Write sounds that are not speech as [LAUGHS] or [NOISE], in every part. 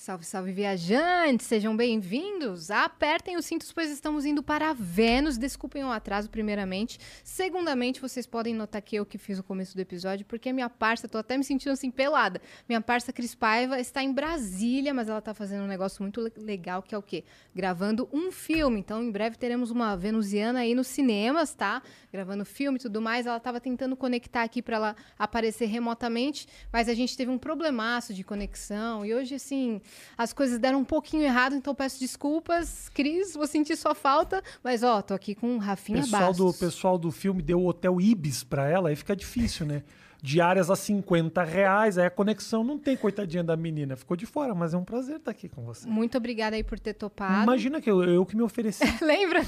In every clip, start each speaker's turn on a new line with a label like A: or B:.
A: Salve, salve viajantes, sejam bem-vindos. Apertem os cintos, pois estamos indo para Vênus. Desculpem o atraso, primeiramente. Segundamente, vocês podem notar que eu que fiz o começo do episódio, porque minha parça, tô até me sentindo assim pelada. Minha parça Cris Paiva está em Brasília, mas ela tá fazendo um negócio muito le- legal, que é o quê? Gravando um filme. Então, em breve teremos uma venusiana aí nos cinemas, tá? Gravando filme e tudo mais. Ela tava tentando conectar aqui para ela aparecer remotamente, mas a gente teve um problemaço de conexão e hoje assim, as coisas deram um pouquinho errado, então peço desculpas, Cris, vou sentir sua falta, mas ó, tô aqui com o Rafinha
B: pessoal do,
A: Bastos.
B: pessoal do filme deu o hotel Ibis pra ela, aí fica difícil, né? Diárias a 50 reais, aí a conexão não tem, coitadinha da menina. Ficou de fora, mas é um prazer estar aqui com você.
A: Muito obrigada aí por ter topado.
B: Imagina que eu, eu que me ofereci.
A: [LAUGHS] Lembra?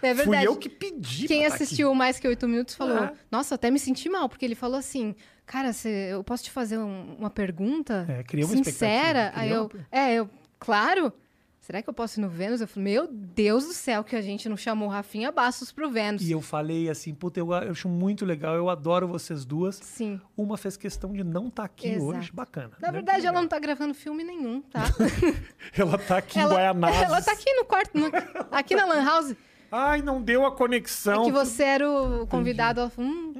A: É verdade.
B: Fui eu que pedi.
A: Quem
B: pra tá aqui.
A: assistiu mais que oito minutos falou:
B: Ah.
A: Nossa, até me senti mal, porque ele falou assim: Cara, cê- eu posso te fazer um- uma pergunta?
B: É, criou uma
A: sincera?
B: expectativa,
A: Aí
B: criou
A: eu, é, eu, claro. Será que eu posso ir no Vênus? Eu falei, meu Deus do céu, que a gente não chamou Rafinha Bastos pro Vênus.
B: E eu falei assim, puta, eu, eu acho muito legal, eu adoro vocês duas.
A: Sim.
B: Uma fez questão de não estar aqui
A: Exato.
B: hoje, bacana.
A: Na
B: né?
A: verdade, ela
B: Legal.
A: não tá gravando filme nenhum, tá?
B: Ela tá [LAUGHS] aqui em
A: ela,
B: Guaianazes.
A: ela tá aqui no quarto, no- aqui na Lan House, É
B: Ai, não deu a conexão.
A: que você era o convidado. Ela falou, hum,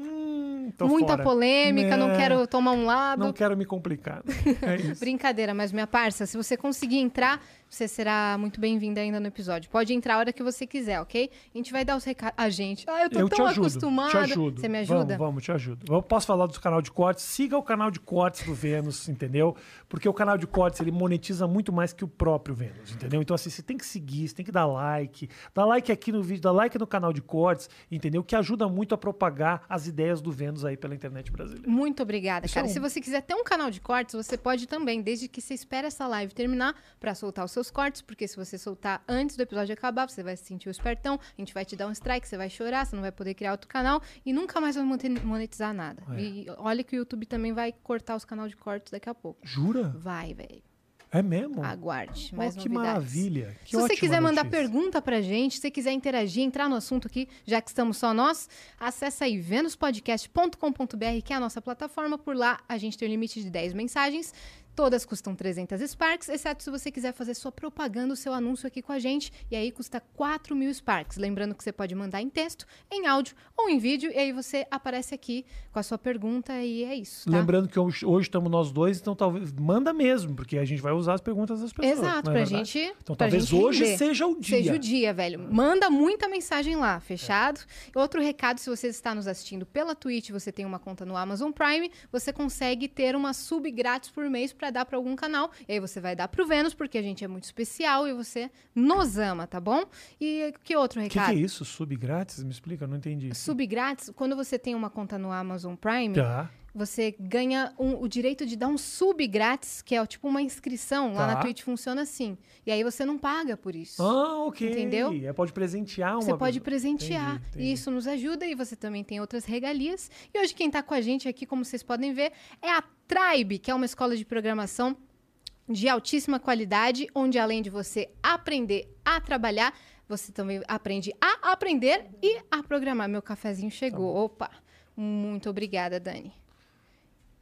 B: Hum, tô
A: muita
B: fora.
A: polêmica, não
B: Né,
A: quero tomar um lado.
B: Não quero me
A: [LAUGHS]
B: complicar. É isso.
A: Brincadeira, mas minha parça, se você conseguir entrar, você será muito bem-vinda ainda no episódio. Pode entrar a hora que você quiser, ok? A gente vai dar os recados. A gente. Ah, eu tô
B: eu te
A: tão
B: ajudo.
A: acostumada.
B: Te ajudo.
A: Você me ajuda?
B: Vamos, vamos, te ajudo. Eu posso falar do canal de cortes? Siga o canal de cortes do Vênus, entendeu? Porque o canal de cortes ele monetiza muito mais que o próprio Vênus, entendeu? Então, assim, você tem que seguir, você tem que dar like. Dá like aqui no vídeo, dá like no canal de cortes, entendeu? Que ajuda muito a propagar as ideias do Vênus aí pela internet brasileira.
A: Muito obrigada,
B: Isso
A: cara.
B: é um-
A: Se você quiser ter um canal de cortes, você pode também, desde que você espera essa live terminar pra soltar os seus cortes, porque se você soltar antes do episódio acabar, você vai se sentir o espertão, a gente vai te dar um strike, você vai chorar, você não vai poder criar outro canal e nunca mais vai monte- monetizar nada.
B: É.
A: E olha que o YouTube também vai cortar os canal de cortes daqui a pouco.
B: Jura?
A: Vai, velho.
B: É mesmo?
A: Aguarde.
B: Ó,
A: Ah, mais
B: que
A: novidades.
B: maravilha. Que
A: Se você
B: ótima
A: quiser mandar
B: notícia.
A: pergunta pra gente, se você quiser interagir, entrar no assunto aqui, já que estamos só nós, acessa aí venuspodcast.com.br, que é a nossa plataforma. Por lá a gente tem um limite de 10 mensagens. Todas custam 300 Sparks, exceto se você quiser fazer sua propaganda, o seu anúncio aqui com a gente. E aí custa 4 mil Sparks. Lembrando que você pode mandar em texto, em áudio ou em vídeo. E aí você aparece aqui com a sua pergunta e é isso, tá?
B: Lembrando que hoje hoje estamos nós dois, então talvez manda mesmo, porque a gente vai usar as perguntas das pessoas.
A: Exato,
B: não é
A: pra
B: verdade?
A: gente.
B: Então
A: pra
B: talvez
A: gente
B: hoje
A: render.
B: seja o dia. É.
A: Seja o dia, velho. Manda muita mensagem lá, fechado? Outro recado, se você está nos assistindo pela Twitch, você tem uma conta no Amazon Prime, você consegue ter uma sub grátis por mês para dar para algum canal. E aí você vai dar pro Vênus, porque a gente é muito especial e você nos ama, tá bom? E que outro
B: O que, que
A: recado?
B: é isso? Sub grátis? Me explica, eu não entendi. isso.
A: Sub grátis, quando você tem uma conta no Amazon Prime,
B: Tá.
A: você ganha um- o direito de dar um sub grátis, que é tipo uma inscrição. Lá
B: Tá.
A: na Twitch funciona assim. E aí você não paga por isso.
B: Ah, ok.
A: Entendeu?
B: É, pode presentear uma
A: Você pode
B: pessoa.
A: presentear.
B: Entendi,
A: E
B: entendi.
A: isso nos ajuda e você também tem outras regalias. E hoje quem está com a gente aqui, como vocês podem ver, é a Tribe, que é uma escola de programação de altíssima qualidade, onde além de você aprender a trabalhar, você também aprende a aprender e a programar. Meu cafezinho chegou.
B: Tá
A: Opa! Muito obrigada, Dani.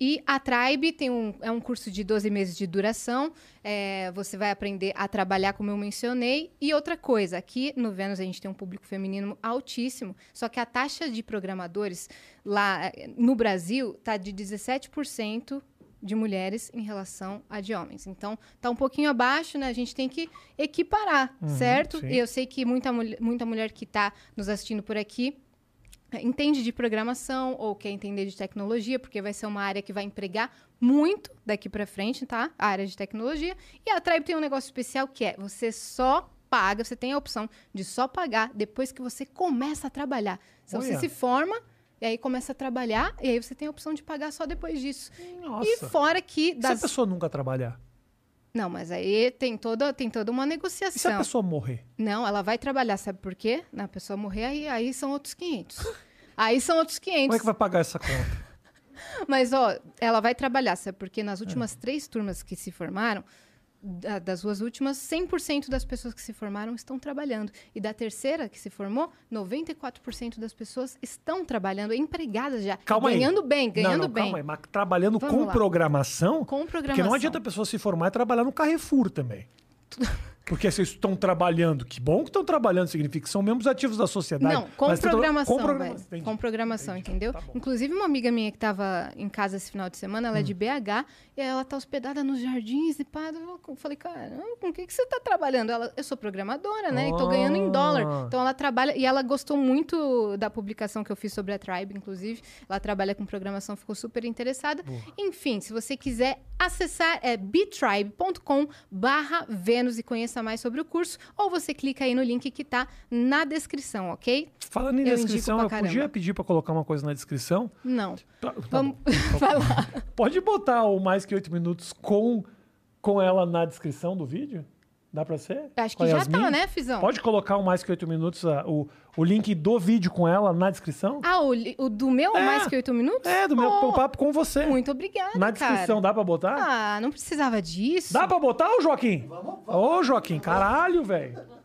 A: E a Tribe tem um, é um curso de 12 meses de duração. É, você vai aprender a trabalhar, como eu mencionei. E outra coisa, aqui no Vênus a gente tem um público feminino altíssimo, só que a taxa de programadores lá eh, no Brasil está de 17% de mulheres em relação a de homens. Então, tá um pouquinho abaixo, né? A gente tem que equiparar,
B: Uhum,
A: certo?
B: sim.
A: E eu sei que muita, mulher- muita mulher que está nos assistindo por aqui eh, entende de programação ou quer entender de tecnologia, porque vai ser uma área que vai empregar muito daqui pra frente, tá? A área de tecnologia. E a Tribe tem um negócio especial que é você só paga, você tem a opção de só pagar depois que você começa a trabalhar. Então você
B: Olha.
A: se forma e aí começa a trabalhar e aí você tem a opção de pagar só depois disso.
B: Nossa.
A: E fora que
B: E se a
A: das
B: pessoa nunca trabalhar?
A: Não, mas aí tem toda tem toda uma
B: E se a
A: negociação.
B: pessoa morrer?
A: Não, ela vai trabalhar, sabe por quê? Na pessoa morrer aí aí são outros 500. Aí são outros 500.
B: é Como é que vai pagar essa conta?
A: Mas, ó, ela vai trabalhar, sabe? Porque
B: É.
A: nas últimas três turmas que se formaram, da- das duas últimas, 100% das pessoas que se formaram estão trabalhando. E da terceira que se formou, 94% das pessoas estão trabalhando, empregadas já.
B: Calma aí.
A: ganhando bem, ganhando
B: não, não,
A: bem.
B: Calma aí, mas trabalhando
A: Vamos
B: com
A: lá.
B: programação,
A: Com
B: Porque
A: programação.
B: não adianta a pessoa se formar e trabalhar no
A: [LAUGHS]
B: Carrefour também. Porque vocês estão trabalhando, que bom que estão trabalhando, significa que são membros ativos da sociedade.
A: Não, com
B: mas estão trabalhando-
A: programação,
B: Com programação.
A: velho.
B: entendi.
A: Com programação,
B: Entendi.
A: entendeu?
B: Tá bom.
A: Inclusive, uma amiga minha que estava em casa esse final de semana, ela é
B: Hum.
A: de BH, e ela tá hospedada nos jardins e pá. Eu falei, cara, com o que, que você tá trabalhando? Ela, eu sou programadora, né? E tô ganhando em
B: Ah.
A: dólar. Então ela trabalha, e ela gostou muito da publicação que eu fiz sobre a Tribe, inclusive. Ela trabalha com programação, ficou super interessada. Enfim, se você quiser acessar, é bitribe.com barra Vênus e conheça mais sobre o curso, ou você clica aí no link que tá na descrição, ok?
B: Falando em
A: Eu indico
B: descrição,
A: pra
B: eu podia
A: caramba.
B: pedir pra colocar uma coisa na descrição?
A: Não.
B: Tá- tá
A: Vamos
B: bom. [LAUGHS]
A: falar.
B: Pode botar o mais que oito minutos com, com ela na descrição do vídeo? Dá pra ser?
A: Acho
B: Com
A: que
B: a
A: já
B: Yasmin?
A: tá, né, Fizão?
B: Pode colocar o mais que oito minutos, a- o, o link do vídeo com ela na descrição?
A: Ah, o, li- o do meu
B: É.
A: mais que oito minutos?
B: É, do meu
A: Oh,
B: papo com você.
A: Muito obrigada,
B: na
A: cara.
B: descrição, dá pra botar?
A: Ah, não precisava disso.
B: Dá pra botar, ô Joaquim? Ô Joaquim, caralho, velho.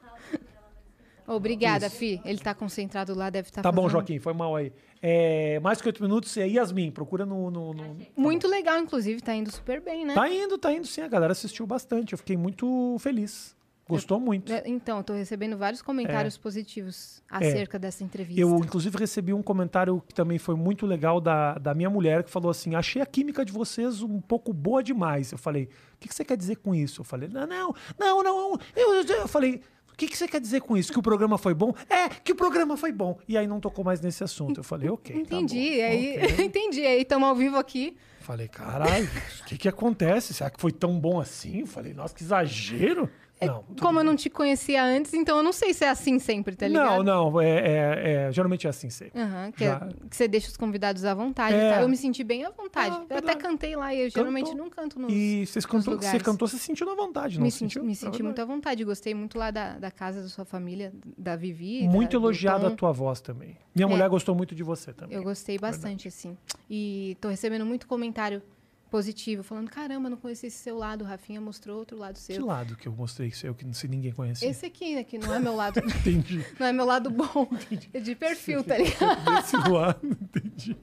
A: Obrigada, Fi. Ele tá concentrado lá, deve estar
B: Tá bom, Joaquim, foi mal aí. É, mais que oito minutos, é Yasmin, procura no... no- no-
A: Muito legal, inclusive, tá indo super bem, né?
B: Tá indo, tá indo sim, a galera assistiu bastante, eu fiquei muito feliz. Gostou muito.
A: É, Então, eu tô recebendo vários comentários positivos acerca dessa entrevista.
B: É. Eu, inclusive, recebi um comentário que também foi muito legal da, da minha mulher, que falou assim: achei a química de vocês um pouco boa demais. Eu falei, o que, que você quer dizer com isso? Eu falei, não, não, não, não. Eu, eu, eu falei. O que, que você quer dizer com isso? Que o programa foi bom? É, que o programa foi bom. E aí não tocou mais nesse assunto. Eu falei, ok. tá
A: Entendi,
B: bom,
A: aí, [LAUGHS]
B: ok.
A: entendi. Aí estamos ao vivo aqui.
B: [LAUGHS] Falei, caralho, o que, que acontece? Será que foi tão bom assim? Eu Falei, nossa, que exagero.
A: É,
B: Não,
A: Como eu não te conhecia antes, então eu não sei se é assim sempre, tá
B: não,
A: ligado?
B: não. É, é- é, geralmente é assim sempre.
A: Aham, que,
B: Já.
A: que você deixa os convidados à vontade.
B: É.
A: tá? Eu me senti bem à vontade.
B: Ah,
A: eu até
B: verdade.
A: cantei lá e eu geralmente
B: Cantou.
A: não canto nos,
B: E vocês
A: nos
B: cantou, você
A: lugares.
B: cantou, você sentiu na vontade, não
A: me senti,
B: sentiu?
A: me senti
B: É
A: muito à vontade. Gostei muito lá da, da casa da sua família, da Vivi. da-
B: Muito
A: do
B: elogiada a
A: Tom.
B: tua voz também. Minha
A: Então É.
B: mulher gostou muito de você também.
A: Eu gostei bastante, assim. E tô recebendo muito comentário positivo, falando: caramba, não conheci esse seu lado. Rafinha mostrou outro lado
B: Que
A: seu.
B: lado que eu mostrei que eu que se ninguém conhecia?
A: Esse aqui, né, que não é meu lado. [LAUGHS]
B: Entendi.
A: Não é meu lado bom. É de perfil, tá ligado?
B: Esse lado,
A: [LAUGHS]
B: entendi.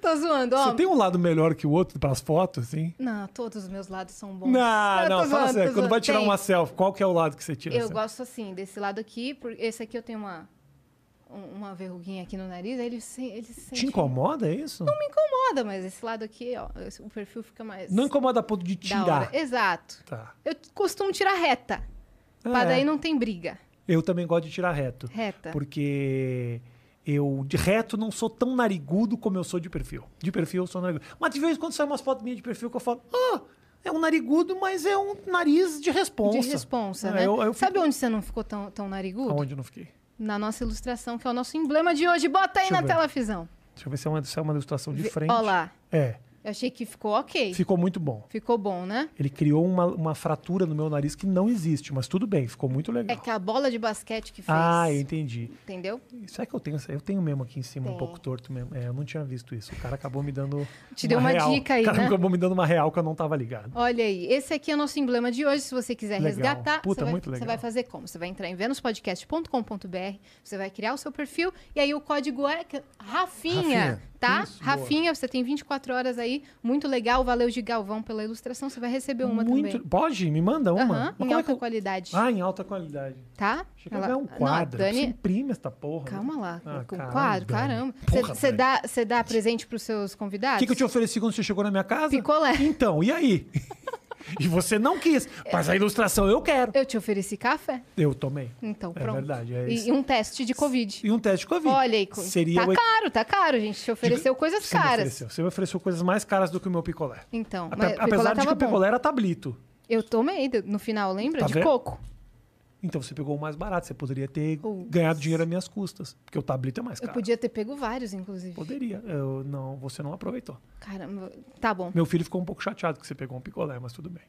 A: Tô zoando, ó.
B: Você tem um lado melhor que o outro pras fotos, assim?
A: Não, todos os meus lados são bons.
B: Não,
A: Ah, tô
B: não, fala
A: zoando,
B: sério.
A: tô
B: Quando vai
A: zoando.
B: tirar
A: Tem.
B: uma selfie, qual que é o lado que você tira?
A: Eu
B: selfie?
A: gosto assim, desse lado aqui, porque esse aqui eu tenho uma, um- uma verruguinha aqui no nariz, aí ele se, ele se
B: Te
A: sente-
B: incomoda é isso?
A: Não me incomoda, mas esse lado aqui, ó, esse- o perfil fica mais.
B: Não incomoda a ponto de
A: da hora.
B: tirar.
A: Exato.
B: Tá.
A: Eu costumo tirar reta. Pra
B: É.
A: daí não tem briga.
B: Eu também gosto de tirar reto.
A: Reta.
B: Porque eu, de reto, não sou tão narigudo como eu sou de perfil. De perfil, eu sou narigudo. Mas de vez em quando sai umas fotos minhas de perfil que eu falo, ah, é um narigudo, mas é um nariz de responsa.
A: De responsa,
B: É,
A: né?
B: eu- eu
A: Sabe
B: fico-
A: onde você não ficou tão, tão narigudo?
B: Aonde eu não fiquei?
A: Na nossa ilustração, que é o nosso emblema de hoje. Bota aí
B: Deixa eu
A: na
B: ver.
A: tela, Fizão.
B: Deixa eu ver se é uma, se é uma ilustração de frente.
A: Olha lá.
B: É,
A: Eu achei que ficou ok.
B: ficou muito bom.
A: Ficou bom, né?
B: Ele criou uma, uma fratura no meu nariz que não existe, mas tudo bem, ficou muito legal.
A: É que a bola de basquete que fez.
B: Ah, eu entendi.
A: Entendeu?
B: Será que eu tenho? Eu tenho mesmo aqui em cima, um
A: Tem.
B: pouco torto mesmo. É, eu não tinha visto isso. O cara acabou me dando.
A: Te deu uma
B: real.
A: dica aí,
B: O cara
A: né?
B: acabou me dando uma real que eu não tava ligado.
A: Olha aí, esse aqui é o nosso emblema de hoje. Se você quiser
B: Legal.
A: resgatar,
B: Puta,
A: você, vai,
B: muito
A: você
B: legal.
A: vai fazer como? Você vai entrar em venuspodcast.com.br, você vai criar o seu perfil e aí o código é que- Rafinha,
C: Rafinha.
A: tá?
B: Isso, boa.
A: Rafinha, você tem 24 horas aí. Muito legal, valeu de Galvão pela ilustração. Você vai receber uma
B: muito.
A: também.
B: Pode? Me manda uma.
A: Aham,
B: Mas
A: em
B: como é
A: alta
B: que eu-
A: qualidade,
B: Ah, em alta qualidade.
A: tá?
B: Chega
A: Ela-
B: a ganhar um
A: Não, a
B: quadro. Você
A: Dani,
B: imprime esta porra.
A: calma lá,
B: Ah,
A: com
B: caralho,
A: o quadro,
B: Dani.
A: caramba.
B: Porra,
A: Você
B: Dani.
A: dá, cê dá presente pros seus
B: O
A: convidados?
B: que, que eu te ofereci quando você chegou na minha casa?
A: Picolé.
B: Então, e aí? [LAUGHS] e você não quis. Mas a ilustração eu quero.
A: Eu te ofereci café?
B: Eu tomei.
A: Então,
B: É
A: pronto.
B: verdade, é
A: E-
B: isso.
A: e um teste de Covid.
B: E um teste de Covid.
A: Olha aí, co-
B: Seria
A: tá
B: o...
A: caro, tá caro, gente. Te ofereceu coisas
B: Você me
A: caras.
B: ofereceu. Você me ofereceu coisas mais caras do que o meu picolé.
A: Então,
B: Ape-
A: mas o
B: Apesar
A: picolé
B: de que
A: tava
B: o
A: bom.
B: picolé era tablito.
A: Eu tomei do- no final, lembra?
B: Tá
A: de
B: vendo?
A: coco.
B: Então você pegou o mais barato. Você poderia ter
A: Putz.
B: ganhado dinheiro às minhas custas. Porque o tablito é mais
A: Eu
B: caro.
A: podia ter pego vários, inclusive.
B: Poderia. Eu, não, você não aproveitou.
A: Caramba, tá bom.
B: Meu filho ficou um pouco chateado que você pegou um picolé, mas tudo bem.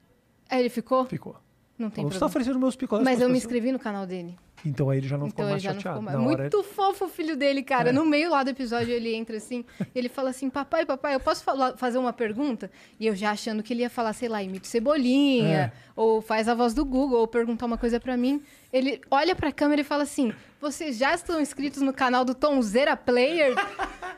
A: Aí ele ficou?
B: Ficou.
A: Não tem
B: Falou, você tá
A: problema.
B: oferecendo meus picolés
A: Mas
B: pras
A: eu me
B: pessoas?"
A: inscrevi no canal dele.
B: Então aí ele já não ficou
A: ele
B: mais
A: já não
B: chateado.
A: ficou
B: Na hora É.
A: Muito fofo o filho dele, cara. No meio lá do episódio ele entra assim, ele fala assim: Papai, papai, eu posso falar- fazer uma pergunta? E eu já achando que ele ia falar, sei lá, imite cebolinha,
B: É.
A: ou faz a voz do Google, ou perguntar uma coisa pra mim. Ele olha pra câmera e fala assim: Vocês já estão inscritos no canal do Tomzeira Player?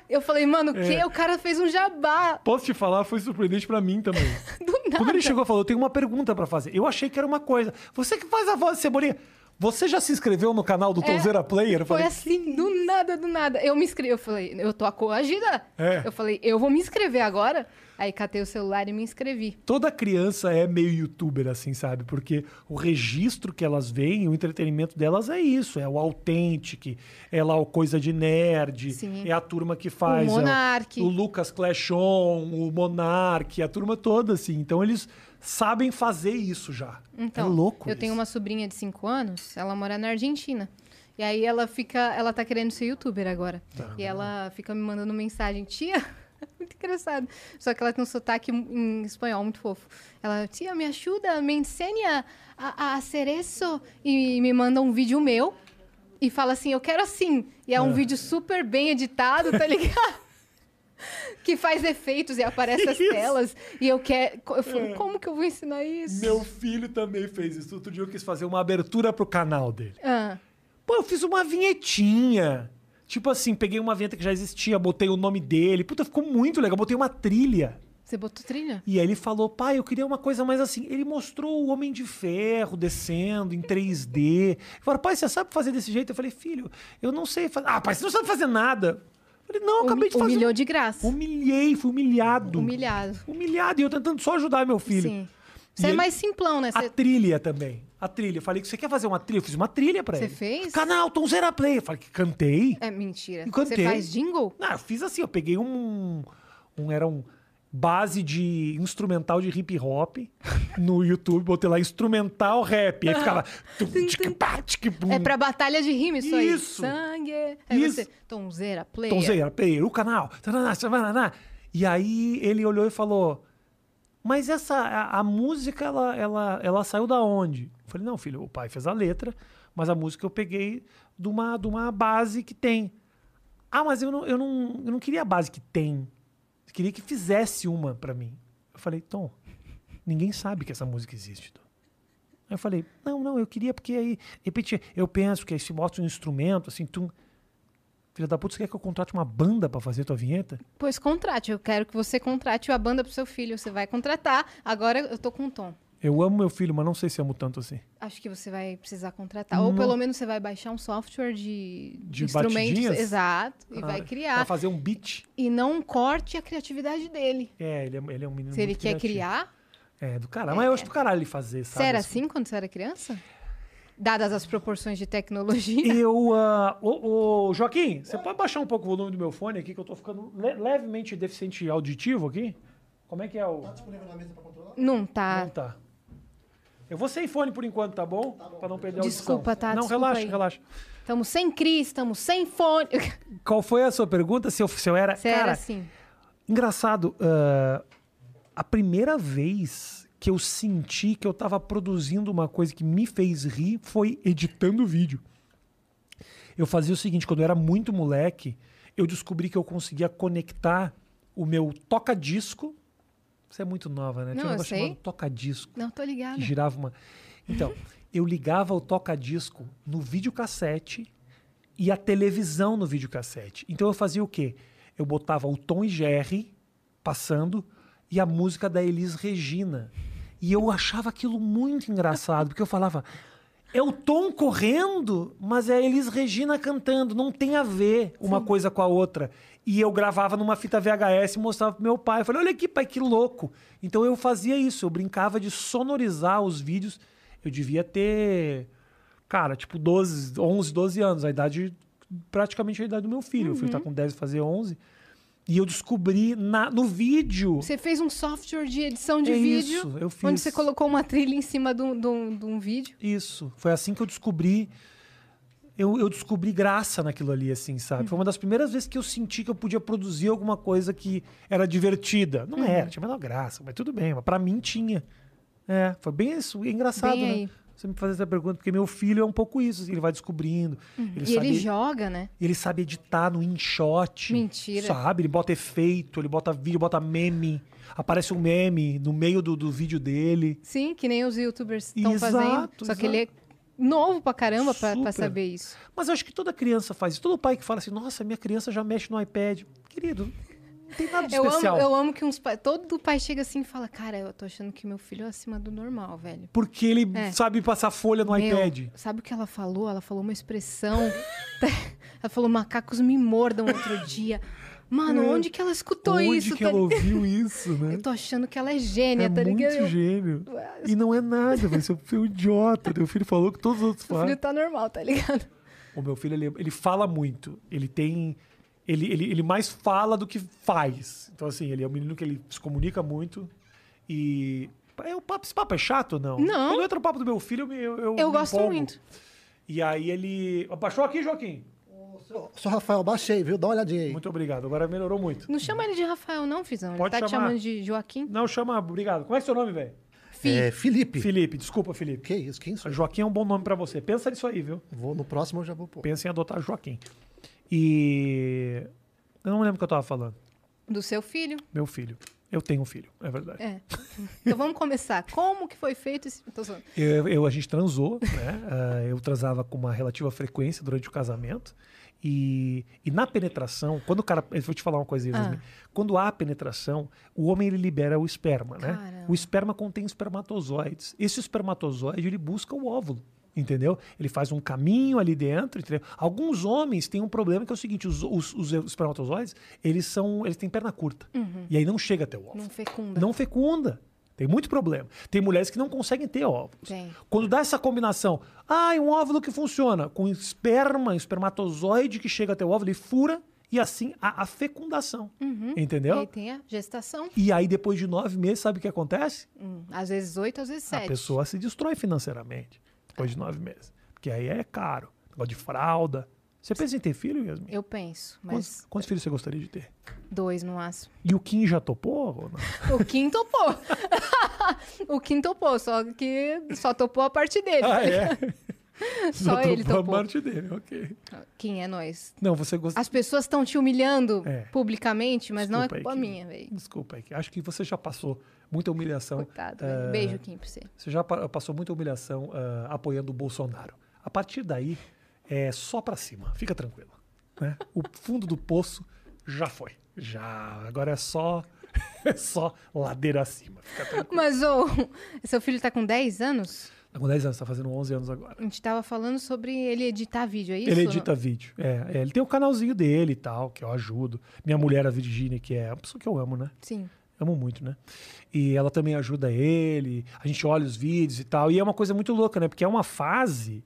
A: eu falei, mano, o
B: É.
A: quê? O cara fez um jabá
B: Posso te falar, foi surpreendente pra mim
A: [LAUGHS]
B: também.
A: do nada.
B: Quando ele chegou e falou, eu tenho uma pergunta pra fazer. Eu achei que era uma coisa. Você que faz a voz de Cebolinha, você já se inscreveu no canal do
A: É,
B: Tonzeira Player? Eu
A: Foi
B: falei,
A: assim, do nada, do nada. Eu me inscrevi, eu falei, eu tô coagida.
B: É.
A: Eu falei, eu vou me inscrever agora. Aí catei o celular e me inscrevi.
B: toda criança é meio youtuber, assim, sabe? Porque o registro que elas veem, o entretenimento delas é isso. É o authentic, é lá o coisa de nerd,
A: Sim.
B: é a turma que faz...
A: O
B: é
A: Monark.
B: o Lucas Clash On, o Monark, a turma toda, assim. Então eles sabem fazer isso já.
A: Então,
B: é louco
A: eu tenho
B: isso.
A: uma sobrinha de 5 anos, ela mora na Argentina. E aí ela fica, ela tá querendo ser youtuber agora.
B: Tá.
A: E ela fica me mandando mensagem, tia, [LAUGHS] muito engraçado. Só que ela tem um sotaque em espanhol muito fofo. Ela, tia, me ajuda, me ensina a, a hacer isso. E me manda um vídeo meu e fala assim, eu quero assim. E é
B: Ah.
A: um vídeo super bem editado, tá
B: [LAUGHS]
A: ligado? que faz efeitos e aparece as
B: Isso. É.
A: telas. E eu quero. Eu falo, como que eu vou ensinar isso?
B: Meu filho também fez isso. Outro dia eu quis fazer uma abertura pro canal dele.
A: Ah,
B: Pô, eu fiz uma vinhetinha. Tipo assim, peguei uma vinheta que já existia, botei o nome dele. Puta, ficou muito legal. Botei uma trilha.
A: você botou trilha?
B: E aí ele falou, pai, eu queria uma coisa mais assim. Ele mostrou o Homem de Ferro descendo em 3D. Eu falei, pai, você sabe fazer desse jeito? Eu falei, filho, eu não sei fazer. Ah, pai, você não sabe fazer nada. Eu falei, não, eu acabei de fazer. um
A: Humilhou de graça.
B: Humilhei, fui humilhado.
A: Humilhado.
B: Humilhado. E eu tentando só ajudar meu filho.
A: Sim. Você
B: E
A: é
B: ele-
A: mais simplão, né?
B: A
A: Você-
B: trilha também. A trilha. Eu falei que você quer fazer uma trilha? Eu fiz uma trilha pra
A: Você
B: ele.
A: fez?
B: Canal Tom Zera Play. Eu falei que cantei.
A: É mentira. Você
B: Eu cantei.
A: faz jingle?
B: Não, eu fiz assim, eu peguei um. um era um base de instrumental de hip hop no YouTube, botei lá instrumental rap.
A: [LAUGHS]
B: Aí ficava. tum, tic, pá, tic, bum.
A: É pra batalha de rima isso, aí.
B: Hum. Isso.
A: Sangue. Aí
B: Isso.
A: você, Tonzeira, player.
B: Tom Zera Play, o canal. tananá, tananá. E aí ele olhou e falou. Mas essa a, a música ela, ela, ela saiu da onde? Eu falei, não, filho, o pai fez a letra, mas a música eu peguei de uma, de uma base que tem. Ah, mas eu não, eu, não, eu não queria a base que tem. Eu queria que fizesse uma pra mim. Eu falei, Tom, ninguém sabe que essa música existe. Tom. Aí eu falei, não, não, eu queria porque aí, de repente, eu penso que aí se mostra um instrumento, assim, tu. Filha da puta, você quer que eu contrate uma banda pra fazer tua vinheta?
A: Pois contrate. Eu quero que você contrate a banda pro seu filho. Você vai contratar. Agora eu tô com o Tom.
B: Eu amo meu filho, mas não sei se amo tanto assim.
A: Acho que você vai precisar contratar. Ou pelo menos você vai baixar um software de,
B: Hum. De
A: instrumentos.
B: batidinhas?
A: Exato. E vai
B: Ah, Pra
A: criar.
B: fazer um beat.
A: E não corte a criatividade dele.
B: É, ele é, ele é um menino
A: Se ele
B: muito
A: quer
B: criativo.
A: criar,
B: É, do caralho. Mas eu acho do caralho ele fazer,
A: Você
B: sabe?
A: era
B: As
A: assim quando você era criança? Dadas as proporções de tecnologia?
B: Eu. ah, ô, ô, Joaquim, você pode baixar um pouco o volume do meu fone aqui, que eu tô ficando le- levemente deficiente auditivo aqui? Como é que é o.
A: [LAUGHS] Não tá.
B: Não tá. Eu vou sem fone por enquanto, tá bom? Pra não perder a
A: Desculpa,
B: audição.
A: tá?
B: Não,
A: Desculpa
B: relaxa,
A: aí.
B: relaxa.
A: Estamos sem Cris, estamos sem fone. [LAUGHS]
B: Qual foi a sua pergunta? Se eu, se eu era.
A: Você
B: Cara,
A: era assim.
B: engraçado. ah, a primeira vez que eu senti que eu tava produzindo uma coisa que me fez rir foi editando vídeo. Eu fazia o seguinte, quando eu era muito moleque, eu descobri que eu conseguia conectar o meu toca-disco. Você é muito nova, né?
A: Não, eu
B: um negócio
A: sei.
B: chamado toca-disco
A: Não, tô ligada.
B: que girava uma. Então, eu ligava o toca-disco no videocassete e a televisão no videocassete. Então eu fazia o quê? Eu botava o Tom e Jerry passando e a música da Elis Regina. E eu achava aquilo muito engraçado, porque eu falava. É o Tom correndo, mas é a Elis Regina cantando. Não tem a ver uma coisa com a outra. E eu gravava numa fita VHS e mostrava pro meu pai. Eu falei, olha aqui, pai, que louco. Então eu fazia isso, eu brincava de sonorizar os vídeos. Eu devia ter, cara, tipo 12, 11, 12 anos, a idade, praticamente a idade do meu filho. Eu fui
A: Uhum.
B: estar com 10 e fazer 11. E eu descobri na- no vídeo.
A: Você fez um software de edição de
B: É
A: vídeo.
B: isso, eu
A: Onde
B: fiz.
A: você colocou uma trilha em cima de um, de um- de um vídeo.
B: Isso. Foi assim que eu descobri. Eu, eu descobri graça naquilo ali, assim,
A: Uhum.
B: sabe? Foi uma das primeiras vezes que eu senti que eu podia produzir alguma coisa que era divertida.
A: Uhum.
B: Não era, tinha a menor graça, mas tudo bem. Mas pra mim tinha. É, foi bem isso, é engraçado,
A: Bem
B: né?
A: aí.
B: Você me faz essa pergunta porque meu filho é um pouco isso. assim, Ele vai descobrindo. Ele
A: Uhum. e
B: sabe,
A: ele joga, né?
B: ele sabe editar no InShot.
A: Mentira.
B: Sabe? Ele bota efeito, ele bota vídeo, bota meme. Aparece um meme no meio do, do vídeo dele.
A: Sim, que nem os youtubers estão
B: Exato,
A: fazendo. Só que ele é novo pra caramba pra, pra
B: Super.
A: saber isso.
B: Mas eu acho que toda criança faz isso. Todo pai que fala assim, nossa, minha criança já mexe no iPad. Querido, não tem nada de
A: [LAUGHS] Eu amo,
B: especial.
A: eu amo que uns pais. Todo pai chega assim e fala: Cara, eu tô achando que meu filho é acima do normal, velho.
B: Porque ele
A: É.
B: sabe passar folha no
A: Meu,
B: iPad.
A: Sabe o que ela falou? Ela falou uma expressão. [LAUGHS] ela falou: macacos me mordam outro dia. Mano, onde que ela escutou
B: É. Onde
A: isso?
B: que
A: tá
B: ela
A: ligado?
B: ouviu isso, né?
A: Eu tô achando que ela é gênia, [LAUGHS]
B: É
A: tá
B: muito
A: ligado? Eu-
B: gênio. E não é nada, velho. Seu filho é um idiota. Teu filho falou que todos os outros
A: Meu
B: falam.
A: filho tá normal, tá ligado?
B: O meu filho, ele, ele fala muito. Ele tem. Ele, ele, ele mais fala do que faz. Então, assim, ele é um menino que ele se comunica muito. E. É, o papo, esse papo é chato ou não?
A: Não.
B: Quando entra o papo do meu filho, eu me- eu, eu
A: Eu
B: me
A: gosto
B: empolgo.
A: muito.
B: E aí ele. Abaixou aqui, Joaquim?
C: Ô, Sou Rafael, baixei, viu? Dá uma olhadinha aí.
B: Muito obrigado. Agora melhorou muito.
A: Não chama ele de Rafael, não, Fizão. Ele
B: Pode
A: tá te
B: chamar.
A: chamando de Joaquim.
B: Não, chama. Obrigado. Como é que é seu nome, velho?
A: Fi.
C: É, Felipe.
B: Felipe, desculpa, Felipe.
C: Que isso, quem sou?
B: Joaquim é um bom nome pra você. Pensa nisso aí, viu?
C: Vou, no próximo eu já vou pôr.
B: Pensa em adotar Joaquim. E. Eu não lembro o que eu tava falando.
A: Do seu filho.
B: Meu filho. Eu tenho um filho, é verdade.
A: É. Então vamos começar. Como que foi feito esse. Tô zoando.
B: Eu, eu- a gente transou, né? [LAUGHS] Ah, eu transava com uma relativa frequência durante o casamento. E, e na penetração, quando o cara. Eu vou te falar uma coisa, Yasmin. Quando há penetração, o homem ele libera o esperma, né?
A: Caramba.
B: O esperma contém espermatozoides. Esse espermatozoide ele busca o óvulo. Entendeu? Ele faz um caminho ali dentro. Entendeu? Alguns homens têm um problema que é o seguinte: os, os- os espermatozoides eles são, eles têm perna curta e aí não chega até o óvulo.
A: Não fecunda.
B: Não fecunda. Tem muito problema. Tem mulheres que não conseguem ter óvulos.
A: Tem.
B: Quando dá essa combinação, ah, é um óvulo que funciona, com esperma, espermatozoide que chega até o óvulo e fura, e assim há a fecundação.
A: E aí
B: Entendeu?
A: tem a gestação.
B: E aí, depois de nove meses, sabe o que acontece?
A: Hum, Às vezes oito, às vezes sete. É.
B: A pessoa se destrói financeiramente depois de nove meses. Porque aí é caro. Negócio de fralda. Você pensa em ter filho, Yasmin?
A: Eu penso,
B: Quantos,
A: mas
B: quantos filhos você gostaria de ter?
A: dois no máximo.
B: E o Kim já topou?
A: [LAUGHS]
B: Ou não?
A: O Kim topou. [LAUGHS] o Kim topou, só que só topou a parte dele.
B: Ah, é?
A: [LAUGHS] Só
B: [LAUGHS] já
A: ele
B: topou
A: topou.
B: a parte dele, ok.
A: Kim é nós.
B: Não, você gostaria.
A: As pessoas estão te humilhando
B: É.
A: publicamente, mas não é
B: Desculpa aí,
A: culpa
B: Kim.
A: minha, velho.
B: Desculpa, Ike. acho que você já passou muita humilhação.
A: Coitado.
B: eh,
A: velho. Beijo, Kim, pra você.
B: Você já pa- passou muita humilhação eh, apoiando o Bolsonaro. A partir daí, é só pra cima. Fica tranquilo. né? O fundo do poço já foi. Já. Agora é só, [LAUGHS] é só ladeira acima. Fica tranquilo.
A: Mas ô, [LAUGHS] seu filho tá com 10 anos?
B: Tá com 10 anos, tá fazendo 11 anos agora.
A: A gente tava falando sobre ele editar vídeo, é isso?
B: Ele edita vídeo. É, é, ele tem o canalzinho dele e tal, que eu ajudo. Minha mulher, a Virginia, que é uma pessoa que eu amo, né?
A: Sim.
B: Amo muito, né? E ela também ajuda ele, a gente olha os vídeos e tal. E é uma coisa muito louca, né? Porque é uma fase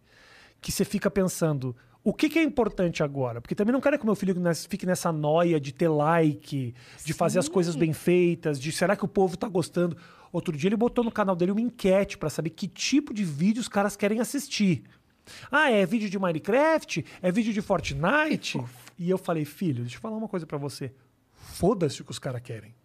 B: que você fica pensando. O que, que é importante agora? Porque também não quero que meu filho nes- fique nessa noia de ter like, de fazer as coisas bem feitas, de será que o povo tá gostando? Outro dia ele botou no canal dele uma enquete pra saber que tipo de vídeo os caras querem assistir. Ah, é vídeo de Minecraft? É vídeo de Fortnite? E eu falei, filho, deixa eu falar uma coisa pra você. Foda-se o que os caras querem.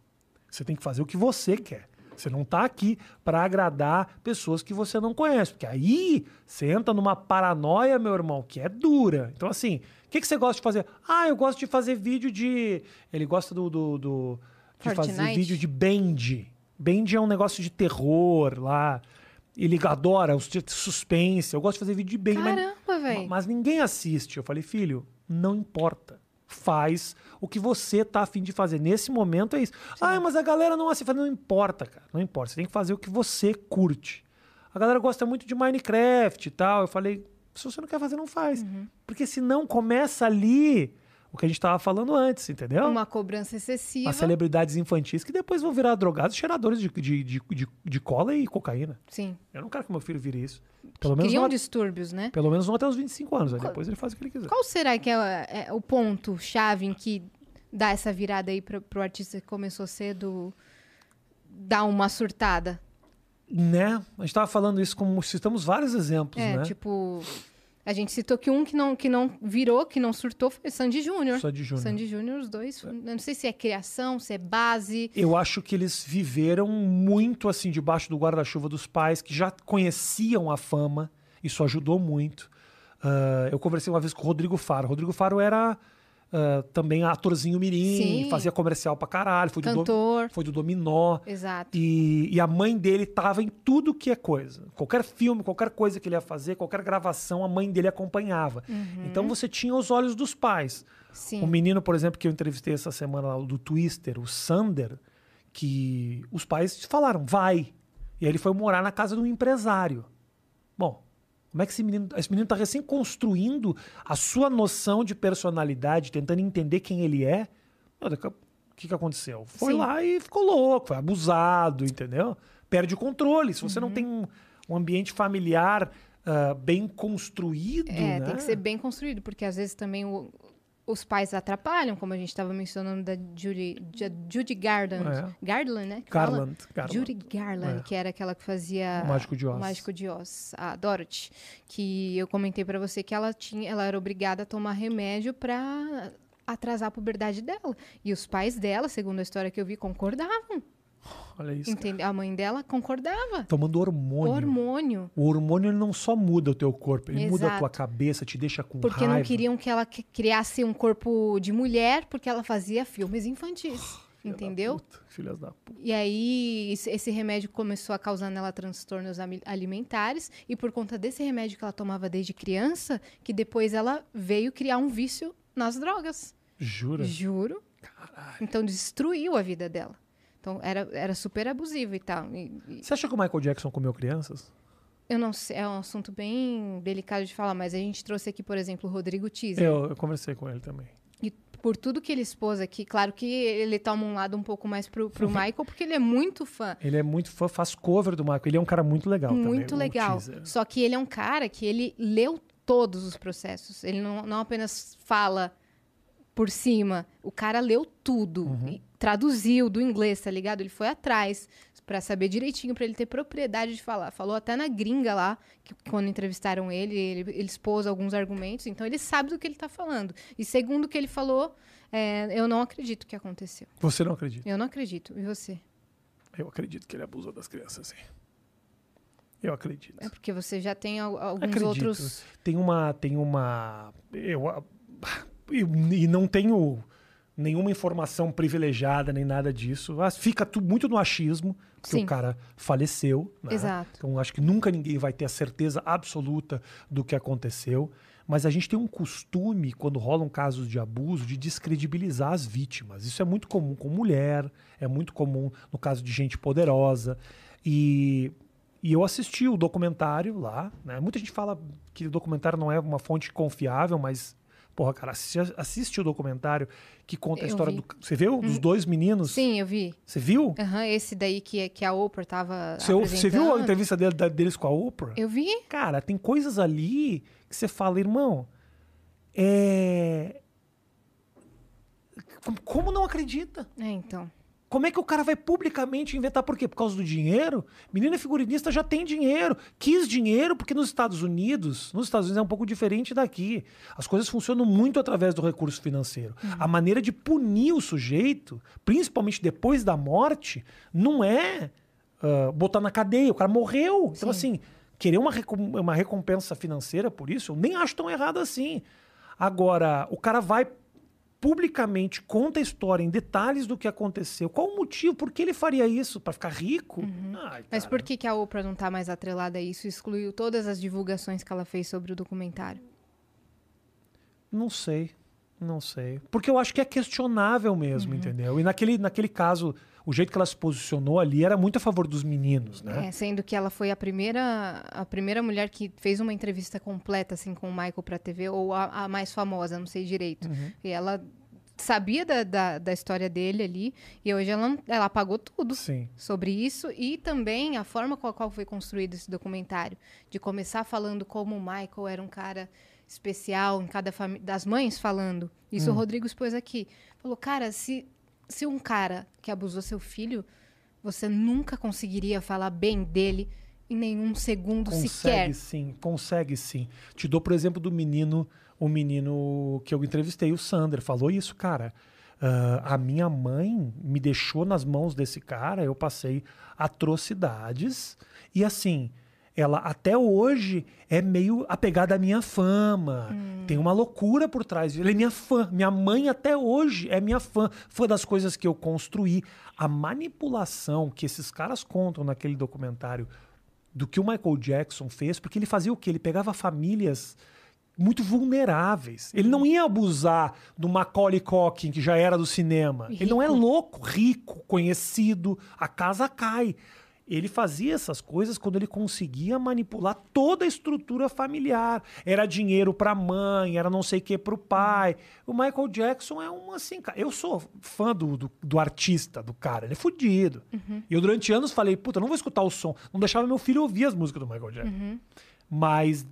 B: Você tem que fazer o que você quer. Você não tá aqui para agradar pessoas que você não conhece. Porque aí você entra numa paranoia, meu irmão, que é dura. Então, assim, o que, que você gosta de fazer? Ah, eu gosto de fazer vídeo de. Ele gosta do. do- do- de fazer
A: Fortnite?
B: vídeo de Band. Band é um negócio de terror lá. Ele adora os de suspense. Eu gosto de fazer vídeo de Band. mas-
A: Caramba,
B: Ma-
A: velho.
B: Mas ninguém assiste. Eu falei, filho, não importa. Faz o que você tá afim de fazer. Nesse momento é isso. Ah, mas a galera não assiste. Eu falei, não importa, cara. Não importa. Você tem que fazer o que você curte. A galera gosta muito de Minecraft e tal. Eu falei, se você não quer fazer, não faz. Porque senão começa ali o que a gente tava falando antes, entendeu?
A: Uma cobrança excessiva.
B: As celebridades infantis que depois vão virar drogados, cheiradores de, de, de, de- de cola e cocaína.
A: Sim.
B: Eu não quero que meu filho vire isso. Pelo menos,
A: Criam
B: não,
A: distúrbios, né?
B: pelo menos não até os 25 anos. Aí depois ele faz o que ele quiser.
A: Qual será que é, é o ponto-chave em que dá essa virada aí pro, pro artista que começou cedo dar uma surtada?
B: Né? A gente tava falando isso como citamos vários exemplos,
A: É,
B: né?
A: tipo, A gente citou que um que não, que não virou, que não surtou, foi Sandy Júnior.
B: Sandy Júnior.
A: Sandy Júnior, os dois. Eu não sei se é criação, se é base.
B: Eu acho que eles viveram muito assim debaixo do guarda-chuva dos pais, que já conheciam a fama. Isso ajudou muito. Ah, eu conversei uma vez com o Rodrigo Faro. O Rodrigo Faro era ah, também atorzinho mirim,
A: Sim.
B: fazia comercial pra caralho, foi do, do,
A: Cantor.
B: foi do Dominó.
A: Exato.
B: E, e a mãe dele tava em tudo que é coisa. Qualquer filme, qualquer coisa que ele ia fazer, qualquer gravação, a mãe dele acompanhava. Então você tinha os olhos dos pais.
A: Sim.
B: O Um menino, por exemplo, que eu entrevistei essa semana lá, o do Twister, o Sander, que os pais falaram, vai. E aí ele foi morar na casa de um empresário. Bom, como é que esse menino. Esse menino está recém construindo a sua noção de personalidade, tentando entender quem ele é. Meu, daqui a- O que, que aconteceu? Foi
A: Sim.
B: lá e ficou louco, foi abusado, entendeu? Perde o controle. Se você
A: Uhum.
B: não tem um, um ambiente familiar ah, bem construído.
A: É,
B: né?
A: tem que ser bem construído, porque às vezes também o- os pais atrapalham, como a gente estava mencionando da Judy, Ju- Judy Garland.
B: É.
A: Garland, né? que fala?
B: Garland. Garland.
A: Judy Garland,
B: É.
A: que era aquela que fazia
B: O Mágico de Oz.
A: o Mágico de Oz, a Dorothy, que eu comentei pra você que ela tinha, ela era obrigada a tomar remédio pra atrasar a puberdade dela. E os pais dela, segundo a história que eu vi, concordavam.
B: Olha isso. cara.
A: Entende? A mãe dela concordava.
B: Tomando hormônio.
A: Hormônio.
B: O hormônio ele não só muda o teu corpo, ele muda a tua
A: Exato.
B: cabeça, te deixa com
A: Porque
B: raiva.
A: não queriam que ela que- criasse um corpo de mulher, porque ela fazia filmes infantis.
B: Filha da
A: entendeu?
B: puta, filhas da puta.
A: E aí, esse- esse remédio começou a causar nela transtornos ami- alimentares. E por conta desse remédio que ela tomava desde criança, que depois ela veio criar um vício nas drogas.
B: Jura?
A: Juro. Então, destruiu a vida dela. Então, era, era super abusivo e tal. E- e-
B: Você acha que o Michael Jackson comeu crianças?
A: eu não sei, é um assunto bem delicado de falar, mas a gente trouxe aqui, por exemplo, o Rodrigo Teaser.
B: Eu, eu conversei com ele também.
A: E por tudo que ele expôs aqui, claro que ele toma um lado um pouco mais pro, pro Michael, porque ele é muito fã.
B: Ele é muito fã, faz cover do Michael. Ele é um cara muito legal também.
A: muito
B: o
A: legal.
B: Teaser.
A: Só que ele é um cara que ele leu todos os processos. Ele não, não apenas fala por cima. O cara leu tudo.
B: Uhum.
A: E traduziu do inglês, tá ligado? Ele foi atrás pra saber direitinho, pra ele ter propriedade de falar. Falou até na gringa lá, que quando entrevistaram ele, ele, ele expôs alguns argumentos. Então ele sabe do que ele tá falando. E segundo o que ele falou, é, eu não acredito que aconteceu.
B: Você não acredita?
A: Eu não acredito. E você?
B: Eu acredito que ele abusou das crianças, sim. Eu acredito.
A: É porque você já tem al- alguns
B: Acredito.
A: outros.
B: Tem uma. Tem uma. Eu, ah, eu- e não tenho nenhuma informação privilegiada nem nada disso. Ah, Fica tu, muito no achismo, porque
A: Sim.
B: o cara faleceu. né?
A: Exato.
B: Então acho que nunca ninguém vai ter a certeza absoluta do que aconteceu. Mas a gente tem um costume, quando rolam casos de abuso, de descredibilizar as vítimas. Isso é muito comum com mulher, é muito comum no caso de gente poderosa. E, e eu assisti o documentário lá. né? Muita gente fala que o documentário não é uma fonte confiável, mas, porra, cara, assiste, assiste o documentário que conta a
A: Eu
B: história
A: vi. Hum.
B: do. Você viu? Dos dois meninos?
A: Sim, eu vi.
B: Você viu?
A: Aham, esse daí que, é, que a Oprah tava.
B: Você, você viu a
A: apresentando.
B: entrevista dele- da- deles com a Oprah?
A: Eu vi.
B: Cara, tem coisas ali que você fala, irmão, é. como- Como não acredita?
A: É, então.
B: Como é que o cara vai publicamente inventar? Por quê? Por causa do dinheiro? Menina é figurinista já tem dinheiro. Quis dinheiro porque nos Estados Unidos, nos Estados Unidos é um pouco diferente daqui. As coisas funcionam muito através do recurso financeiro. A maneira de punir o sujeito, principalmente depois da morte, não é ah, botar na cadeia. O cara morreu. Então, assim, querer uma, recom- uma recompensa financeira por isso, eu nem acho tão errado assim. Agora, o cara vai publicamente conta a história em detalhes do que aconteceu. Qual o motivo? Por que ele faria isso? Pra ficar rico? Ai,
A: Uhum. Mas
B: cara.
A: por que, que a Oprah não tá mais atrelada a isso? Excluiu todas as divulgações que ela fez sobre o documentário.
B: Não sei. Não sei. Porque eu acho que é questionável
A: Uhum.
B: mesmo, entendeu? E naquele, naquele caso, o jeito que ela se posicionou ali era muito a favor dos meninos, né?
A: É, sendo que ela foi a primeira, a primeira mulher que fez uma entrevista completa assim com o Michael pra TV, ou a, a mais famosa, não sei direito. E ela sabia da, da, da história dele ali, e hoje ela, não- ela apagou tudo.
B: Sim.
A: sobre isso e também a forma com a qual foi construído esse documentário, de começar falando como o Michael era um cara especial em cada família, das mães falando. Isso
B: Hum.
A: o Rodrigo expôs aqui. Falou, cara, se, se um cara que abusou seu filho, você nunca conseguiria falar bem dele em nenhum segundo
B: Consegue
A: sequer.
B: sim, consegue sim. Te dou, por exemplo, do menino, o menino que eu entrevistei, o Sander, falou isso, cara. Ah, a minha mãe me deixou nas mãos desse cara, eu passei atrocidades. E assim, ela até hoje é meio apegada à minha fama. Tem uma loucura por trás. Ela é minha fã. Minha mãe até hoje é minha fã. Fã das coisas que eu construí. A manipulação que esses caras contam naquele documentário do que o Michael Jackson fez, porque ele fazia o quê? Ele pegava famílias muito vulneráveis. Ele não ia abusar do Macaulay Culkin, que já era do cinema. Ele não é louco, rico, conhecido, a casa cai. Ele fazia essas coisas quando ele conseguia manipular toda a estrutura familiar. Era dinheiro para mãe, era não sei o que para o pai. O Michael Jackson é um assim, cara. Eu sou fã do, do, do artista, do cara. Ele é fudido. E eu durante anos falei, puta, não vou escutar o som. Não deixava meu filho ouvir as músicas do Michael Jackson. Mas,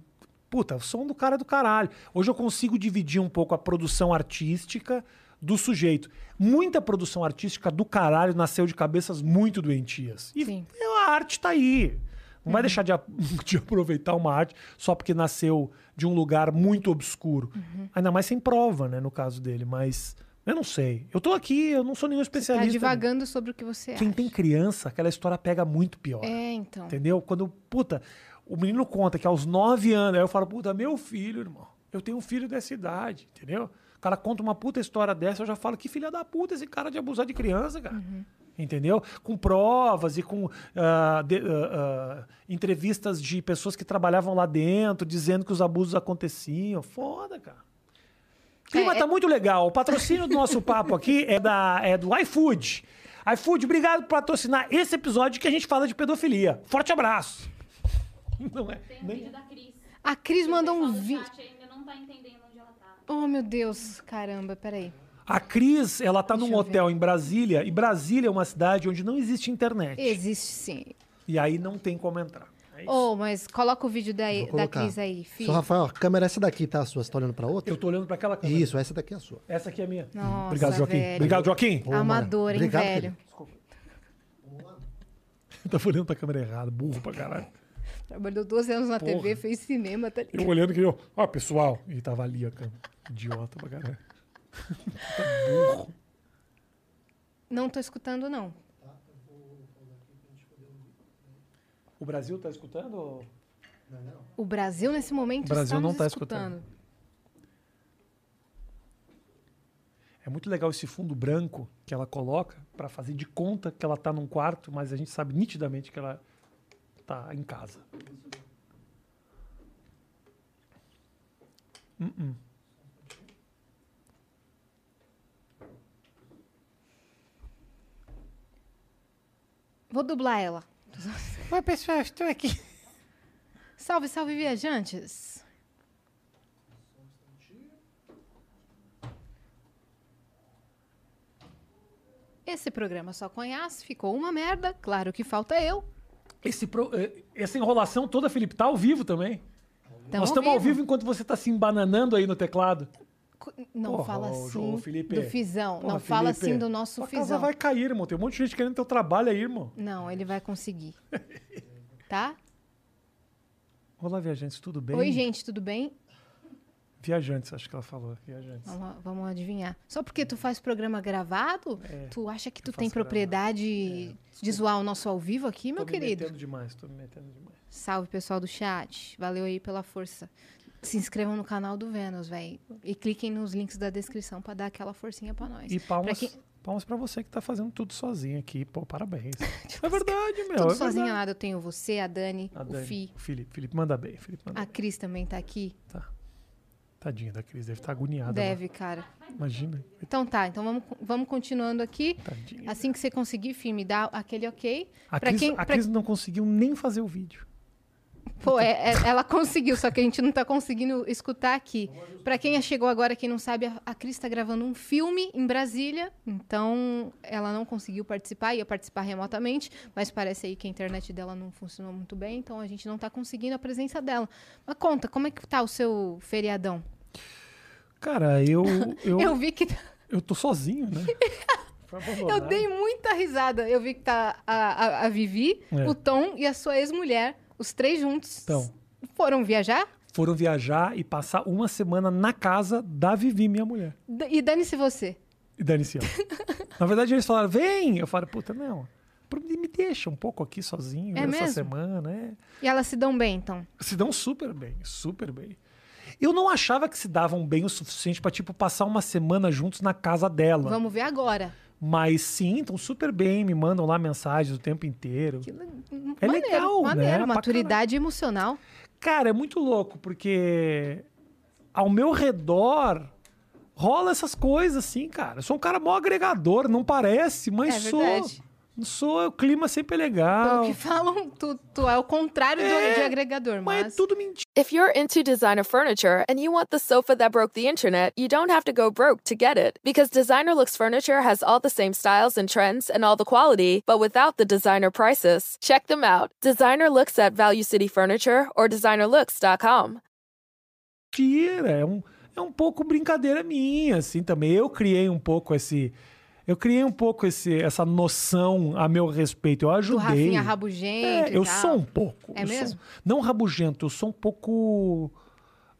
B: puta, o som do cara é do caralho. Hoje eu consigo dividir um pouco a produção artística do sujeito. Muita produção artística do caralho nasceu de cabeças muito doentias. E
A: Sim. Uhum.
B: a arte tá aí. Não vai deixar de, a- [LAUGHS] de aproveitar uma arte só porque nasceu de um lugar muito obscuro.
A: Uhum.
B: Ainda mais sem prova, né, no caso dele. Mas eu não sei. Eu tô aqui, eu não sou nenhum
A: Tá
B: especialista.
A: divagando sobre o que você
B: né? Quem
A: acha.
B: tem criança, aquela história pega muito pior.
A: É, então.
B: Entendeu? Quando, puta, o menino conta que aos 9 anos, aí eu falo, puta, meu filho, irmão, eu tenho um filho dessa idade, entendeu? O cara conta uma puta história dessa, eu já falo, que filha da puta esse cara de abusar de criança, cara. Entendeu? Com provas e com ah, de- ah, ah, entrevistas de pessoas que trabalhavam lá dentro, dizendo que os abusos aconteciam. Foda, cara. O clima
A: É,
B: tá muito legal. O patrocínio
A: [LAUGHS]
B: do nosso papo aqui é, da, é do iFood. iFood, obrigado por patrocinar esse episódio que a gente fala de pedofilia. Forte abraço. [LAUGHS] Não é. nem-
D: Vídeo da Cris.
A: A Cris mandou um
D: O
A: vídeo.
D: chat ainda não tá entendendo onde ela tá.
A: Oh, meu Deus, caramba, peraí.
B: A Cris, ela tá num
A: eu
B: hotel em Brasília, e Brasília é uma cidade onde não existe internet.
A: Existe sim.
B: E aí não tem como entrar. É isso.
A: Oh, mas coloca o vídeo da,
C: Vou
A: da
C: colocar.
A: Cris aí,
C: Seu
A: filho.
C: Rafael, a câmera é essa daqui, tá? A sua. Você tá olhando pra outra?
B: Eu tô olhando pra aquela câmera.
C: Isso, essa daqui é a sua.
B: Essa aqui é a minha.
A: Nossa,
B: obrigado, Joaquim.
A: velho.
B: Obrigado, Joaquim. [LAUGHS]
C: Ô,
A: Amador, hein,
C: mano. Obrigado,
A: velho?
C: querido.
B: Tava olhando pra câmera errada, burro pra caralho.
A: Trabalhou 12 anos na TV, fez cinema, tá
B: Eu olhando que eu, ó, pessoal. E tava ali a câmera. Idiota pra caralho.
A: Não tô escutando, não.
B: O Brasil tá escutando? ou-
A: O Brasil, nesse momento,
B: O Brasil
A: está
B: não
A: nos
B: tá
A: escutando.
B: É muito legal esse fundo branco que ela coloca pra fazer de conta que ela tá num quarto, mas a gente sabe nitidamente que ela tá em casa. Uh-uh.
A: Vou dublar
B: [LAUGHS]
A: ela.
E: Oi, pessoal, estou aqui.
A: Salve, salve, viajantes. Esse programa só conhece, ficou uma merda, claro que falta eu.
B: Esse pro- eh, essa enrolação toda, Felipe, tá ao vivo também.
A: Tamo
B: Nós estamos ao vivo enquanto você tá se embananando aí no teclado.
A: Co- Não
B: Porra,
A: fala
B: ô,
A: assim
B: João Felipe.
A: do fisão.
B: Porra,
A: não fala
B: Felipe,
A: assim do nosso
B: tua casa
A: fisão.
B: vai cair, irmão. Tem um monte de gente querendo teu trabalho aí, irmão.
A: Não, ele vai
B: [LAUGHS]
A: conseguir. tá?
B: Olá, viajantes, tudo bem?
A: Oi, gente, tudo bem?
B: Viajantes, acho que ela falou. Viajantes.
A: Vamos, vamos adivinhar. Só porque tu faz programa gravado, tu acha que tu tem
B: É, faço gravado. É,
A: propriedade de zoar o nosso ao vivo aqui, meu
B: tô
A: querido?
B: me metendo demais, tô me metendo demais.
A: Salve, pessoal do chat. Valeu aí pela força. Se inscrevam no canal do Vênus, velho. E cliquem nos links da descrição pra dar aquela forcinha pra nós.
B: E palmas
A: Pra
B: pra,
A: quem-
B: palmas pra você que tá fazendo tudo sozinho aqui. Pô, parabéns. é verdade,
A: [LAUGHS]
B: meu.
A: Tudo
B: é
A: sozinha
B: verdade.
A: nada. Eu tenho você, a Dani,
B: A Dani,
A: o Fi.
B: o Felipe. Felipe manda bem. Felipe manda
A: A
B: bem.
A: Cris também tá aqui.
B: Tadinha da Cris, deve estar agoniada.
A: Deve, cara.
B: né? Imagina.
A: Então tá, então vamos, vamos continuando aqui.
B: Tadinha.
A: Assim que você conseguir, Fih, me dá aquele ok.
B: A
A: pra
B: Cris,
A: quem-
B: a
A: pra-
B: Cris não conseguiu nem fazer o vídeo.
A: Pô, é- é- ela conseguiu, só que a gente não tá conseguindo escutar aqui. Pra quem chegou agora, quem não sabe, a, a Cris tá gravando um filme em Brasília, então ela não conseguiu participar, ia participar remotamente, mas parece aí que a internet dela não funcionou muito bem, então a gente não tá conseguindo a presença dela. Mas conta, como é que tá o seu feriadão?
B: Cara,
A: [LAUGHS]
B: eu. Eu,
A: Eu vi que tá
B: eu tô sozinho,
A: [LAUGHS]
B: né? Foi
A: Eu
B: abandonado.
A: dei muita risada. Eu vi que tá a, a, a Vivi,
B: É.
A: o Tom e a sua ex-mulher Os três juntos
B: Então.
A: foram viajar.
B: Foram viajar e passar uma semana na casa da Vivi, minha mulher.
A: D- E dane-se você.
B: E
A: [LAUGHS]
B: dane-se ela. Na verdade, eles falaram, vem! Eu falei, puta, não. Me deixa um pouco aqui sozinho
A: É
B: essa
A: mesmo?
B: semana, é.
A: E elas se dão bem, então.
B: Se dão super bem, super bem. Eu não achava que se davam bem o suficiente pra, tipo, passar uma semana juntos na casa dela.
A: Vamos ver agora.
B: Mas sim, estão super bem, me mandam lá mensagens o tempo inteiro.
A: Que le-
B: É
A: maneiro,
B: legal, né?
A: maneiro,
B: Pra
A: maturidade emocional.
B: Cara, é muito louco, porque ao meu redor rola essas coisas, assim, cara. Eu sou um cara mó agregador, não parece, mas
A: É
B: sou.
A: verdade.
B: Sou, o clima sempre é legal.
A: Pelo que falam, tu, tu é o contrário do, de agregador,
B: Mas é
A: mas...
B: tudo mentira.
F: If you're into designer furniture and you want the sofa that broke the internet, you don't have to go broke to get it. Because Designer Looks Furniture has all the same styles and trends and all the quality, but without the designer prices. Check them out. Designer Looks at Value City Furniture or designerlooks.com.
B: mentira, é um, é um pouco brincadeira minha, assim, também. Eu criei um pouco esse. Eu criei um pouco esse, essa noção a meu respeito. Eu
A: Do
B: ajudei.
A: Rafinha rabugento
B: É,
A: e
B: eu
A: tal.
B: sou um pouco.
A: É
B: eu sou-
A: mesmo?
B: não rabugento, eu sou um pouco.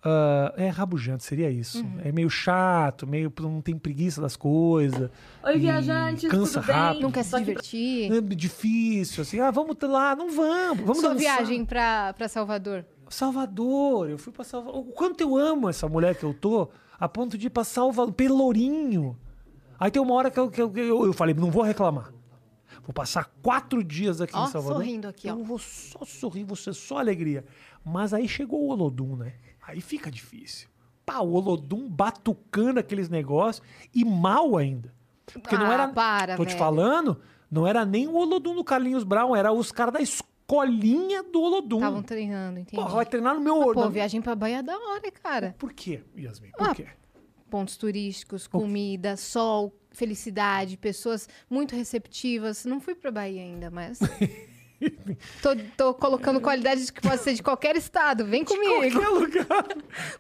B: ah, é rabugento, seria isso.
A: Uhum.
B: É meio chato, meio não tem preguiça das coisas.
G: Oi,
B: E
G: viajantes,
B: cansa
G: tudo bem?
B: rápido.
A: Não quer se
G: Só que-
A: divertir.
B: É difícil, assim, ah, vamos lá, não vamos, vamos
A: Sua
B: dançar.
A: viagem pra, pra Salvador.
B: Salvador, eu fui pra Salvador. O quanto eu amo essa mulher que eu tô, a ponto de ir pra Salvador, Pelourinho. Aí tem uma hora que eu, que eu, que eu, eu falei, não vou reclamar. Vou passar quatro dias aqui
A: Ó,
B: em Salvador.
A: sorrindo aqui, ó.
B: Eu vou só sorrir, você só alegria. Mas aí chegou o Olodum, né? Aí fica difícil. Pá, o Olodum batucando aqueles negócios e mal ainda. Porque não
A: Ah,
B: era.
A: para,
B: tô te
A: velho.
B: falando, não era nem o Olodum do Carlinhos Brown, era os caras da escolinha do Olodum.
A: Estavam treinando, entendi.
B: Porra, vai treinar no meu
A: Ah,
B: olho.
A: Pô,
B: na-
A: viagem pra Bahia é da hora, cara.
B: Por quê, Yasmin? Por
A: Ah,
B: quê? [LAUGHS]
A: Pontos turísticos, comida, sol, felicidade, pessoas muito receptivas. Não fui pra Bahia ainda,
B: [LAUGHS]
A: mas... tô, tô colocando qualidades que pode ser de qualquer estado. Vem comigo.
B: Qualquer lugar.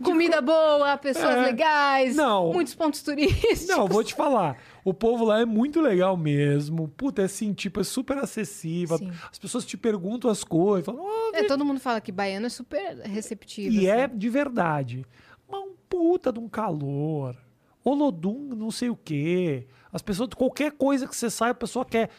A: Comida boa, pessoas
B: É.
A: legais.
B: Não.
A: Muitos pontos turísticos.
B: [LAUGHS] Não, vou te falar. O povo lá é muito legal mesmo. Puta, é assim, tipo, é super acessível.
A: Sim.
B: As pessoas te perguntam as coisas. Falam, "Ah,
A: É, todo mundo fala que baiano é super receptivo.
B: E
A: assim.
B: é de verdade. Mas um puta de um calor. Olodum, não sei o quê. As pessoas, qualquer coisa que você sai, a pessoa quer.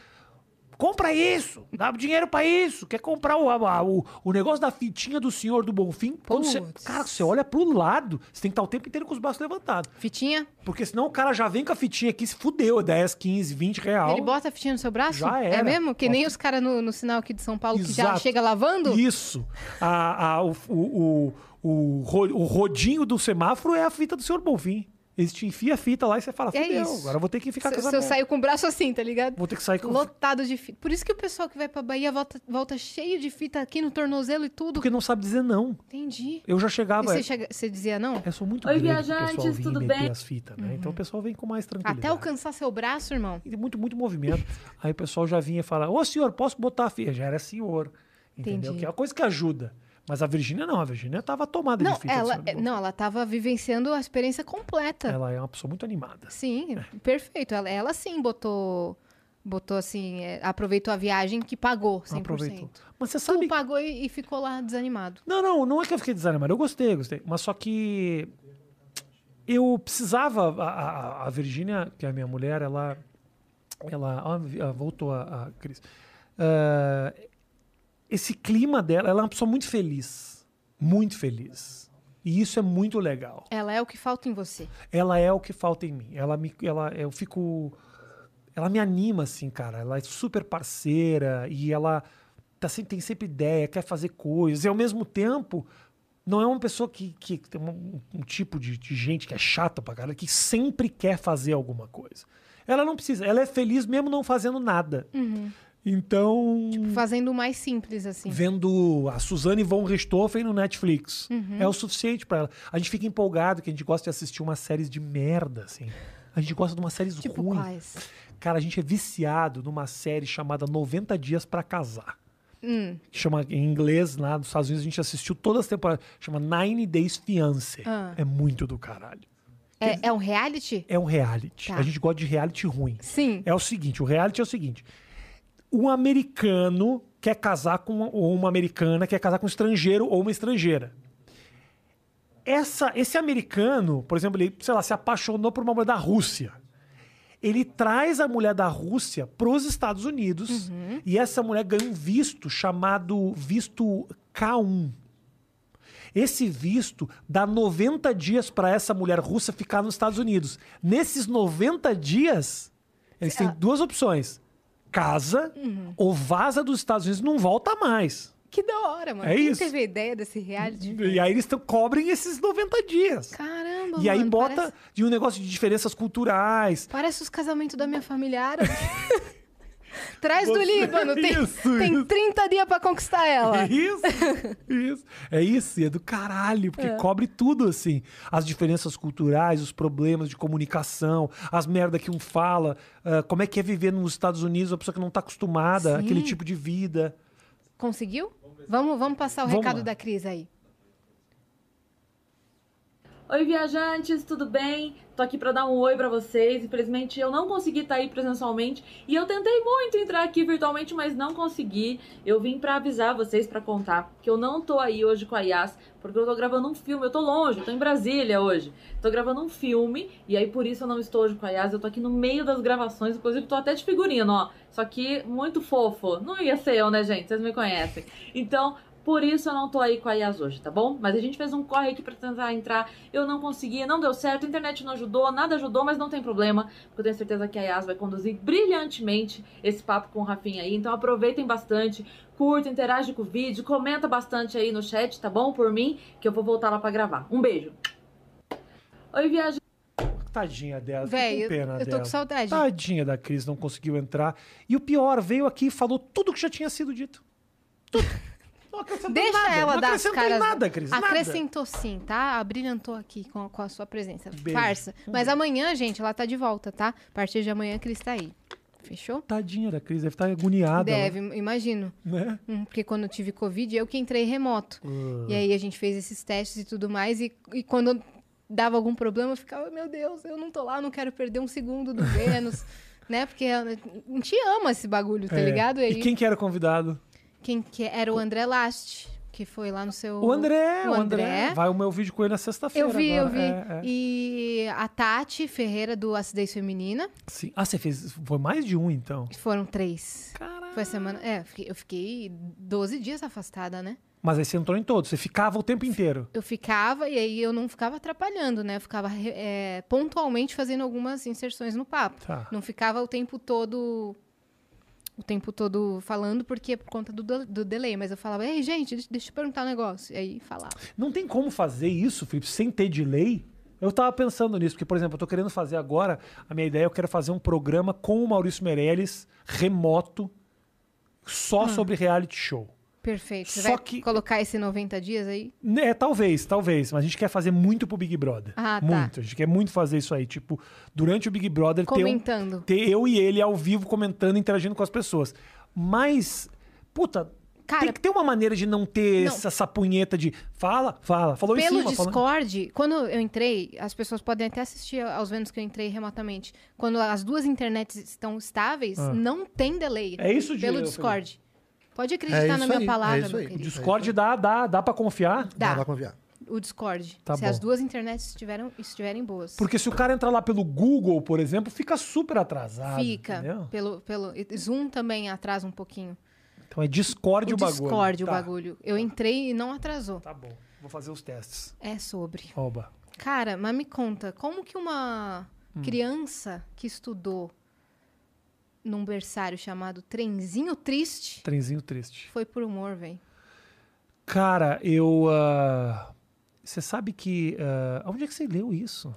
B: Compra isso, dá dinheiro pra isso, quer comprar o, a- o, o negócio da fitinha do senhor do Bonfim. Quando você,
A: Putz.
B: cara, você olha pro lado, você tem que estar o tempo inteiro com os braços levantados.
A: Fitinha?
B: Porque senão o cara já vem com a fitinha aqui, se fudeu, é 10, 15, 20 real.
A: Ele bota a fitinha no seu braço?
B: Já
A: É
B: era.
A: mesmo? Que
B: Bota.
A: nem os caras no, no sinal aqui de São Paulo que já
B: Exato.
A: chega lavando?
B: Isso. A, a- o, o, o, o ro- o rodinho do semáforo é a fita do senhor Bonfim. Eles te enfiam a fita lá e você fala,
A: É
B: fudeu,
A: isso.
B: agora eu vou ter que ficar com
A: Se,
B: essa
A: se eu
B: merda.
A: saio com o braço assim, tá ligado?
B: Vou ter que sair com...
A: Lotado de fita. Por isso que o pessoal que vai pra Bahia volta, volta cheio de fita aqui no tornozelo e tudo.
B: Porque não sabe dizer não.
A: Entendi.
B: Eu já
A: e
B: chegava... é,
A: você, chega- você dizia não?
B: Eu sou muito
G: Oi,
B: grande pro
G: viajantes,
B: pessoal vir
G: tudo
B: meter
G: bem?
B: as fitas, né? Então o pessoal vem com mais tranquilidade.
A: Uhum. Até alcançar seu braço, irmão.
B: E tem muito, muito
A: [LAUGHS]
B: movimento. Aí o pessoal já vinha falar, ô senhor, posso botar a filha? Já era senhor. Entendeu?
A: Entendi.
B: Que é uma coisa que ajuda. Mas a Virgínia não, a Virgínia tava tomada
A: Não
B: de fita.
A: ela,
B: sabe?
A: é, não, ela tava vivenciando a experiência completa.
B: Ela é uma pessoa muito animada.
A: Sim, perfeito. Ela, ela sim botou, botou assim, é, aproveitou a viagem que pagou 100%.
B: Aproveitou. Mas você
A: Tu
B: sabe.
A: pagou e, e ficou lá desanimado.
B: Não, não, não é que eu fiquei desanimado. Eu gostei, gostei. Mas só que. Eu precisava. A, a, a Virgínia, que é a minha mulher, ela. Ela. ó, vi- ó, voltou a, a Cris. Ah, esse clima dela, ela é uma pessoa muito feliz. Muito feliz. E isso é muito legal.
A: Ela é o que falta em você.
B: ela é o que falta em mim. Ela me, ela, eu fico, ela me anima assim, cara. Ela é super parceira e ela tá sempre, tem sempre ideia, quer fazer coisas. E ao mesmo tempo, não é uma pessoa que, que tem um, um tipo de, de gente que é chata pra caralho, que sempre quer fazer alguma coisa. Ela não precisa, ela é feliz mesmo não fazendo nada. Então
A: Fazendo o mais simples, assim.
B: vendo a Suzane von Richthofen no Netflix.
A: Uhum.
B: É o suficiente pra ela. A gente fica empolgado que a gente gosta de assistir umas séries de merda, assim. A gente gosta de umas séries
A: Tipo
B: ruins.
A: quais?
B: Cara, a gente é viciado numa série chamada 90 Dias pra Casar.
A: Hum, é,
B: Que chama em inglês, lá nos Estados Unidos, a gente assistiu todas as temporadas. Chama Nine Days Fiancé.
A: Ah.
B: É muito do caralho.
A: É, é um reality?
B: É um reality.
A: Tá.
B: A gente gosta de reality ruim.
A: Sim.
B: É o seguinte, o reality é o seguinte. Um americano quer casar com uma, ou uma americana, quer casar com um estrangeiro ou uma estrangeira. Essa, esse americano, por exemplo, ele, sei lá, se apaixonou por uma mulher da Rússia. Ele traz a mulher da Rússia para os Estados Unidos e essa mulher ganha um visto chamado visto K1. Esse visto dá 90 dias para essa mulher russa ficar nos Estados Unidos. Nesses 90 dias,
A: É.
B: eles têm duas opções: casa
A: Uhum.
B: ou vaza dos Estados Unidos, e não volta mais.
A: Que da hora, mano.
B: É
A: Quem
B: isso.
A: teve a ideia desse reality?
B: E aí eles tão- cobrem esses 90 dias.
A: Caramba,
B: e aí
A: mano,
B: bota
A: Parece,
B: de um negócio de diferenças culturais.
A: parece os casamentos da minha família árabe.
B: [LAUGHS]
A: Traz do
B: Você-
A: Líbano, tem,
B: [LAUGHS] Isso,
A: tem
B: isso.
A: 30 dias pra conquistar ela. [LAUGHS]
B: [LAUGHS] Isso, isso. É isso, e é do caralho, porque cobre tudo, assim. As diferenças culturais, os problemas de comunicação, as merda que um fala, ah, como é que é viver nos Estados Unidos, uma pessoa que não tá acostumada,
A: Sim.
B: aquele tipo de vida.
A: Conseguiu? Vamos, vamos passar o
B: Vamos
A: recado
B: lá.
A: da Cris aí.
G: Oi, viajantes, tudo bem? Tô aqui pra dar um oi pra vocês. Infelizmente, eu não consegui estar aí presencialmente e eu tentei muito entrar aqui virtualmente, mas não consegui. Eu vim pra avisar vocês, pra contar que eu não tô aí hoje com a Yas, porque eu tô gravando um filme. Eu tô longe, eu tô em Brasília hoje. Tô gravando um filme e aí por isso eu não estou hoje com a Yas. Eu tô aqui no meio das gravações, inclusive tô até de figurino, ó. Só que muito fofo. Não ia ser eu, né, gente? Vocês me conhecem. Então. Por isso eu não tô aí com a Yas hoje, tá bom? Mas a gente fez um corre aqui pra tentar entrar eu não consegui, não deu certo, a internet não ajudou, nada ajudou, mas não tem problema, porque eu tenho certeza que a Yas vai conduzir brilhantemente esse papo com o Rafinha aí. Então aproveitem bastante, curta, interage com o vídeo, comenta bastante aí no chat, tá bom? Por mim, que eu vou voltar lá pra gravar. Um beijo. Oi, viajantes.
B: Tadinha dela, fiquei
A: Véi,
B: com
A: eu,
B: pena
A: eu tô
B: dela.
A: com saudade.
B: Tadinha da Cris, não conseguiu entrar. E o pior, veio aqui e falou tudo que já tinha sido dito.
A: [LAUGHS]
B: Tudo. Não acrescentou
A: Deixa
B: nada.
A: ela
B: não
A: dar as
B: acrescentou em
A: caras.
B: nada, Cris. nada.
A: Acrescentou sim, tá? Abrilhantou aqui com, com a sua presença.
B: Beijo.
A: Farsa. Mas amanhã, gente, ela tá de volta, tá? A partir de amanhã a Cris tá aí. Fechou?
B: Tadinha da Cris, deve estar agoniada.
A: Deve, imagino.
B: Né?
A: Hum, Porque quando eu tive Covid, eu que entrei remoto.
B: Ah.
A: E aí a gente fez esses testes e tudo mais. E, e quando dava algum problema, eu ficava, meu Deus, eu não tô lá, não quero perder um segundo
B: [LAUGHS]
A: do Vênus. né? Porque a gente ama esse bagulho, tá
B: É.
A: ligado? E, aí,
B: E
A: quem...
B: quem que era o convidado?
A: que era o André Last, que foi lá no seu.
B: O André,
A: o
B: o
A: André.
B: André. Vai o meu vídeo com ele na sexta-feira.
A: Eu vi, eu
B: agora.
A: vi.
B: É, é.
A: E a Tati Ferreira, do Acidez Feminina,
B: Sim. Ah, você fez. Foi mais de um, então.
A: foram três. Foi a semana. É, eu fiquei- eu fiquei 12 dias afastada, né?
B: Mas aí você entrou em todos. Você ficava o tempo inteiro.
A: Eu ficava e aí eu não ficava atrapalhando, né? Eu ficava re- é, pontualmente fazendo algumas inserções no papo.
B: Tá.
A: Não ficava o tempo todo. O tempo todo falando, porque é por conta do, del- do delay. Mas eu falava, ei, gente, deixa, deixa eu perguntar um negócio. E aí falava.
B: Não tem como fazer isso, Felipe, sem ter delay. Eu tava pensando nisso, porque, por exemplo, eu tô querendo fazer agora. A minha ideia é eu quero fazer um programa com o Maurício Meirelles, remoto,
A: Hum.
B: só sobre reality show.
A: Perfeito. Você
B: Só
A: vai
B: que-
A: colocar esse 90 dias aí?
B: É, talvez, talvez. Mas a gente quer fazer muito pro Big Brother.
A: Ah, tá.
B: Muito. A gente quer muito fazer isso aí. Tipo, durante o Big Brother ter um,
A: Comentando.
B: ter eu e ele ao vivo comentando, interagindo com as pessoas. Mas, puta,
A: Cara,
B: tem que ter uma maneira de não ter
A: Não.
B: Essa, essa punheta de fala, fala, falou em
A: Pelo
B: cima, falou-
A: Discord, quando eu entrei, as pessoas podem até assistir aos Vênus que eu entrei remotamente. Quando as duas internets estão estáveis,
B: Ah.
A: não tem delay.
B: É isso, Diego,
A: Pelo
B: eu
A: Discord. Pode
C: É
A: acreditar
C: isso
A: na minha
C: aí, é
A: palavra,
C: isso
A: meu
C: aí.
A: querido.
B: O Discord dá, dá, dá pra confiar.
A: Dá.
C: Dá pra confiar.
A: O Discord.
B: Tá
A: se
B: bom.
A: as duas internets estiveram, estiverem boas.
B: Porque se o cara entrar lá pelo Google, por exemplo, fica super atrasado.
A: Fica.
B: Ah, entendeu?
A: Pelo, pelo, Zoom também atrasa um pouquinho.
B: Então é Discord
A: o
B: o, bagulho.
A: Discord,
B: Tá,
A: o bagulho. Eu entrei e não atrasou.
B: Tá bom. Vou fazer os testes.
A: É sobre.
B: Oba.
A: Cara, mas me conta, como que uma
B: Hum.
A: criança que estudou num berçário chamado Trenzinho Triste
B: Trenzinho triste.
A: foi por humor, velho?
B: Cara, eu. ah, Você sabe que. ah, onde é que você leu isso?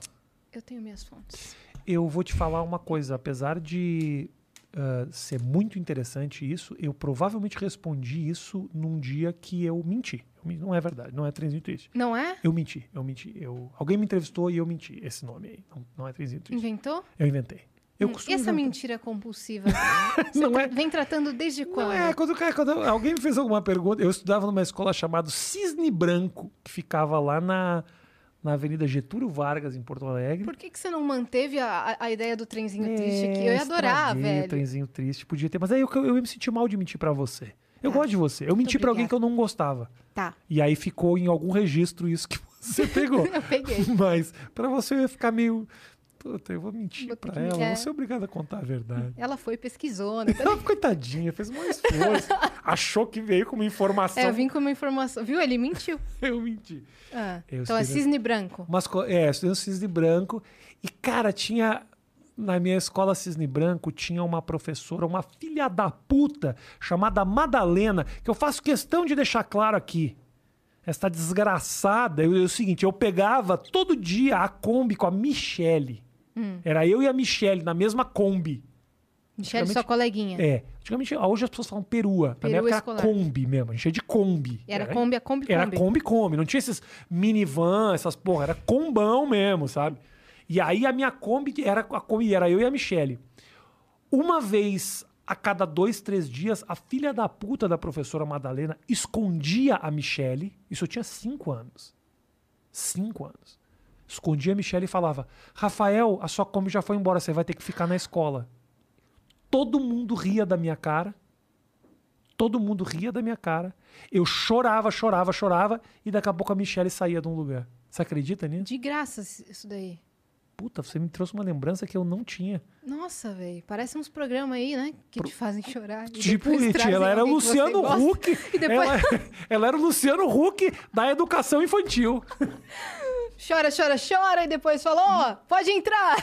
A: Eu tenho minhas fontes.
B: Eu vou te falar uma coisa. Apesar de ah, ser muito interessante isso, eu provavelmente respondi isso num dia que eu menti. Eu men- não é verdade, não é trenzinho triste.
A: Não é?
B: Eu menti, eu menti. Eu, alguém me entrevistou e eu menti esse nome aí. Não, não é trenzinho triste.
A: Inventou?
B: Eu inventei. Eu
A: Hum, e
B: costumo
A: essa
B: inventar.
A: mentira
B: [LAUGHS]
A: compulsiva? Você
B: Não
A: tá-
B: é-
A: Vem tratando desde
B: Não,
A: quando?
B: é, quando, o cara- quando alguém me fez alguma pergunta, eu estudava numa escola chamada Cisne Branco, que ficava lá na, na Avenida Getúlio Vargas, em Porto Alegre.
A: Por que, que você não manteve a, a- a ideia do trenzinho triste
B: É,
A: aqui? Eu ia adorar,
B: estraguei o
A: velho.
B: trenzinho triste, podia ter. Mas aí eu, eu ia me sentir mal de mentir pra você. Eu gosto de você. Eu menti pra alguém
A: Tá. obrigada.
B: que eu não gostava.
A: Tá,
B: E aí ficou em algum registro isso que [LAUGHS] você pegou.
A: [LAUGHS] eu peguei.
B: [LAUGHS] Mas pra você eu ia ficar meio. Puta, eu vou mentir
A: Vou ter
B: pra
A: que-
B: ela.
A: é.
B: Vou ser obrigado a contar a verdade. [LAUGHS]
A: Ela foi né? pesquisona.
B: Ela, coitadinha, fez um
A: [LAUGHS]
B: esforço. achou que veio com uma informação.
A: É, eu vim com uma informação. Viu? Ele mentiu.
B: eu menti.
A: Ah,
B: Eu
A: então é
B: escrevi-
A: cisne branco.
B: Umas co... É, estudei cisne branco. E, cara, tinha. Na minha escola cisne branco tinha uma professora, uma filha da puta, chamada Madalena, que eu faço questão de deixar claro aqui. Esta desgraçada, eu, é o seguinte, eu pegava todo dia a Kombi com a Michele. Era eu e a Michele na mesma Kombi.
A: Michelle,
B: Antigamente-
A: sua coleguinha.
B: É. Antigamente, hoje as pessoas falam perua. Na minha
A: Perua
B: época
A: escolar.
B: era Kombi mesmo. A gente ia de Kombi.
A: Era Kombi, a Kombi,
B: Era
A: Kombi.
B: Kombi, Kombi. Não tinha esses minivan, essas porra. Era combão mesmo, sabe? E aí a minha Kombi que era a Kombi, era eu e a Michelle. Uma vez a cada dois, três dias, a filha da puta da professora Madalena escondia a Michelle. Isso eu tinha cinco anos. Cinco anos. Escondia a Michelle e falava: Rafael, a sua Kombi já foi embora, você vai ter que ficar na escola. Todo mundo ria da minha cara. Todo mundo ria da minha cara. Eu chorava, chorava, chorava. E daqui a pouco a Michelle saía de um lugar. Você acredita nisso?
A: De graça isso daí.
B: Puta, você me trouxe uma lembrança que eu não tinha.
A: Nossa, velho. Parece uns programas aí, né? Que te fazem chorar. e
B: tipo,
A: depois
B: It,
A: trazem
B: ela era o
A: alguém que você
B: Luciano
A: gosta.
B: Huck.
A: E depois
B: Ela,
A: [LAUGHS]
B: ela era o Luciano Huck da educação infantil.
A: chora, chora, chora. E depois fala, ó, pode entrar.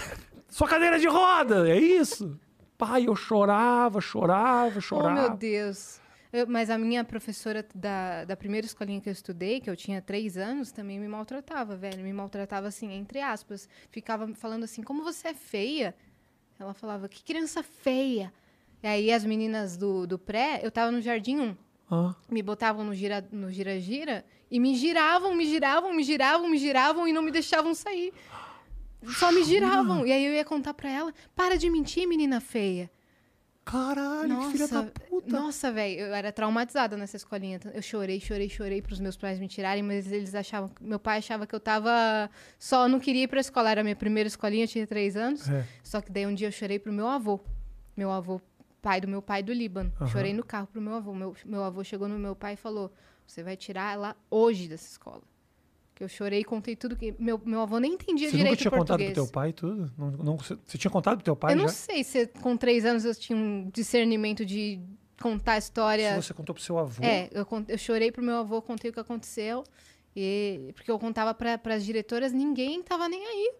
B: Sua cadeira de roda, é isso? Pai, eu chorava, chorava, chorava.
A: Oh, meu Deus. Eu- mas a minha professora da, da primeira escolinha que eu estudei, que eu tinha três anos, também me maltratava, velho. Me maltratava assim, entre aspas. Ficava falando assim, como você é feia. Ela falava, que criança feia. E aí as meninas do, do pré, eu tava no jardim 1
B: Ah,
A: me botavam no gira no gira, gira e me giravam, me giravam, me giravam, me giravam e não me deixavam sair. Só me giravam. E aí eu ia contar pra ela: "Para de mentir, menina feia".
B: caralho, que filha da puta.
A: Nossa, velho, eu era traumatizada nessa escolinha. Então, Eu chorei, chorei, chorei pros meus pais me tirarem, mas eles achavam, meu pai achava que eu tava só não queria ir pra escola, era a minha primeira escolinha, eu tinha três anos.
B: É.
A: Só que daí um dia eu chorei pro meu avô. Meu avô, pai do meu pai do Líbano.
B: Aham.
A: Chorei no carro pro meu avô. Meu, meu avô chegou no meu pai e falou: "Você vai tirar ela hoje dessa escola". Que eu chorei, contei tudo que meu, meu avô nem entendia
B: Você nunca
A: direito
B: tinha
A: o
B: contado
A: português.
B: pro teu pai tudo? Não, não- você, você tinha contado pro teu pai
A: Eu
B: já?
A: não sei se com três anos eu tinha um discernimento de contar a história.
B: Se você contou pro seu avô.
A: É, eu, con- eu chorei pro meu avô, contei o que aconteceu. E, porque eu contava pra, pras diretoras, ninguém tava nem aí.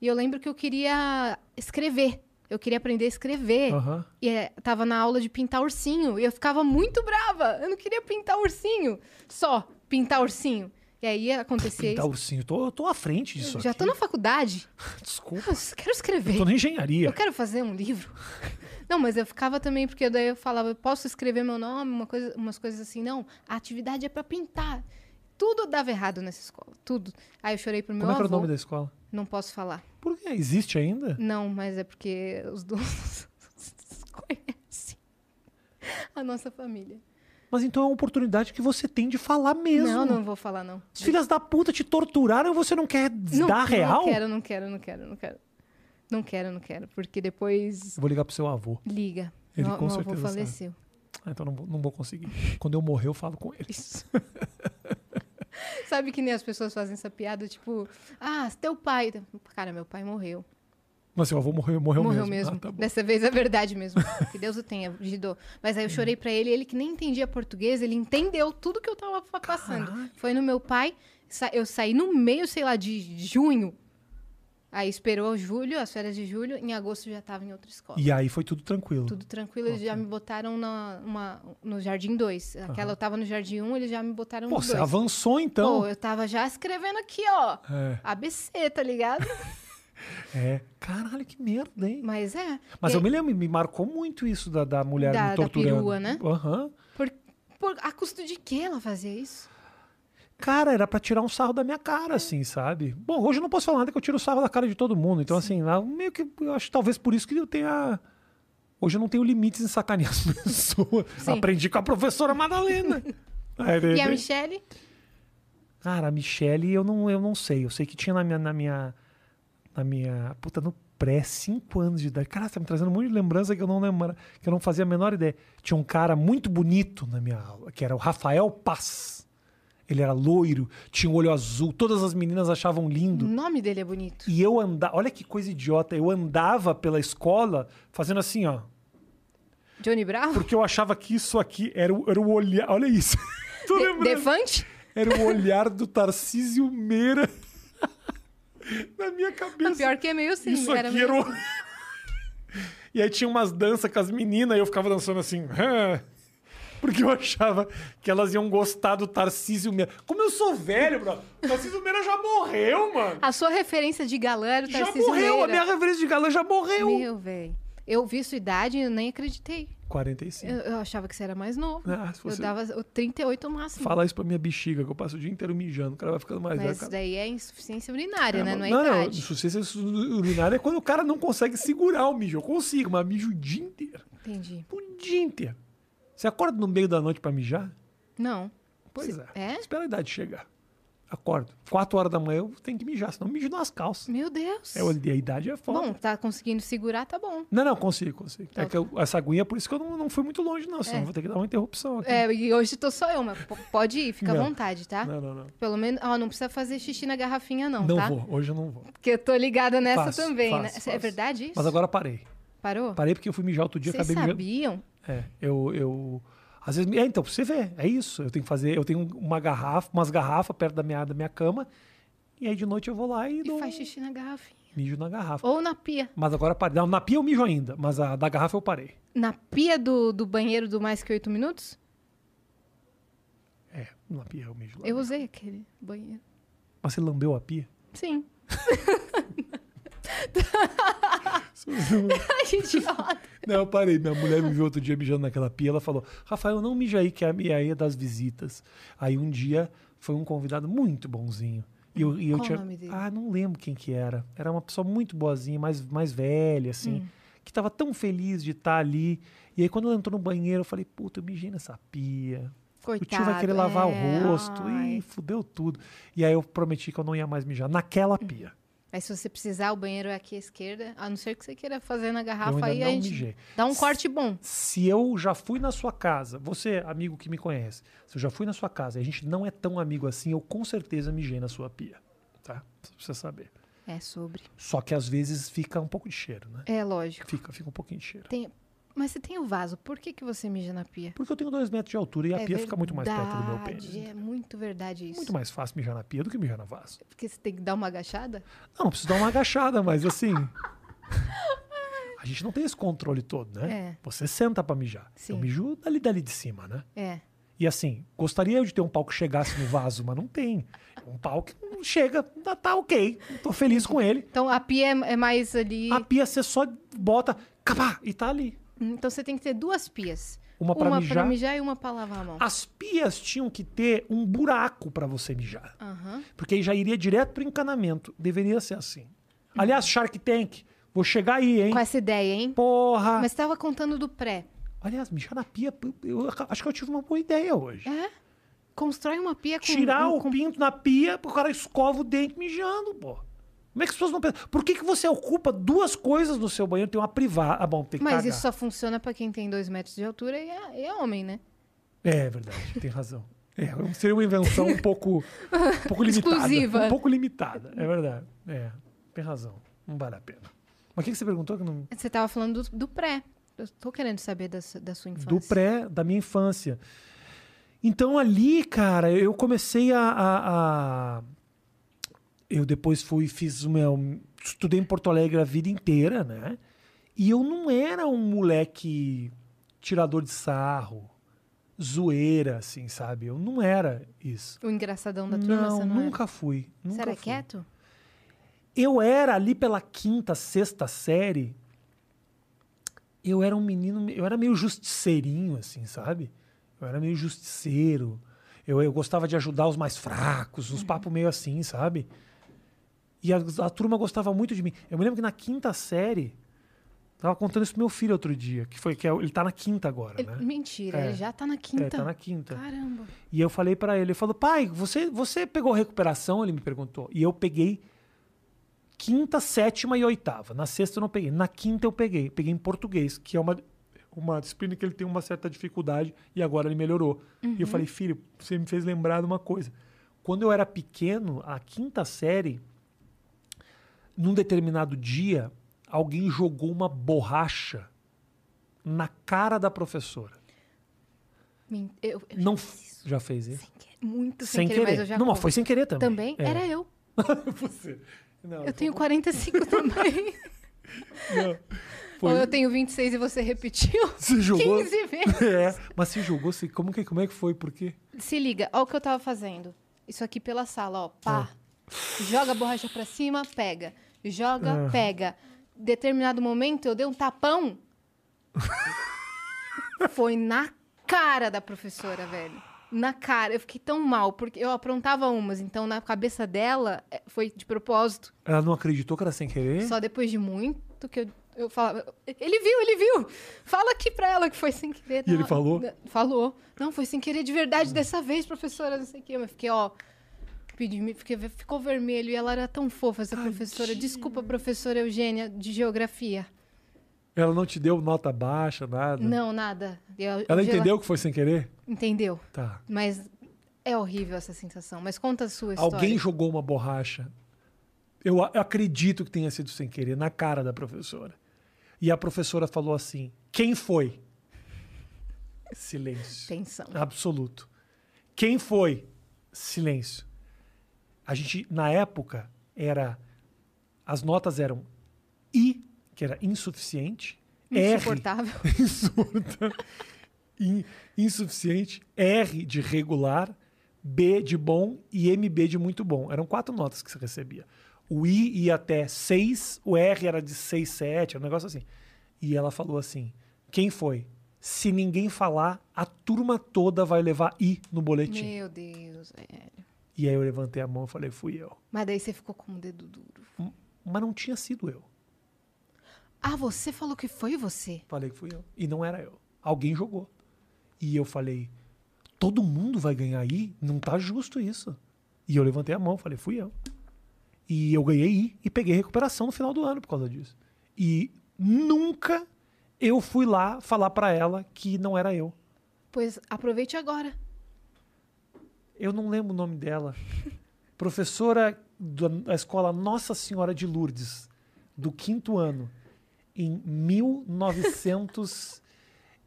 A: E eu lembro que eu queria escrever. Eu queria aprender a escrever.
B: Aham.
A: E é, tava na aula de pintar ursinho. E eu ficava muito brava. Eu não queria pintar ursinho. Só pintar ursinho. E aí acontecia
B: Pintar
A: é isso.
B: tá ursinho. Eu tô, eu tô à frente disso
A: Já
B: aqui.
A: tô na faculdade.
B: Desculpa.
A: Eu quero escrever.
B: Eu tô na engenharia.
A: Eu quero fazer um livro. [LAUGHS] Não, mas eu ficava também, porque daí eu falava, eu posso escrever meu nome, uma coisa, umas coisas assim. Não, a atividade é pra pintar. Tudo dava errado nessa escola, tudo. Aí eu chorei pro meu
B: Como é que era
A: avô.
B: o nome da escola?
A: Não posso falar.
B: Por quê? Existe ainda?
A: Não, mas é porque os donos [LAUGHS] conhecem a nossa família.
B: Mas então é uma oportunidade que você tem de falar mesmo.
A: Não, não vou falar, não.
B: As filhas da puta te torturaram e você não quer
A: Não,
B: dar
A: Não
B: real?
A: quero, não quero, não quero, não quero. Não quero, não quero. Porque depois
B: Eu Vou ligar pro seu avô.
A: liga.
B: Ele
A: meu,
B: com
A: meu avô
B: certeza sabe.
A: faleceu.
B: Ah, então não vou, não vou conseguir. Quando eu morrer, eu falo com eles.
A: [LAUGHS] Sabe que nem as pessoas fazem essa piada, tipo, ah, teu pai. Cara, meu pai morreu.
B: Mas seu avô morreu, morreu,
A: morreu
B: mesmo.
A: mesmo.
B: Ah, tá bom.
A: Dessa vez é verdade
B: [LAUGHS]
A: mesmo. Que Deus o tenha, Gidô. Mas aí eu chorei pra ele, ele que nem entendia português, ele entendeu tudo que eu tava fa- passando. Foi no meu pai, sa- eu saí no meio, sei lá, de junho. Aí esperou julho, as férias de julho, em agosto eu já tava em outra escola.
B: E aí foi tudo tranquilo.
A: Tudo tranquilo, eles já me botaram na, uma- no Jardim 2. Aquela eu tava no Jardim 1, eles já me botaram
B: Pô,
A: no 2.
B: você é avançou então.
A: Pô, eu tava já escrevendo aqui, ó.
B: É,
A: ABC, tá ligado?
B: é. Caralho, que merda, hein?
A: Mas é.
B: [LAUGHS] Mas
A: E
B: eu
A: aí,
B: me lembro, me marcou muito isso da, da mulher
A: Da-
B: me
A: da
B: torturando.
A: perua, né?
B: Aham.
A: por, por- a custo de que ela fazia isso?
B: Cara, era pra tirar um sarro da minha
A: É.
B: cara, assim, sabe? Bom, hoje eu não posso falar nada que eu tiro sarro da cara de todo mundo. Então, assim, lá, meio que eu acho que talvez por isso que eu tenha. Hoje eu não tenho limites em sacanear as [LAUGHS] pessoas.
A: Sim.
B: Aprendi com a professora Madalena. Aí, de
A: [LAUGHS] E a
B: repente-
A: Michelle?
B: Cara, a Michelle, eu não, eu não sei. Eu sei que tinha na minha. Na minha, na minha puta, no pré-5 anos de idade. Cara, você tá me trazendo um monte de lembrança que eu não lembra, que eu não fazia a menor ideia. Tinha um cara muito bonito na minha aula, que era o Rafael Paz. Ele era loiro, tinha um olho azul, todas as meninas achavam
A: O
B: lindo.
A: nome dele é bonito.
B: E eu andava, olha que coisa idiota, eu andava pela escola fazendo assim, ó.
A: Johnny Bravo?
B: Porque eu achava que isso aqui era o, era o olhar. Olha isso. [LAUGHS] Tô
A: De-
B: lembrando.
A: Defante?
B: Era o olhar do Tarcísio Meira [LAUGHS] na minha
A: Não,
B: cabeça.
A: pior que é meio sim.
B: Isso aqui
A: meio
B: era o...
A: assim.
B: E aí tinha umas danças com as meninas e eu ficava dançando assim. "Ah", Porque eu achava que elas iam gostar do Tarcísio Meira. Como eu sou velho, bro. O Tarcísio Meira já morreu, mano.
A: A sua referência de galã era o
B: Já
A: Ah, Tarcísio
B: morreu. A
A: Meira.
B: minha referência de galã já morreu.
A: Meu, velho. Eu vi sua idade e eu nem acreditei.
B: 45.
A: Eu, eu achava que você era mais novo.
B: Ah, se
A: eu
B: você-
A: dava o 38 máximo.
B: Fala isso pra minha bexiga, que eu passo o dia inteiro mijando. O cara vai ficando mais velho.
A: Mas isso
B: cara.
A: daí é insuficiência urinária, né? Não é
B: não, não,
A: idade.
B: insuficiência urinária é quando o cara não consegue segurar o mijo. Eu consigo, mas mijo o dia inteiro.
A: Entendi.
B: O dia inteiro. Você acorda no meio da noite pra mijar?
A: Não.
B: Pois
A: Cê-
B: é.
A: é?
B: Espera a idade chegar. Acordo. Quatro horas da manhã eu tenho que mijar, senão eu mijo nas calças.
A: Meu Deus.
B: É, eu olhei, a idade é foda.
A: Bom, tá conseguindo segurar, tá bom.
B: Não, não, consigo, consigo. É
A: Tá.
B: que eu, essa aguinha, por isso que eu não, não fui muito longe, não. Senão eu vou ter que dar uma interrupção aqui.
A: É, e hoje tô só eu, mas po- pode ir, fica à
B: Não.
A: vontade, tá?
B: Não, não, não.
A: Pelo menos, ó, não precisa fazer xixi na garrafinha, não,
B: Não
A: tá?
B: vou, hoje eu não vou.
A: Porque eu tô ligada nessa
B: Faço,
A: também, né?
B: faço,
A: É
B: faço.
A: verdade isso?
B: Mas agora parei.
A: Parou?
B: Parei porque eu fui mijar outro dia,
A: Vocês
B: acabei mijando.
A: sabiam?
B: É, eu, eu. Às vezes. É, então, pra você ver, é isso. Eu tenho que fazer. Eu tenho uma garrafa, umas garrafas perto da minha, da minha cama. E aí de noite eu vou lá e, dou um
A: E faz xixi na garrafinha.
B: mijo na garrafa.
A: Ou na pia.
B: Mas agora parei. Não, na pia eu mijo ainda, mas a da garrafa eu parei.
A: Na pia do, do banheiro do mais que oito minutos?
B: É, na pia eu mijo. lá.
A: Eu usei aquele banheiro.
B: Mas você lambeu a pia? [LAUGHS]
A: Sim. [LAUGHS] Ai, Idiota.
B: Não, eu parei. Minha mulher me viu outro dia mijando naquela pia. Ela falou: Rafael, não mija aí, que é a minha aí é das visitas. Aí um dia foi um convidado muito bonzinho. E eu, e eu
A: Qual o
B: tinha.
A: nome dele?
B: Ah, não lembro quem que era. Era uma pessoa muito boazinha, mais, mais velha, assim.
A: Hum.
B: Que tava tão feliz de estar ali. E aí, quando ela entrou no banheiro, eu falei: Puta, eu mijei nessa pia.
A: Coitado.
B: o tio vai querer lavar
A: é,
B: o rosto.
A: ai.
B: Ih, fudeu tudo. E aí, eu prometi que eu não ia mais mijar naquela
A: Hum.
B: pia.
A: Mas se você precisar, o banheiro é aqui à esquerda. A não ser que você queira fazer na
B: Eu
A: garrafa
B: ainda
A: aí, a
B: não
A: gente
B: mijei.
A: dá um corte bom.
B: se eu já fui na sua casa, você, amigo que me conhece, se eu já fui na sua casa e a gente não é tão amigo assim, eu com certeza mijei na sua pia, tá? Só pra você saber.
A: É sobre.
B: Só que às vezes fica um pouco de cheiro, né?
A: É lógico.
B: Fica, fica um pouquinho de cheiro.
A: Tem... Mas você tem o vaso. Por que, que você mija na pia?
B: Porque eu tenho dois metros de altura e a
A: é
B: pia fica muito mais perto do meu
A: verdade,
B: pênis. É
A: É muito verdade isso.
B: Muito mais fácil mijar na pia do que mijar na vaso.
A: Porque você tem que dar uma agachada?
B: Não, não preciso dar uma agachada,
A: [LAUGHS]
B: mas assim. A gente não tem esse controle todo, né?
A: É.
B: Você senta pra mijar. Eu
A: Sim.
B: mijo dali, dali de cima, né?
A: É.
B: E assim, gostaria eu de ter um pau que chegasse no vaso, mas não tem. Um pau que não chega, tá, tá ok, tô feliz com ele.
A: Então a pia é, é mais ali.
B: A pia você só bota, capá, e tá ali.
A: Então você tem que ter duas pias.
B: Uma pra
A: uma
B: mijar. Ah.
A: pra mijar e uma pra lavar a mão.
B: As pias tinham que ter um buraco pra você mijar,
A: Aham.
B: porque aí já iria direto pro encanamento. Deveria ser assim. Aliás, Shark Tank, vou chegar aí, hein?
A: Com essa ideia, hein?
B: Porra!
A: Mas tava contando do pré.
B: Aliás, mijar na pia, eu acho que eu tive uma boa ideia hoje.
A: É? Constrói uma pia com.
B: tirar
A: um-
B: o
A: com-
B: pinto na pia, o cara escova o dente mijando, pô. Como é que as pessoas não pensam? Por que, que você ocupa duas coisas no seu banheiro? Tem uma privada. Ah, bom, tem que
A: Mas
B: cagar.
A: isso só funciona pra quem tem dois metros de altura e é, e é homem, né?
B: É verdade, tem razão. É, seria uma invenção um pouco, um pouco limitada.
A: Exclusiva.
B: Um pouco limitada, é verdade. É, tem razão. Não vale a pena. Mas o que, que você perguntou? Que não...
A: Você tava falando do, do pré. Eu tô querendo saber da, su- da sua infância.
B: do pré, da minha infância. Então ali, cara, eu comecei a. a- a- Eu depois fui, fiz o meu. Estudei em Porto Alegre a vida inteira, né? E eu não era um moleque tirador de sarro, zoeira, assim, sabe? Eu não era isso.
A: O engraçadão da turma,
B: Não,
A: você não era?
B: nunca fui. Nunca
A: Você era
B: fui.
A: quieto?
B: Eu era ali pela quinta, sexta série. Eu era um menino, eu era meio justiceirinho, assim, sabe? Eu era meio justiceiro. Eu, eu gostava de ajudar os mais fracos, uns papos meio assim, sabe? E a, a turma gostava muito de mim. Eu me lembro que na quinta série, tava contando isso pro meu filho outro dia, que foi que é o- ele tá na quinta agora,
A: Ele-
B: né?
A: Mentira,
B: É.
A: ele já tá na quinta.
B: É, tá na quinta.
A: Caramba.
B: E eu falei pra ele, ele falou: "Pai, você você pegou recuperação?" Ele me perguntou. E eu peguei quinta, sétima e oitava. Na sexta eu não peguei. Na quinta eu peguei. Peguei em português, que é uma, uma disciplina que ele tem uma certa dificuldade e agora ele melhorou. E eu falei, filho, você me fez lembrar de uma coisa. Quando eu era pequeno, a quinta série, num determinado dia, alguém jogou uma borracha na cara da professora.
A: Min- Eu, eu
B: Não
A: já fiz
B: f- já fez isso?
A: isso. Sem querer, muito sem, querer, mas eu já
B: não, mas
A: conto.
B: foi sem querer também.
A: Também?
B: É.
A: Era eu.
B: [LAUGHS] Você. Não,
A: Eu tenho 45 [LAUGHS] também.
B: não.
A: Ou
B: Foi-
A: eu tenho 26 e você repetiu
B: Você jogou?
A: 15 vezes.
B: [LAUGHS] É, mas se julgou, se, como, que, como é que foi? Por quê?
A: Se liga, olha o que eu tava fazendo. Isso aqui pela sala, ó. Pá. Joga a borracha pra cima, pega. Joga,
B: Ah.
A: pega. Determinado momento, eu dei um tapão. Foi na cara da professora, velho. Na cara. Eu fiquei tão mal, porque eu aprontava umas. Então, na cabeça dela, eh, foi de propósito.
B: Ela não acreditou que era sem querer?
A: Só depois de muito que eu, eu falava. Ele viu, ele viu! Fala aqui pra ela que foi sem querer.
B: E
A: Não,
B: ele falou?
A: n- Falou. Não, foi sem querer de verdade dessa vez, professora, não sei o quê. Mas fiquei, ó. Pedi, me- fiquei, ficou vermelho e ela era tão fofa, essa professora. Desculpa, professora Eugênia, de geografia.
B: Ela não te deu nota baixa, nada?
A: Não, nada. Eu-
B: Uhum. Ela
A: hoje
B: entendeu que foi sem querer?
A: Entendeu.
B: Tá.
A: Mas é horrível essa sensação. Mas conta a sua história.
B: [LAUGHS] Alguém jogou uma borracha. Eu a- eu acredito que tenha sido sem querer, na cara da professora. E a professora falou assim: quem foi? Silêncio.
A: Tensão.
B: Absoluto. Quem foi? Silêncio. A gente, na época, era. As notas eram I, que era insuficiente, R,
A: Insuportável.
B: [LAUGHS] insurda, in- insuficiente, R de regular, B de bom e MB de muito bom. Eram quatro notas que você recebia. O I ia até 6, o R era de 6, 7, era um negócio assim. E ela falou assim: quem foi? Se ninguém falar, a turma toda vai levar I no boletim.
A: Meu Deus, velho.
B: E aí eu levantei a mão e falei: fui eu.
A: Mas daí você ficou com o dedo duro.
B: Mas não tinha sido eu.
A: Ah, você falou que foi você?
B: Falei que fui eu. E não era eu. Alguém jogou. E eu falei, todo mundo vai ganhar aí? Não tá justo isso. E eu levantei a mão, falei, fui eu. E eu ganhei I e peguei recuperação no final do ano por causa disso. E nunca eu fui lá falar pra ela que não era eu.
A: Pois aproveite agora.
B: Eu não lembro o nome dela. Professora da da escola Nossa Senhora de Lourdes, do quinto ano, em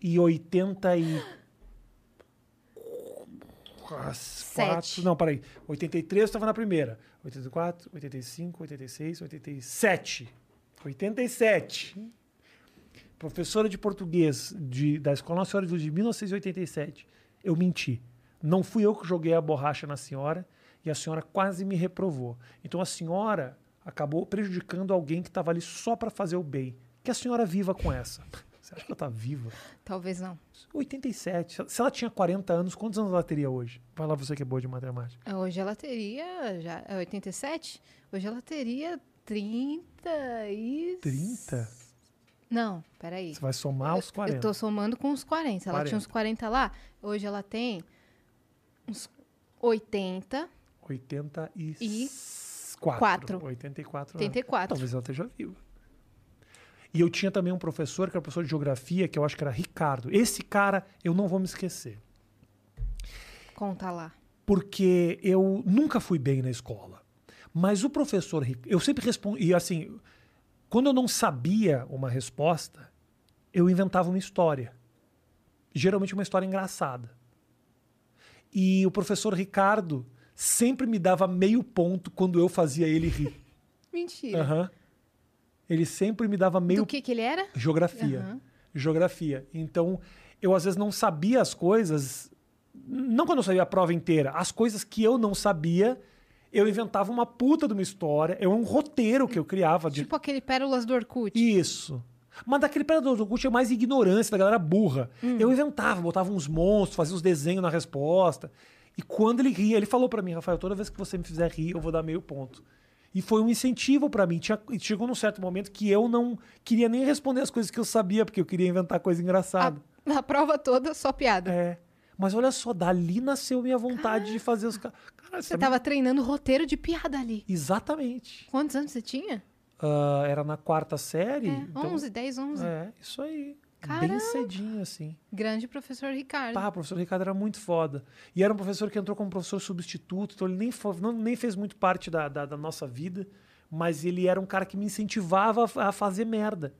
B: 1980 e...
A: Sete.
B: Quatro, não, peraí. 83 eu estava na primeira. 84, 85, 86, 87. 87. Professora de português de, da Escola Nossa Senhora de Luz de 1987. Eu menti. Não fui eu que joguei a borracha na senhora e a senhora quase me reprovou. Então a senhora acabou prejudicando alguém que estava ali só para fazer o bem. Que a senhora viva com essa. [LAUGHS] Você acha que ela tá viva?
A: Talvez não.
B: 87. Se ela tinha 40 anos, quantos anos ela teria hoje? Vai lá você que é boa de matemática.
A: Hoje ela teria. Já, é 87? Hoje ela teria 30 e.
B: 30?
A: Não, peraí.
B: Você vai somar os
A: Eu tô
B: 40.
A: somando com os 40. Ela tinha uns 40 lá, hoje ela tem uns 80,
B: 84. 84 anos.
A: 84.
B: Talvez ela esteja viva. E eu tinha também um professor, que era professor de geografia, que eu acho que era Ricardo. Esse cara eu não vou me esquecer.
A: Conta lá.
B: porque eu nunca fui bem na escola. Mas o professor, Ri- eu sempre respondi, e assim, quando eu não sabia uma resposta, eu inventava uma história. Geralmente uma história engraçada. E o professor Ricardo sempre me dava meio ponto quando eu fazia ele rir.
A: Mentira.
B: Aham. Ele sempre me dava meio
A: Do que que ele era?
B: Geografia.
A: Aham.
B: Geografia. Então, eu às vezes não sabia as coisas, não quando eu sabia a prova inteira, as coisas que eu não sabia, eu inventava uma puta de uma história, eu um roteiro que eu criava de
A: Tipo aquele Pérolas do Orkut.
B: isso. Mas daquele Predador do Orkut é mais ignorância da galera burra.
A: Hum.
B: Eu inventava, botava uns monstros, fazia uns desenhos na resposta. E quando ele ria, ele falou pra mim, Rafael, toda vez que você me fizer rir, eu vou dar meio ponto. E foi um incentivo pra mim. Tinha- e chegou num certo momento que eu não queria nem responder as coisas que eu sabia, porque eu queria inventar coisa engraçada.
A: Ah. A, a prova toda, só piada.
B: É. Mas olha só, dali nasceu minha vontade de fazer os. ca- Cara,
A: Você tava treinando roteiro de piada ali.
B: Exatamente.
A: Quantos anos você tinha?
B: Ah, era na quarta série.
A: É,
B: então-
A: 11, 10, 11.
B: É, isso aí. Bem
A: Caramba.
B: cedinho, assim.
A: Grande professor Ricardo.
B: Pá, o "Ah, professor Ricardo era muito foda. E era um professor que entrou como professor substituto, então ele nem, fo- não- nem fez muito parte da, da, da nossa vida, mas ele era um cara que me incentivava a fa- a, fazer merda.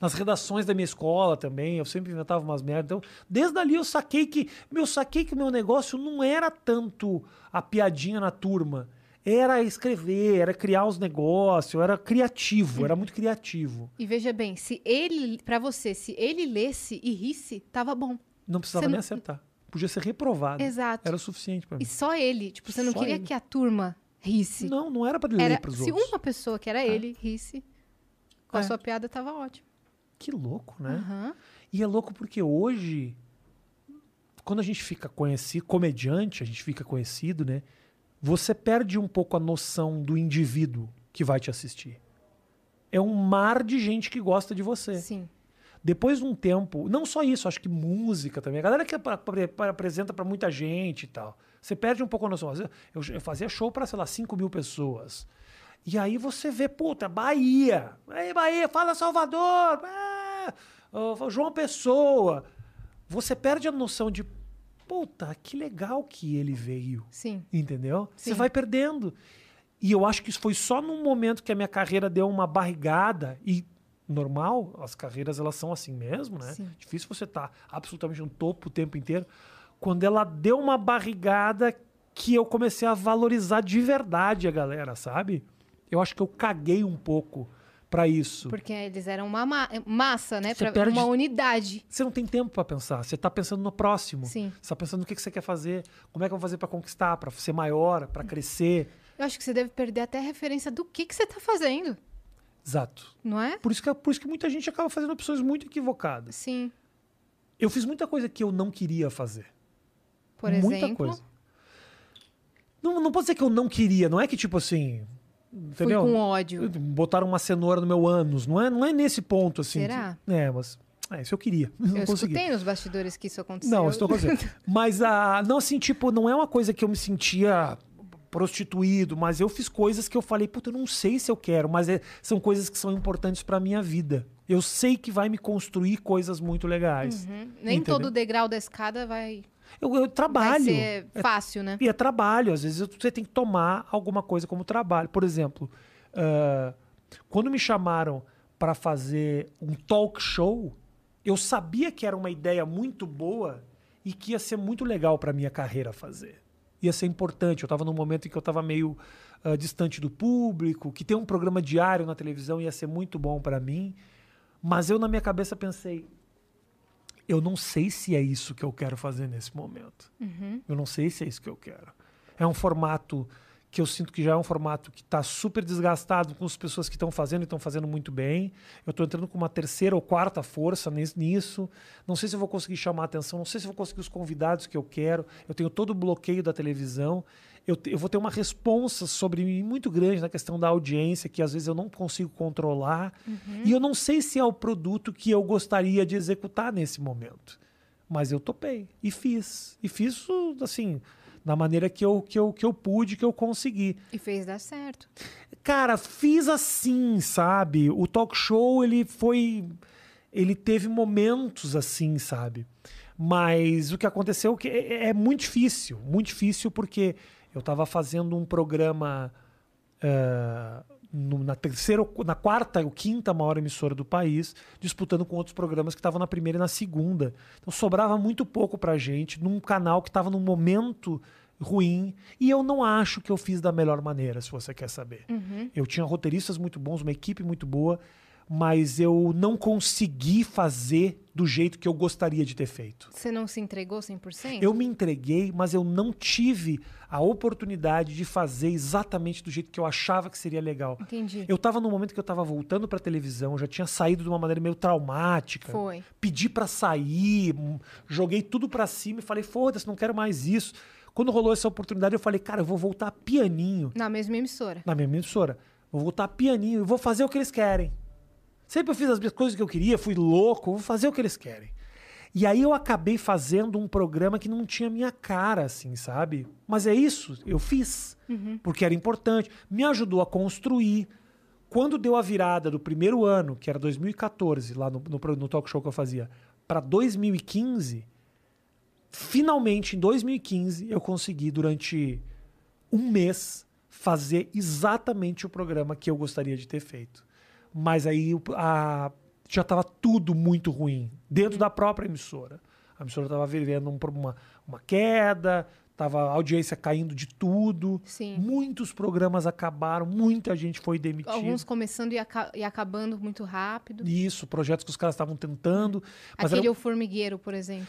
B: Nas redações da minha escola também, eu sempre inventava umas merdas. Então, desde ali eu saquei que. Meu, saquei que o meu negócio não era tanto a piadinha na turma. Era escrever, era criar os negócios, eu era criativo, era muito criativo.
A: E veja bem, se ele, pra você, se ele lesse e risse, tava bom.
B: Não precisava
A: Você
B: nem
A: não-
B: acertar. Podia ser reprovado.
A: Exato.
B: Era o suficiente pra mim.
A: E só ele, tipo, você não
B: Só
A: queria
B: ele.
A: que a turma risse.
B: Não, não era pra ele
A: era
B: ler pros
A: se um
B: outros.
A: uma pessoa que era ele risse, com
B: É.
A: a sua piada tava ótimo.
B: Que louco, né?
A: Aham.
B: E é louco porque hoje, quando a gente fica conhecido, comediante, a gente fica conhecido, né? Você perde um pouco a noção do indivíduo que vai te assistir. É um mar de gente que gosta de você.
A: Sim.
B: Depois de um tempo, não só isso, acho que música também. A galera que apre- apre- apresenta pra muita gente e tal. Você perde um pouco a noção. Às vezes, Eu, eu fazia show pra, sei lá, 5 mil pessoas. E aí você vê, puta, Bahia. Aí, Bahia, fala Salvador. ah, ô, João Pessoa. Você perde a noção de, puta, que legal que ele veio.
A: Sim.
B: Entendeu? Você
A: Sim.
B: vai perdendo. E eu acho que isso foi só num momento que a minha carreira deu uma barrigada e normal, as carreiras elas são assim mesmo, né?
A: Sim.
B: Difícil você estar absolutamente no topo o tempo inteiro. Quando ela deu uma barrigada que eu comecei a valorizar de verdade a galera, sabe? Eu acho que eu caguei um pouco pra isso.
A: Porque eles eram uma ma- massa, né?
B: Você
A: Pra,
B: perde-
A: Uma unidade.
B: Você não tem tempo pra pensar. Você tá pensando no próximo.
A: Sim.
B: Você tá pensando no que, que você quer fazer, como é que eu vou fazer pra conquistar, pra ser maior, pra crescer.
A: Eu acho que você deve perder até a referência do que, que você tá fazendo,
B: Exato.
A: não é?
B: Por isso, que, por isso que muita gente acaba fazendo opções muito equivocadas.
A: Sim.
B: Eu fiz muita coisa que eu não queria fazer.
A: Por
B: muita
A: exemplo.
B: coisa. Não, não pode ser que eu não queria, não é que tipo assim.
A: Fui
B: Entendeu?
A: com ódio.
B: Botaram uma cenoura no meu ânus. Não é, não é nesse ponto, assim.
A: Será?
B: de- É, mas. É, isso eu queria. [LAUGHS] Não
A: Eu
B: consegui.
A: escutei nos bastidores que isso aconteceu.
B: Não, eu estou conseguindo. Mas a. Não, assim, tipo, não é uma coisa que eu me sentia prostituído, mas eu fiz coisas que eu falei, puta, eu não sei se eu quero, mas é- são coisas que são importantes pra minha vida. Eu sei que vai me construir coisas muito legais.
A: Uhum. Nem
B: Entendeu?
A: todo degrau da escada vai,
B: Eu, eu
A: vai
B: trabalho.
A: ser fácil, né?
B: E é trabalho. Às vezes eu- você tem que tomar alguma coisa como trabalho. Por exemplo, ah, quando me chamaram para fazer um talk show, eu sabia que era uma ideia muito boa e que ia ser muito legal para minha carreira fazer. Ia ser importante. Eu estava num momento em que eu estava meio ah, distante do público, que ter um programa diário na televisão ia ser muito bom para mim. Mas eu, na minha cabeça, pensei: eu não sei se é isso que eu quero fazer nesse momento. Eu não sei se é isso que eu quero. É um formato que eu sinto que já é um formato que está super desgastado com as pessoas que estão fazendo e estão fazendo muito bem. Eu estou entrando com uma terceira ou quarta força nis- nisso. Não sei se eu vou conseguir chamar a atenção, não sei se eu vou conseguir os convidados que eu quero. Eu tenho todo o bloqueio da televisão. Eu, te- eu vou ter uma responsa sobre mim muito grande na questão da audiência, que às vezes eu não consigo controlar. E eu não sei se é o produto que eu gostaria de executar nesse momento. Mas eu topei e fiz. E fiz isso, assim, da maneira que eu, que eu, que eu pude, que eu consegui.
A: E fez dar certo.
B: Cara, fiz assim, sabe? O talk show, ele foi. Ele teve momentos assim, sabe? Mas o que aconteceu é que é, é muito difícil muito difícil porque eu estava fazendo um programa eh, no- na terceira, ou qu- na quarta ou quinta maior emissora do país, disputando com outros programas que estavam na primeira e na segunda. Então sobrava muito pouco pra gente num canal que estava num momento ruim. E eu não acho que eu fiz da melhor maneira, se você quer saber. Eu tinha roteiristas muito bons, uma equipe muito boa, mas eu não consegui fazer do jeito que eu gostaria de ter feito.
A: Você não se entregou 100%?
B: Eu me entreguei, mas eu não tive a oportunidade de fazer exatamente do jeito que eu achava que seria legal.
A: Entendi.
B: Eu tava num momento que eu tava voltando pra televisão, já tinha saído de uma maneira meio traumática.
A: Foi.
B: Pedi pra sair, hum, joguei tudo pra cima e falei, foda-se, não quero mais isso. Quando rolou essa oportunidade, eu falei, cara, eu vou voltar pianinho
A: Na mesma emissora.
B: na minha emissora. Vou voltar pianinho e vou fazer o que eles querem. Sempre eu fiz as minhas coisas que eu queria, fui louco, vou fazer o que eles querem. E aí eu acabei fazendo um programa que não tinha minha cara, assim, sabe? Mas é isso, eu fiz. Porque era importante. Me ajudou a construir. Quando deu a virada do primeiro ano, que era 2014, lá no, no, pro- no talk show que eu fazia, para 2015, finalmente, em 2015, eu consegui, durante um mês, fazer exatamente o programa que eu gostaria de ter feito. Mas aí o- a- já estava tudo muito ruim, dentro da própria emissora. A emissora estava vivendo um pro- uma, uma queda, tava a audiência caindo de tudo.
A: Sim.
B: Muitos programas acabaram, muita gente foi demitida.
A: Alguns começando e, aca- e acabando muito rápido.
B: Isso, projetos que os caras estavam tentando. Mas era- um
A: Aquele O Formigueiro, por exemplo.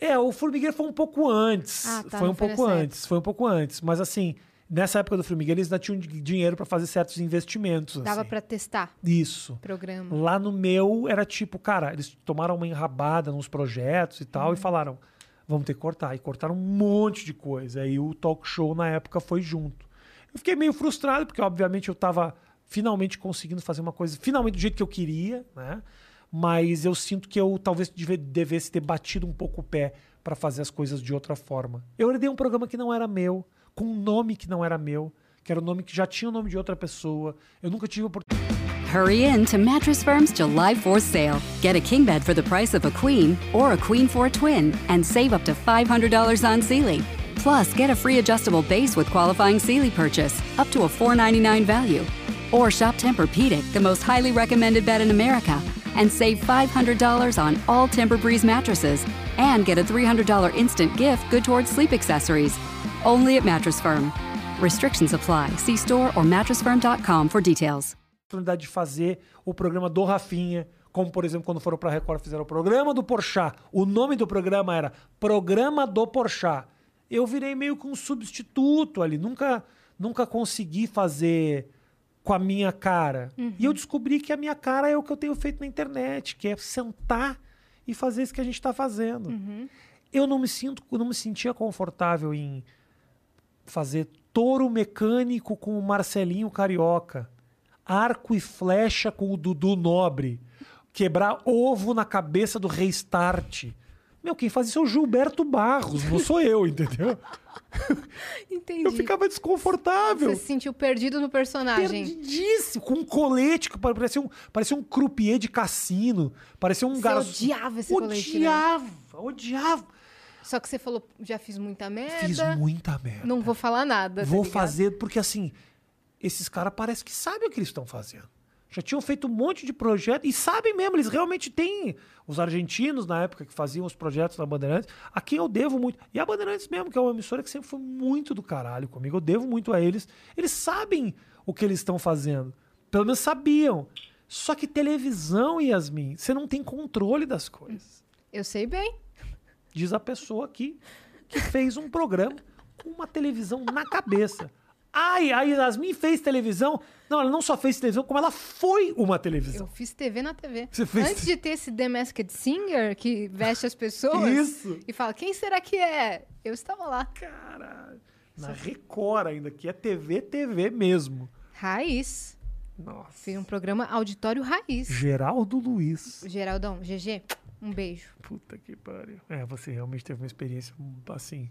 B: É, o Formigueiro foi um pouco antes.
A: Ah, tá,
B: foi
A: não
B: um
A: foi
B: pouco
A: nessa
B: antes, foi um pouco antes. Mas assim, nessa época do Formigueiro, eles ainda tinham di- dinheiro para fazer certos investimentos.
A: Dava
B: assim.
A: pra testar
B: Isso.
A: programa.
B: Lá no meu era tipo, cara, eles tomaram uma enrabada nos projetos e tal e falaram, vamos ter que cortar. E cortaram um monte de coisa. Aí o talk show na época foi junto. Eu fiquei meio frustrado, porque obviamente eu tava finalmente conseguindo fazer uma coisa, finalmente do jeito que eu queria, né? Mas eu sinto que eu talvez deve- devesse ter batido um pouco o pé para fazer as coisas de outra forma. Eu herdei um programa que não era meu, com um nome que não era meu, que era um nome que já tinha o nome de outra pessoa. Eu nunca tive oportunidade.
H: Hurry in to Mattress Firm's July 4th sale. Get a king bed for the price of a queen or a queen for a twin and save up to $500 on Sealy. Plus, get a free adjustable base with qualifying Sealy purchase up to a $499 value. Or shop Tempur-Pedic, the most highly recommended bed in America, and save $500 on all Tempur-Breeze mattresses and get a $300 instant gift good towards sleep accessories. Only at Mattress Firm. Restrictions apply. See store or mattressfirm.com for details.
B: oportunidade de fazer o programa do Rafinha, como por exemplo quando foram para Record fizeram o programa do Porchat. O nome do programa era Programa do Porchat. Eu virei meio que um substituto ali, nunca nunca consegui fazer com a minha cara. E eu descobri que a minha cara é o que eu tenho feito na internet, que é sentar e fazer isso que a gente está fazendo. Eu não me sinto, eu não me sentia confortável em fazer touro mecânico com o Marcelinho Carioca, arco e flecha com o Dudu Nobre, quebrar ovo na cabeça do Restart. Meu, quem faz isso é o Gilberto Barros, não sou eu, entendeu?
A: Entendi.
B: Eu ficava desconfortável.
A: Você se sentiu perdido no personagem.
B: Perdidíssimo, com um colete que parecia um, parecia um croupier de cassino, parecia um
A: Você
B: garoto.
A: odiava esse colete, né?
B: Odiava, odiava.
A: Só que você falou, já fiz muita merda.
B: Fiz muita merda.
A: Não vou falar nada. tá
B: Vou
A: ligado?
B: fazer, porque assim, esses caras parece que sabem o que eles estão fazendo. Já tinham feito um monte de projeto e sabem mesmo, eles realmente têm. Os argentinos, na época, que faziam os projetos na Bandeirantes, a quem eu devo muito. E a Bandeirantes mesmo, que é uma emissora que sempre foi muito do caralho comigo, eu devo muito a eles. Eles sabem o que eles estão fazendo. Pelo menos sabiam. Só que televisão, Yasmin, você não tem controle das coisas.
A: Eu sei bem.
B: Diz a pessoa aqui que fez um programa com uma televisão na cabeça. Ai, a Yasmin fez televisão. Não, ela não só fez televisão, como ela foi uma
A: Eu
B: televisão.
A: fiz TV na TV.
B: Você fez
A: Antes de ter esse The Masked Singer que veste as pessoas
B: Isso.
A: e fala, quem será que é? Eu estava lá.
B: Caralho. Na Record ainda, que é TV, TV mesmo.
A: Raiz.
B: Nossa.
A: Fiz um programa auditório raiz.
B: Geraldo Luiz.
A: Geraldão, GG, um beijo.
B: Puta que pariu. É, você realmente teve uma experiência, assim,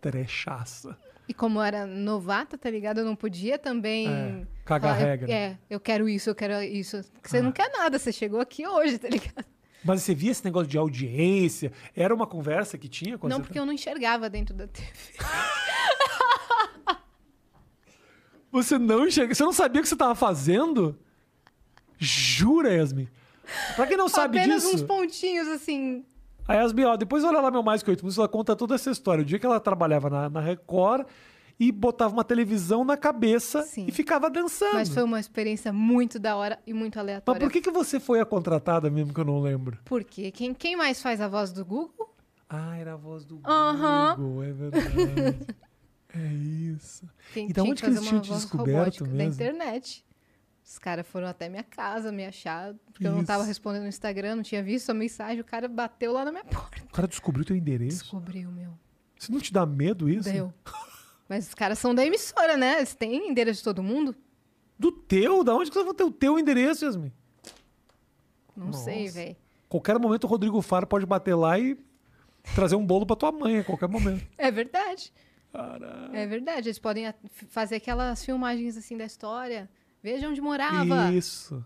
B: trechaça.
A: E como eu era novata, tá ligado? Eu não podia também.
B: É, cagar
A: falar, eu-
B: regra. Ah.
A: É, eu quero isso, eu quero isso. Porque Você não quer nada, você chegou aqui hoje, tá ligado?
B: Mas você via esse negócio de audiência? Era uma conversa que tinha? quando
A: não,
B: você-
A: porque eu não enxergava dentro da TV.
B: Você não enxerga. Você não sabia o que você estava fazendo? Jura, Yasmin?
A: [LAUGHS]
B: Pra quem não sabe
A: Apenas uns
B: disso,
A: pontinhos, assim.
B: a Yasmin, ó, depois olha lá meu Mais Que Oito Minutos, ela conta toda essa história. O dia que ela trabalhava na, na Record e botava uma televisão na cabeça
A: Sim.
B: e ficava dançando.
A: Mas foi uma experiência muito da hora e muito
B: Mas
A: aleatória.
B: por que, que você foi a contratada mesmo que eu não lembro?
A: Porque quem, quem mais faz a voz do Google?
B: Ah, era a voz do
A: Aham.
B: Google, é verdade. [LAUGHS] é isso.
A: Quem
B: E da
A: tinha
B: onde
A: que
B: que
A: fazer
B: eles
A: uma
B: tinham te
A: voz
B: descoberto
A: robótica da
B: mesmo?
A: internet. Os caras foram até minha casa me achar, porque eu não tava
B: Isso.
A: respondendo no Instagram, não tinha visto a mensagem, o cara bateu lá na minha porta.
B: O cara descobriu teu endereço.
A: Descobriu, meu.
B: Você não te dá medo isso?
A: Deu. Mas os caras são da emissora, né? Eles têm endereço de todo mundo?
B: Do teu? Da onde que você vai ter o teu endereço, Yasmin?
A: Não sei, velho.
B: Qualquer momento o Rodrigo Faro pode bater lá e trazer um bolo pra tua mãe a
A: [LAUGHS]
B: qualquer momento.
A: É verdade. É verdade. Eles podem a- f- fazer aquelas filmagens assim da história. Veja onde morava.
B: Isso.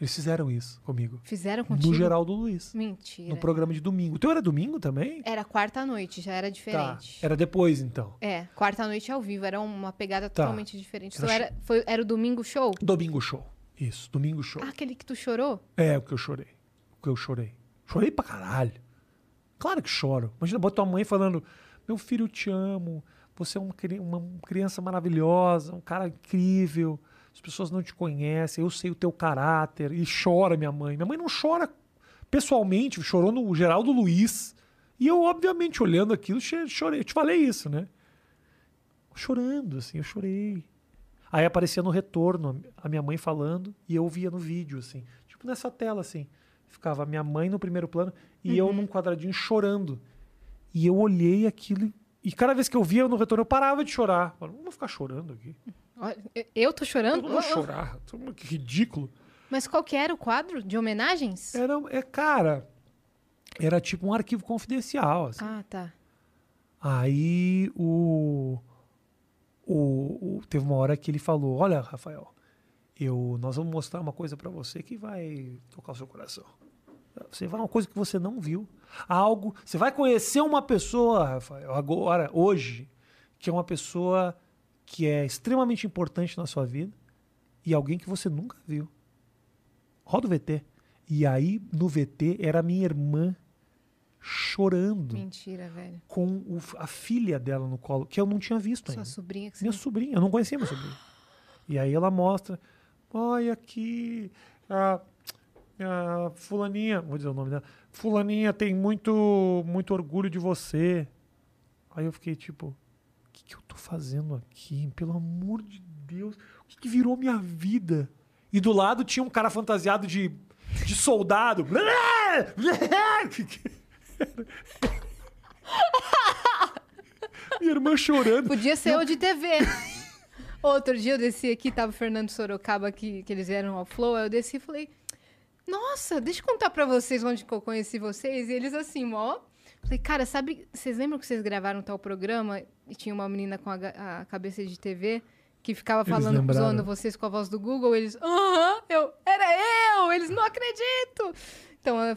B: Eles fizeram isso comigo.
A: Fizeram
B: No
A: contigo.
B: Geraldo Luiz.
A: Mentira.
B: No programa de domingo. O teu era domingo também?
A: Era quarta noite, já
B: Tá.
A: era diferente.
B: Era depois, então.
A: É, quarta noite ao vivo, era uma pegada
B: Tá.
A: totalmente diferente.
B: Era
A: Então era, foi, era o domingo show?
B: Domingo show. Isso, domingo show.
A: Ah, aquele que tu chorou?
B: É o que eu chorei. O que eu chorei. Chorei pra caralho. Claro que choro. Imagina, bota tua mãe falando: Meu filho, eu te amo. Você é um cri- uma criança maravilhosa, um cara incrível. As pessoas não te conhecem. Eu sei o teu caráter. E chora, minha mãe. Minha mãe não chora pessoalmente, chorou no Geraldo Luiz. E eu, obviamente, olhando aquilo, che- chorei. Eu te falei isso, né? Chorando, assim, eu chorei. Aí aparecia no retorno a minha mãe falando e eu via no vídeo, assim. Tipo nessa tela, assim. Ficava a minha mãe no primeiro plano e eu num quadradinho chorando. E eu olhei aquilo e cada vez que eu via no retorno eu parava de chorar. Falei, não vou ficar chorando aqui.
A: Olha, eu- Eu tô
B: Eu
A: chorando?
B: não vou chorar. Que ridículo.
A: Mas qual que era o quadro de homenagens?
B: Era, é, cara, era tipo um arquivo confidencial, assim.
A: Ah, tá.
B: Aí o, o, o- teve uma hora que ele falou: "Olha, Rafael, eu nós vamos mostrar uma coisa pra você que vai tocar o seu coração. Você vai uma coisa que você não viu, algo, você vai conhecer uma pessoa, Rafael, agora, hoje, que é uma pessoa que é extremamente importante na sua vida e alguém que você nunca viu. Roda o VT. E aí no VT era a minha irmã chorando
A: Mentira, velho.
B: com o f- a filha dela no colo, que eu não tinha visto
A: Sua
B: ainda.
A: sobrinha que você.
B: Minha sobrinha, eu não conhecia minha sobrinha. E aí ela mostra, olha aqui, a, a fulaninha, vou dizer o nome dela, fulaninha tem muito, muito orgulho de você. Aí eu fiquei tipo, o que, que eu tô fazendo aqui? Pelo amor de Deus, o que, que virou minha vida? E do lado tinha um cara fantasiado de, de soldado. [LAUGHS] Minha irmã chorando.
A: Podia ser eu de
B: [LAUGHS]
A: TV. Outro dia eu desci aqui, tava o Fernando Sorocaba que, que eles vieram ao Flow, aí eu desci e falei: Nossa, deixa eu contar pra vocês onde que eu conheci vocês. E eles assim, ó. Falei, cara, sabe, vocês lembram que vocês gravaram tal programa e tinha uma menina com a, ga- a cabeça de TV que ficava
B: Eles
A: falando,
B: lembraram.
A: zoando vocês com a voz do Google? Eles, aham, eu, era eu, eles não acredito. Então, eu-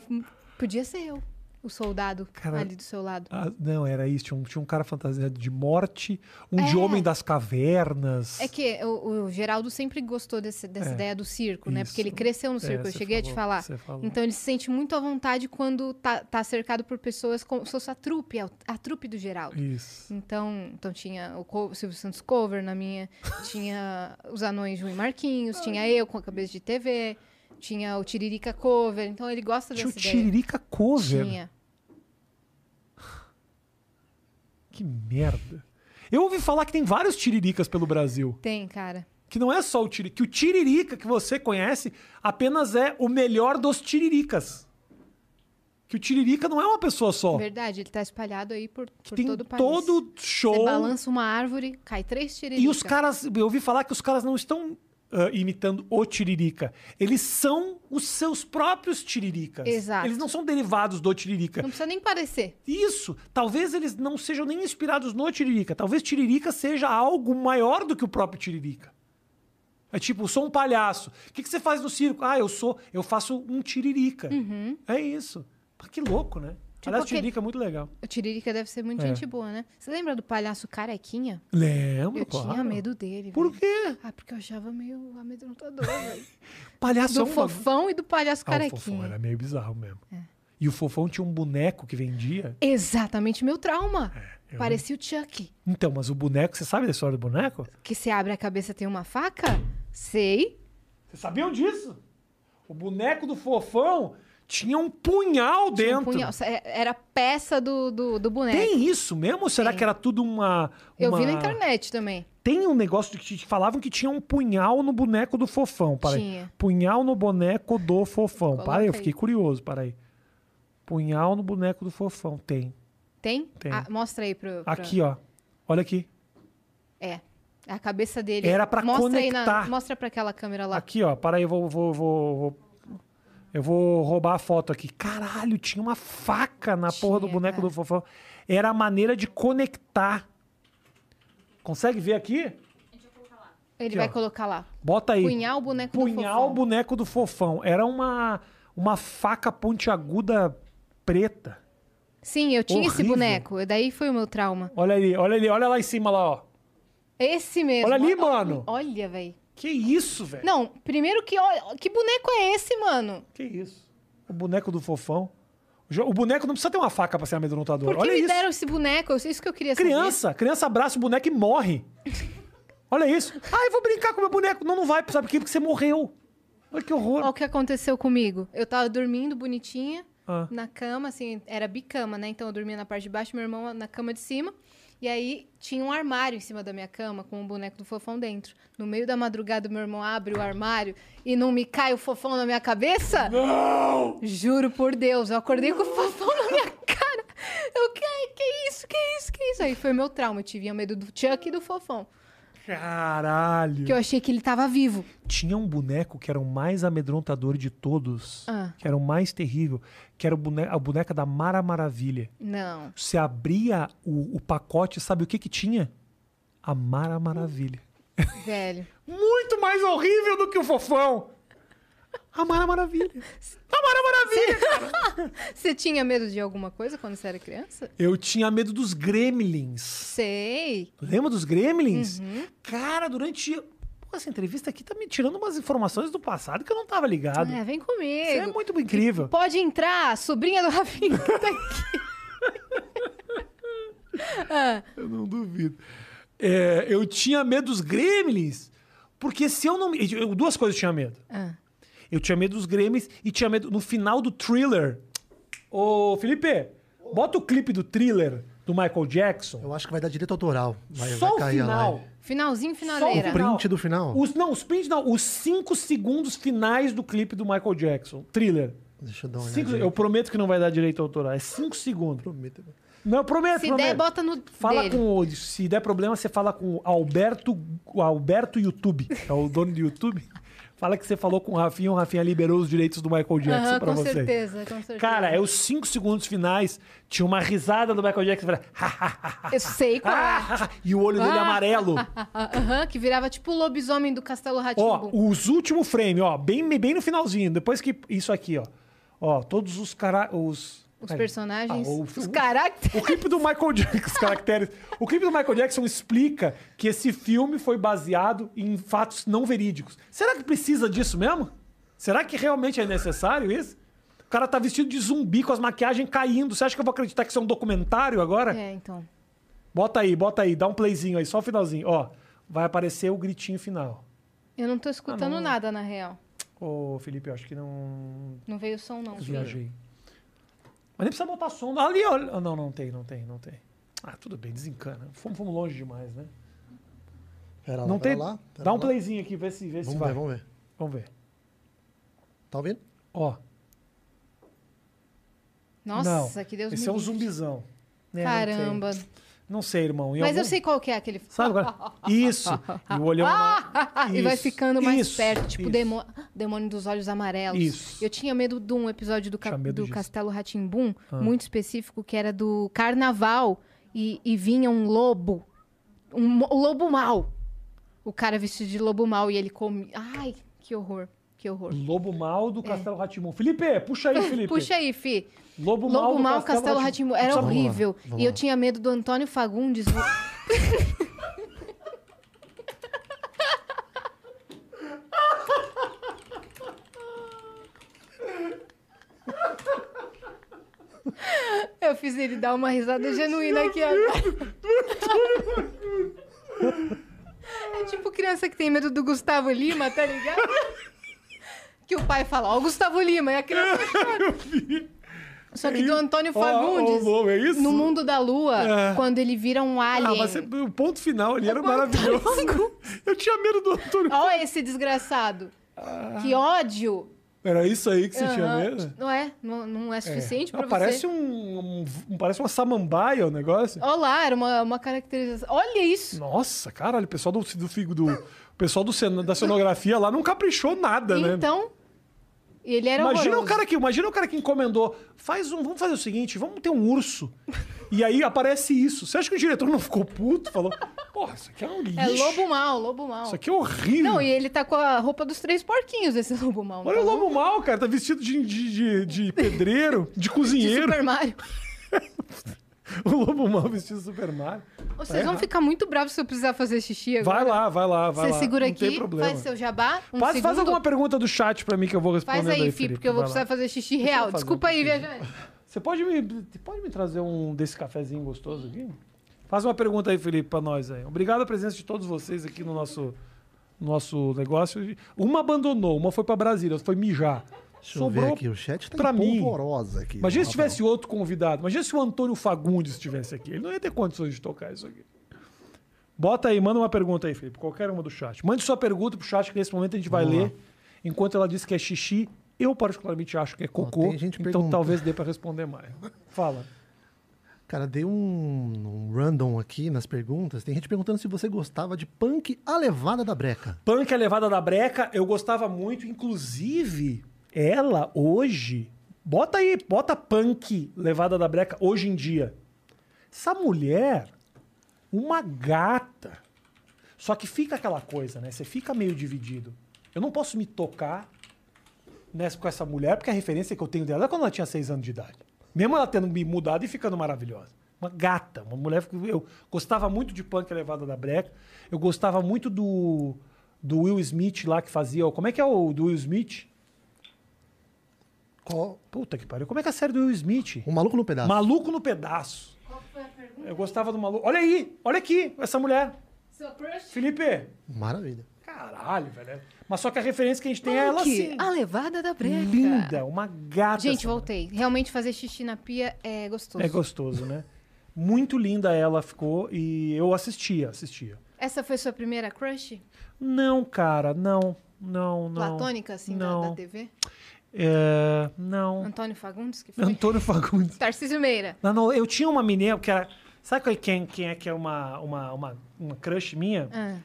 A: podia ser eu, o soldado
B: Cara,
A: ali do seu lado.
B: Ah, não, era isso. Tinha um, tinha um cara fantasiado de morte, um de
A: É.
B: homem das cavernas.
A: É que o, o Geraldo sempre gostou desse- dessa
B: É,
A: ideia do circo, né? Porque ele
B: isso.
A: cresceu no
B: É,
A: circo, eu
B: você
A: cheguei a te
B: falou,
A: falar.
B: você falou.
A: Então ele se sente muito à vontade quando tá, tá cercado por pessoas como se fosse a trupe, a, a trupe do Geraldo.
B: Isso.
A: Então, então tinha o co- Silvio Santos Cover na minha, tinha os anões Juim
B: [LAUGHS]
A: Marquinhos, tinha eu com a cabeça de TV, tinha o Tiririca Cover. Então ele gosta
B: Tinha o
A: dessa ideia.
B: Tiririca Cover.
A: Tinha.
B: Que merda. Eu ouvi falar que tem vários Tiriricas pelo Brasil.
A: Tem, cara.
B: Que não é só o Tiririca. Que o Tiririca que você conhece apenas é o melhor dos Tiriricas. Que o Tiririca não é uma pessoa só.
A: Verdade, ele tá espalhado aí por, por
B: tem
A: todo o país.
B: todo
A: Você
B: show.
A: balança uma árvore, cai três tiririca.
B: E os caras, eu ouvi falar que os caras não estão ah, imitando o Tiririca. Eles são os seus próprios Tiriricas.
A: Exato.
B: Eles não são derivados do Tiririca.
A: Não precisa nem parecer.
B: Isso, talvez eles não sejam nem inspirados no Tiririca. Talvez Tiririca seja algo maior do que o próprio Tiririca. É tipo, eu sou um palhaço. O que, que você faz no circo? Ah, eu sou, eu faço um Tiririca. É isso. Pá, que louco, né?
A: Uhum. Tipo
B: Aliás,
A: aquele-
B: Tiririca é muito legal.
A: O Tiririca deve ser muito
B: É.
A: gente boa, né? Você lembra do palhaço carequinha?
B: Lembro,
A: Eu
B: claro.
A: tinha medo dele.
B: Por
A: velho.
B: quê?
A: Ah, porque eu achava meio
B: [LAUGHS]
A: amedrontador, velho.
B: Palhaço é
A: Do
B: um bagulho-
A: fofão e do palhaço
B: Ah, o fofão
A: carequinha. É.
B: era meio bizarro mesmo. E o fofão tinha um boneco que vendia.
A: Exatamente meu trauma.
B: É, eu-
A: Parecia o Chuck.
B: Então, mas o boneco, você sabe da história do boneco?
A: Que você abre a cabeça tem uma faca? Sei.
B: Vocês sabiam disso? O boneco do fofão tinha um punhal
A: Tinha
B: dentro.
A: um punhal. É- Era peça do, do, do boneco.
B: Tem isso mesmo? Ou será que era tudo uma,
A: Eu vi na
B: uma-
A: internet também.
B: Tem um negócio de que falavam que tinha um punhal no boneco do fofão. Para aí.
A: Tinha.
B: Punhal no boneco do fofão.
A: Coloca
B: para aí, eu
A: aí.
B: fiquei curioso. Para aí. Punhal no boneco do fofão. Tem.
A: Tem?
B: Tem.
A: Ah, mostra aí pro. pro-
B: Aqui, ó. Olha aqui.
A: É. A cabeça dele.
B: Era pra
A: mostra Aí na...
B: conectar.
A: Mostra pra aquela câmera lá.
B: Aqui, ó. Para aí, eu vou, vou, vou, vou- Eu vou roubar a foto aqui. Caralho, tinha uma faca na porra do
A: Tinha,
B: boneco
A: cara.
B: do Fofão. Era a maneira de conectar. Consegue ver aqui?
A: Ele
B: Aqui,
A: vai
B: ó.
A: colocar lá.
B: Bota aí.
A: Punhal o boneco do
B: Punhal
A: Fofão.
B: o boneco do Fofão. Era uma, uma faca pontiaguda preta.
A: Sim, eu tinha esse
B: Horrível.
A: boneco. Daí foi o meu trauma.
B: Olha ali, olha ali, olha lá em cima lá, ó.
A: Esse mesmo.
B: Olha ali, mano.
A: Olha, velho.
B: Que isso, velho?
A: Não, primeiro que. ó, Que boneco é esse, mano?
B: Que isso? O boneco do Fofão. O jo- O boneco não precisa ter uma faca pra ser amedrontador.
A: Por que
B: olha
A: me
B: isso.
A: deram esse boneco? Eu- Isso que eu queria saber.
B: Criança, criança abraça o boneco e morre. Olha isso. Ah, eu vou brincar com o meu boneco. Não, não vai, sabe por quê? Porque você morreu. Olha que horror.
A: Olha o que aconteceu comigo. Eu tava dormindo bonitinha
B: Ah.
A: na cama, assim, era bicama, né? Então eu dormia na parte de baixo, meu irmão na cama de cima. E aí tinha um armário em cima da minha cama com um boneco do fofão dentro. No meio da madrugada, meu irmão abre o armário e não me cai o fofão na minha cabeça? Não! Juro por Deus, eu acordei com o fofão na minha cara. Eu, que, que isso, que isso, que isso? Aí foi meu trauma. Eu tive medo do Chuck e do fofão.
B: Caralho.
A: Porque eu achei que ele tava vivo.
B: Tinha um boneco que era o mais amedrontador de todos.
A: Ah.
B: Que era o mais terrível. Que era o bone- a boneca da Mara Maravilha.
A: Não.
B: Você abria o, o pacote, sabe o que que tinha? A Mara Maravilha.
A: Velho.
B: Muito mais horrível do que o Fofão. A Mara
A: [LAUGHS]
B: Maravilha. A Mara Maravilha.
A: Você tinha medo de alguma coisa quando você era criança?
B: Eu tinha medo dos gremlins.
A: Sei.
B: Lembra dos Gremlins?
A: Uhum.
B: Cara, durante. Pô, essa entrevista aqui tá me tirando umas informações do passado que eu não tava ligado.
A: É, vem
B: Isso é
A: comigo.
B: muito incrível.
A: Pode entrar, sobrinha do Rafinha [LAUGHS] que tá aqui.
B: Eu não duvido. É, eu tinha medo dos Gremlins, porque se eu não. me- eu- duas coisas eu tinha medo.
A: Ah.
B: Eu tinha medo dos Gremlins e tinha medo no final do thriller. Ô, Felipe, bota o clipe do thriller do Michael Jackson.
C: Eu acho que vai dar direito autoral. Vai,
B: Só
C: vai
B: o
C: cair a
B: final.
C: live.
A: Finalzinho,
B: um
C: O
A: finaleira.
B: final.
C: print do final?
B: Os, não, os prints não. Os cinco segundos finais do clipe do Michael Jackson. Thriller.
C: Deixa eu dar uma
B: Cinco-
C: olhada.
B: eu prometo que não vai dar direito autoral. É cinco segundos. Não, eu prometo.
A: Se
B: prometo.
A: der, bota no
B: Fala
A: dele.
B: com o, se der problema, você fala com o Alberto, o Alberto YouTube, é o dono do YouTube. [LAUGHS] Fala que você falou com o Rafinha, o Rafinha liberou os direitos do Michael Jackson
A: Aham,
B: pra
A: com
B: você.
A: certeza, com certeza.
B: Cara, é os cinco segundos finais, tinha uma risada do Michael
A: [LAUGHS]
B: Jackson, ele fala,
A: Eu sei qual é.
B: e o olho dele amarelo.
A: Aham, que virava tipo o lobisomem do Castelo
B: Ah! Ó,
A: Ratimbu.
B: os últimos frames, ó, bem, bem no finalzinho, depois que isso aqui, ó. Ó, todos os cara, os
A: Os personagens,
B: Ah, o-
A: os caracteres.
B: O clipe do Michael Jackson, [LAUGHS] os caracteres. O clipe do Michael Jackson explica que esse filme foi baseado em fatos não verídicos. Será que precisa disso mesmo? Será que realmente é necessário isso? O cara tá vestido de zumbi com as maquiagens caindo. Você acha que eu vou acreditar que isso é um documentário agora?
A: É, então.
B: Bota aí, bota aí, dá um playzinho aí, só o finalzinho. Ó, vai aparecer o gritinho final.
A: Eu não tô escutando
B: Ah,
A: nada, na real.
B: Ô, Felipe, eu acho que não.
A: Não veio som, não. filho.
B: Viajei. Mas nem precisa botar som. Ali, olha. Ah, Não, não tem, não tem, não tem. Ah, tudo bem, desencana. Fomos, fomos longe demais, né?
C: Pera lá,
B: Não
C: pera
B: tem.
C: lá, pera
B: Dá um
C: lá.
B: playzinho aqui, vê se, vê se
C: Vamos
B: vai.
C: ver, vamos ver.
B: Vamos ver.
C: Tá ouvindo?
B: Ó.
A: Nossa,
B: não.
A: que Deus
B: Esse
A: me
B: é um
A: livre.
B: zumbizão. Né, não sei.
A: Caramba.
B: Não sei, irmão. Em
A: Mas eu
B: algum-
A: sei qual que é aquele.
B: Sabe
A: [LAUGHS]
B: agora? Isso. E o olhão. é
A: Ah, e vai
B: Isso,
A: ficando mais
B: isso,
A: perto, tipo
B: isso.
A: demo- demônio dos olhos amarelos.
B: Isso.
A: Eu tinha medo de um episódio do, ca-
B: Tinha medo
A: do
B: disso. Ah.
A: Castelo Ratimbum, muito específico, que era do carnaval e, e vinha um lobo, um mo- um lobo mau. O cara vestido de lobo mau e ele come. Ai, que horror, que horror.
B: Lobo mal do Castelo Ratimon. Felipe, puxa aí, Felipe.
A: É. Puxa aí, fi.
B: Lobo, mal
A: Lobo
B: do
A: mau, Castelo
B: Ratimbu.
A: Ratimbu. Era
B: Sabe-
C: lá,
A: horrível.
C: vamos
A: E eu
C: lá.
A: tinha medo do Antônio Fagundes. Eu fiz ele dar uma risada genuína aqui agora. É tipo criança que tem medo do Gustavo Lima, tá ligado? Que o pai fala, ó, o Gustavo Lima, e a criança chora. Só que do Antônio
B: Ó,
A: Fagundes,
B: ó, o nome, é isso?
A: no Mundo da Lua,
B: É.
A: quando ele vira um
B: Ah,
A: alien.
B: mas é- o ponto final, ele era maravilhoso. [LAUGHS] Eu tinha medo do Antônio.
A: Ó esse desgraçado.
B: Ah.
A: Que ódio.
B: Era isso aí que você tinha
A: Aham.
B: medo?
A: Não é? Não, não é suficiente pra
B: Ah, parece
A: você.
B: Um, um- Parece uma samambaia o negócio.
A: Olha lá, era uma, uma caracterização. Olha isso.
B: Nossa, caralho, o pessoal do, do, figo- do- o pessoal do cen- da cenografia lá não caprichou nada, né?
A: Então, E ele era
B: Tá imagina o
A: horroroso.
B: cara que, imagina o cara que encomendou. Faz um, vamos fazer o seguinte, vamos ter um urso. E aí aparece isso. Você acha que o diretor não ficou puto? Falou, porra, isso aqui é um lixo.
A: É lobo mal, lobo mal.
B: Isso aqui é horrível.
A: Não, e ele tá com a roupa dos três porquinhos, esse [LAUGHS] lobo mal.
B: Olha
A: tá
B: o
A: não?
B: lobo mal, cara. Tá vestido de, de, de-
C: [LAUGHS]
B: de pedreiro, de
A: De
B: cozinheiro.
A: Super Mario.
B: O lobo mal vestido de Super Mario.
A: Vocês vão ficar muito bravos se eu precisar fazer xixi agora.
B: É. Vai
C: né?
B: lá, vai lá, vai
A: Você
B: lá.
A: segura
B: não
A: aqui,
B: tem problema.
A: faz seu jabá, um
B: faz,
A: segundo.
B: faz alguma pergunta do chat pra mim que eu vou responder.
A: Faz aí, Fih,
B: Felipe,
A: porque eu vou
B: vai lá.
A: precisar fazer xixi real.
B: fazer
A: Desculpa
B: um
A: aí,
B: pouquinho.
A: viajante.
B: [LAUGHS] Você pode me, pode me trazer um desse cafezinho gostoso aqui? Faz uma pergunta aí, Felipe, pra nós aí. Obrigado a presença de todos vocês aqui no nosso, nosso negócio. Uma abandonou, uma foi pra Brasília, outra foi mijar.
C: Deixa eu ver aqui, o chat tá
B: pra mim.
C: polvorosa aqui.
B: Imagina se
C: Ah,
B: tivesse outro convidado. Imagina se o Antônio Fagundes estivesse aqui. Ele não ia ter condições de tocar isso aqui. Bota aí, manda uma pergunta aí, Felipe. Qualquer uma do chat. Mande sua pergunta pro chat, que nesse momento a gente vai ler. Enquanto ela diz que é xixi, eu particularmente acho que é cocô.
C: tem gente
B: então
C: perguntando.
B: talvez dê pra responder mais. Fala.
C: Cara, dei um, um random aqui nas perguntas. Tem gente perguntando se você gostava de punk a levada da breca.
B: Punk a levada da breca, eu gostava muito. Inclusive, ela hoje. Bota aí, bota punk levada da breca hoje em dia. Essa mulher, uma gata. Só que fica aquela coisa, né? Você fica meio dividido. Eu não posso me tocar nessa, com essa mulher, porque a referência que eu tenho dela é quando ela tinha seis anos de idade. Mesmo ela tendo me mudado e ficando maravilhosa. Uma gata, uma mulher. que Eu gostava muito de punk elevada da breca. Eu gostava muito do, do Will Smith lá que fazia. o- Como é que é o do Will Smith?
C: Qual?
B: Puta que pariu. Como é que é a série do Will Smith?
C: O Um maluco no pedaço.
B: Maluco no pedaço. Eu gostava do maluco. Olha aí, olha aqui, essa mulher. Felipe.
C: Maravilha.
B: Caralho, velho. Mas só que a referência que a gente tem é ela
A: Que
B: assim.
A: a levada da breca.
B: Linda, uma gata.
A: Gente,
B: essa
A: voltei. Realmente fazer xixi na pia é gostoso.
B: É gostoso, né? Muito linda ela ficou e eu assistia, assistia.
A: Essa foi sua primeira crush?
B: Não, cara, não, não, não.
A: Platônica, assim, da-
B: não.
A: Da, TV?
B: É, não.
A: Antônio Fagundes, que foi?
B: Antônio Fagundes.
A: Tarcísio Meira.
B: Não, não, eu tinha uma menina que era... Sabe qual é- quem, quem é que é uma, uma, uma, uma crush minha?
A: Ah.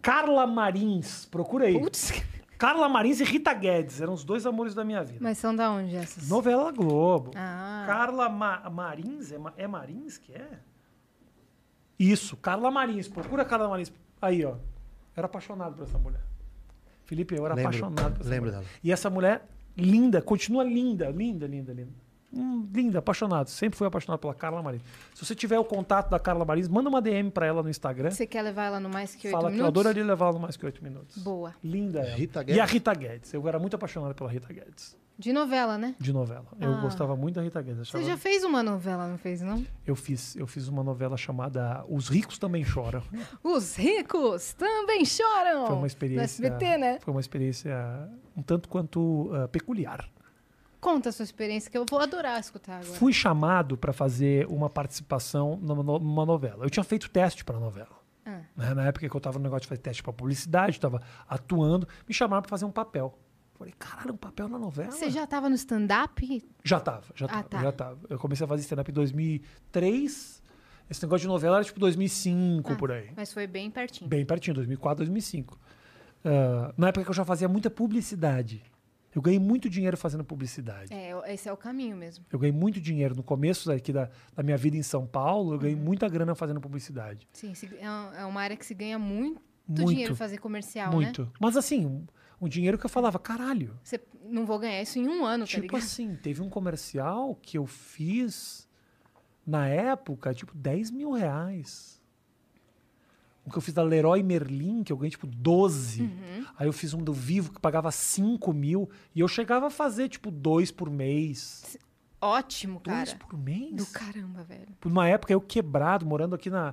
B: Carla Marins, procura aí.
A: Putz, [LAUGHS]
B: Carla Marins e Rita Guedes, eram os dois amores da minha vida.
A: mas são da onde essas?
B: Novela Globo.
A: Ah.
B: Carla Ma- Marins? É, Ma- é Marins que é? Isso, Carla Marins. Procura Carla Marins. Aí, ó. Eu era apaixonado por essa mulher. Felipe, eu era
C: Lembro.
B: apaixonado por essa
C: Lembro
B: mulher.
C: dela.
B: E essa mulher, linda, continua linda, linda, linda, linda. Hum, linda, apaixonado. Sempre fui apaixonado pela Carla Marins. Se você tiver o contato da Carla Marins, manda uma DM pra ela no Instagram.
A: Você quer levar ela no mais que é oito
B: Fala que eu
A: minutos?
B: adoraria levar ela no mais que oito minutos.
A: Boa.
B: Linda ela.
C: Rita
B: E a
C: Guedes.
B: Rita Guedes. Eu era muito apaixonado pela Rita Guedes
A: De novela, né?
B: de novela. Eu
A: Ah.
B: gostava muito da Rita Guedes.
A: Você
B: achava-
A: já fez uma novela, não fez, não?
B: Eu, fiz, eu fiz uma novela chamada Os Ricos Também Choram.
A: Os ricos também choram!
B: Foi uma experiência.
A: No SBT, né?
B: Foi uma experiência um tanto quanto ah, peculiar.
A: Conta a sua experiência, que eu vou adorar escutar agora.
B: Fui chamado para fazer uma participação numa, no- numa novela. Eu tinha feito teste para novela.
A: Ah.
B: né? Na época que eu tava no negócio de fazer teste para publicidade, tava atuando, me chamaram para fazer um papel. Falei, caralho, um papel na novela?
A: Você já tava no stand-up?
B: Já tava, já tava,
A: tá.
B: já tava. Eu comecei a fazer stand-up em 2003. Esse negócio de novela era tipo
A: Ah.
B: 2005, por aí.
A: Mas foi bem pertinho.
B: Bem pertinho, 2004, 2005. Ah, na época que eu já fazia muita publicidade. Eu ganhei muito dinheiro fazendo publicidade.
A: É, esse é o caminho mesmo.
B: Eu ganhei muito dinheiro no começo aqui da, da minha vida em São Paulo. Eu ganhei
A: Uhum.
B: muita grana fazendo publicidade.
A: Sim, se- é um- é uma área que se ganha muito,
B: Muito.
A: dinheiro fazer comercial, né?
B: muito. Mas assim, um, um dinheiro que eu falava, caralho.
A: Você não vou ganhar isso em um ano, tá
B: Tipo
A: ligado?
B: assim, teve um comercial que eu fiz na época, tipo, 10 mil reais. O que eu fiz da Leroy Merlin, que eu ganhei tipo 12.
A: Uhum.
B: Aí eu fiz um do Vivo que pagava 5 mil. E eu chegava a fazer tipo dois por mês.
A: Ótimo,
B: Dois
A: cara.
B: por mês?
A: Do caramba, velho.
B: Por uma época eu quebrado, morando aqui na,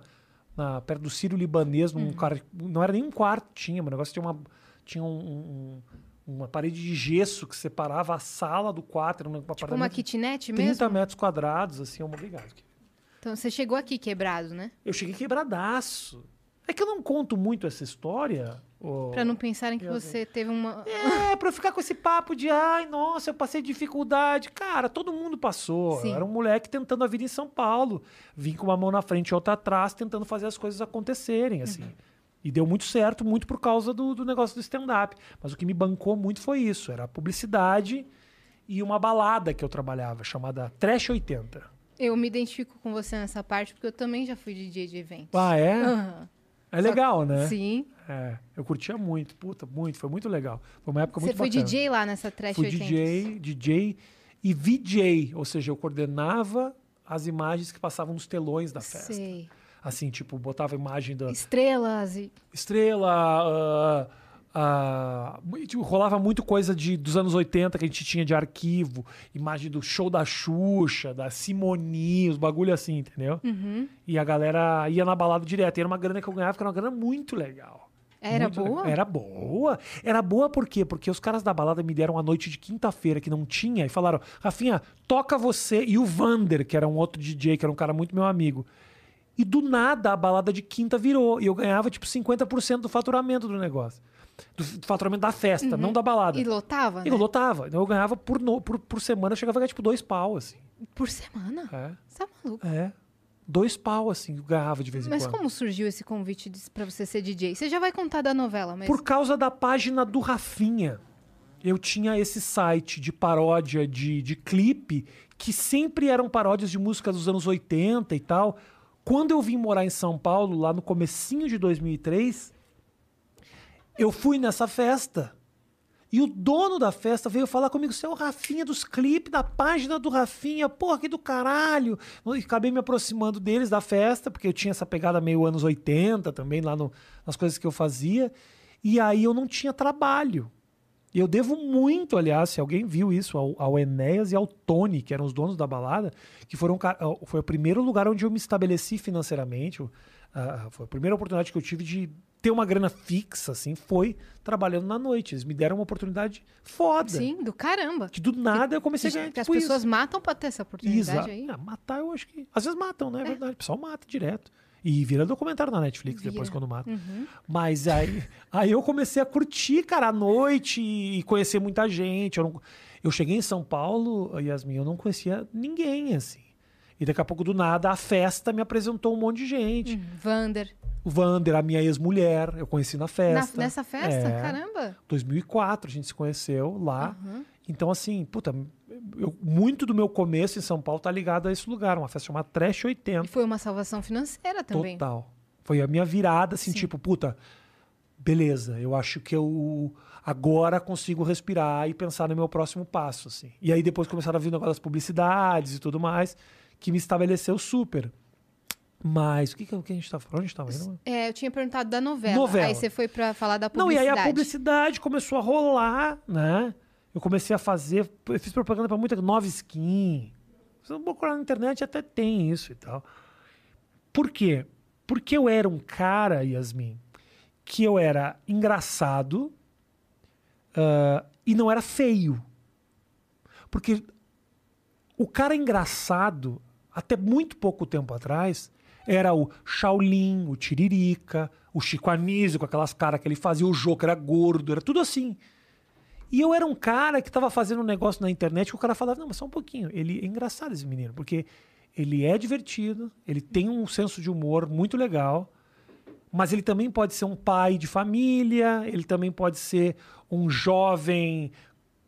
B: na- perto do Sírio Libanês,
A: Uhum.
B: num car- não era nem um quarto, tinha, o negócio tinha uma tinha um- um- uma parede de gesso que separava a sala do quarto, era um
A: Tipo uma
B: apartamento de
A: kitnet
B: 30
A: mesmo?
B: metros quadrados, assim, uma obrigado.
A: Então você chegou aqui quebrado, né?
B: Eu cheguei quebradaço. É que eu não conto muito essa história. ô-
A: Pra não pensarem que você teve uma.
B: É, pra eu ficar com esse papo de, ai, nossa, eu passei dificuldade. Cara, todo mundo passou.
A: Sim.
B: Eu era um moleque tentando a vida em
A: Uhum.
B: São Paulo. Vim com uma mão na frente e outra atrás, tentando fazer as coisas acontecerem, assim. E deu muito certo, muito por causa do, do negócio do stand-up. Mas o que me bancou muito foi isso: era a publicidade e uma balada que eu trabalhava, chamada Trash 80.
A: Eu me identifico com você nessa parte, porque eu também já fui DJ de eventos.
B: Ah, é?
A: Aham.
B: É legal, né?
A: Sim.
B: É, eu curtia muito, puta, muito, foi muito legal. Foi uma época
A: Você
B: muito
A: foi
B: bacana.
A: DJ lá nessa Trash
B: Fui
A: 80?
B: DJ, DJ e VJ, ou seja, eu coordenava as imagens que passavam nos telões da festa.
A: Sei.
B: Assim, tipo, botava a imagem da
A: Estrelas e...
B: estrela. ah, ah, mu- tipo, rolava muito coisa de, dos anos 80 que a gente tinha de arquivo, imagem do show da Xuxa, da Simoni, os bagulho assim, entendeu?
A: Uhum.
B: E a galera ia na balada direto. E era uma grana que eu ganhava, que era uma grana muito legal.
A: Era
B: Muito
A: boa?
B: legal. Era boa. Era boa por quê? Porque os caras da balada me deram a noite de quinta-feira que não tinha e falaram: Rafinha, toca você e o Vander, que era um outro DJ, que era um cara muito meu amigo. E do nada a balada de quinta virou. E eu ganhava tipo 50% do faturamento do negócio. Do f- do faturamento da festa, não da balada.
A: Uhum. E lotava,
B: E
A: né?
B: eu lotava. Então eu ganhava por, no- por, por semana, eu chegava a ganhar tipo dois pau, assim.
A: Por semana?
B: É.
A: Você tá maluco?
B: É. Dois pau, assim, eu ganhava de vez em
A: Mas
B: quando.
A: como surgiu esse convite de- pra você ser DJ? Você já vai contar da novela, mas...
B: Por causa da página do Rafinha. Eu tinha esse site de paródia de, de clipe, que sempre eram paródias de música dos anos 80 e tal. Quando eu vim morar em São Paulo, lá no comecinho de 2003, eu fui nessa festa. E o dono da festa veio falar comigo, você é o Rafinha dos clipes, da página do Rafinha, porra, que do caralho. E acabei me aproximando deles da festa, porque eu tinha essa pegada meio anos 80 também, lá no- nas coisas que eu fazia. E aí eu não tinha trabalho. E Eu devo muito, aliás, se alguém viu isso, ao, ao Enéas e ao Tony, que eram os donos da balada, que foram ca- ah, foi o primeiro lugar onde eu me estabeleci financeiramente. o- ah, foi a primeira oportunidade que eu tive de ter uma grana fixa, assim, foi trabalhando na noite. Eles me deram uma oportunidade foda.
A: Sim, do caramba.
B: Que do nada eu comecei a ganhar.
A: Que as
B: tipo isso.
A: pessoas matam pra ter essa oportunidade
B: Exato.
A: aí.
B: Ah, matar, eu acho que. Às vezes matam, né? É verdade. O pessoal mata direto. E vira documentário na Netflix depois
A: Vira. Uhum.
B: quando mata. Mas aí, aí eu comecei a curtir, cara, à noite e conhecer muita gente. Eu, não- eu cheguei em São Paulo, Yasmin, eu não conhecia ninguém, assim. E daqui a pouco, do nada, a festa me apresentou um monte de gente.
A: Hum. Vander.
B: O Vander, a minha ex-mulher, eu conheci na
A: Na-
B: festa.
A: nessa festa?
B: É.
A: Caramba.
B: 2004 a gente se conheceu lá. Então, assim, puta, eu- muito do meu começo em São Paulo tá ligado a esse lugar, uma festa chamada Trash
A: E
B: 80.
A: foi uma salvação financeira também.
B: Total. Foi a minha virada, assim, tipo, puta, beleza, eu acho que eu agora consigo respirar e pensar no meu próximo passo, assim. E aí depois começaram a vir o negócio das publicidades e tudo mais, que me estabeleceu super. Mas o que, que, o que a gente tá falando? Onde a gente tava indo?
A: É, eu tinha perguntado da novela.
B: Novela.
A: Aí você foi pra falar da
B: Não, e
A: publicidade.
B: aí a publicidade começou a rolar, né? Eu comecei a fazer, eu fiz propaganda pra muita nova skin. Se eu procurar na internet até tem isso e tal. Por quê? Porque eu era um cara, Yasmin, que eu era engraçado ah, e não era feio. Porque o cara engraçado, até muito pouco tempo atrás, era o Shaolin, o Tiririca, o Chico Anísio, com aquelas caras que ele fazia, o Jô, que era gordo, era tudo assim. E eu era um cara que tava fazendo um negócio na internet que o cara falava, não, mas só um pouquinho. Ele é engraçado esse menino, porque ele é divertido, ele tem um senso de humor muito legal, mas ele também pode ser um pai de família, ele também pode ser um jovem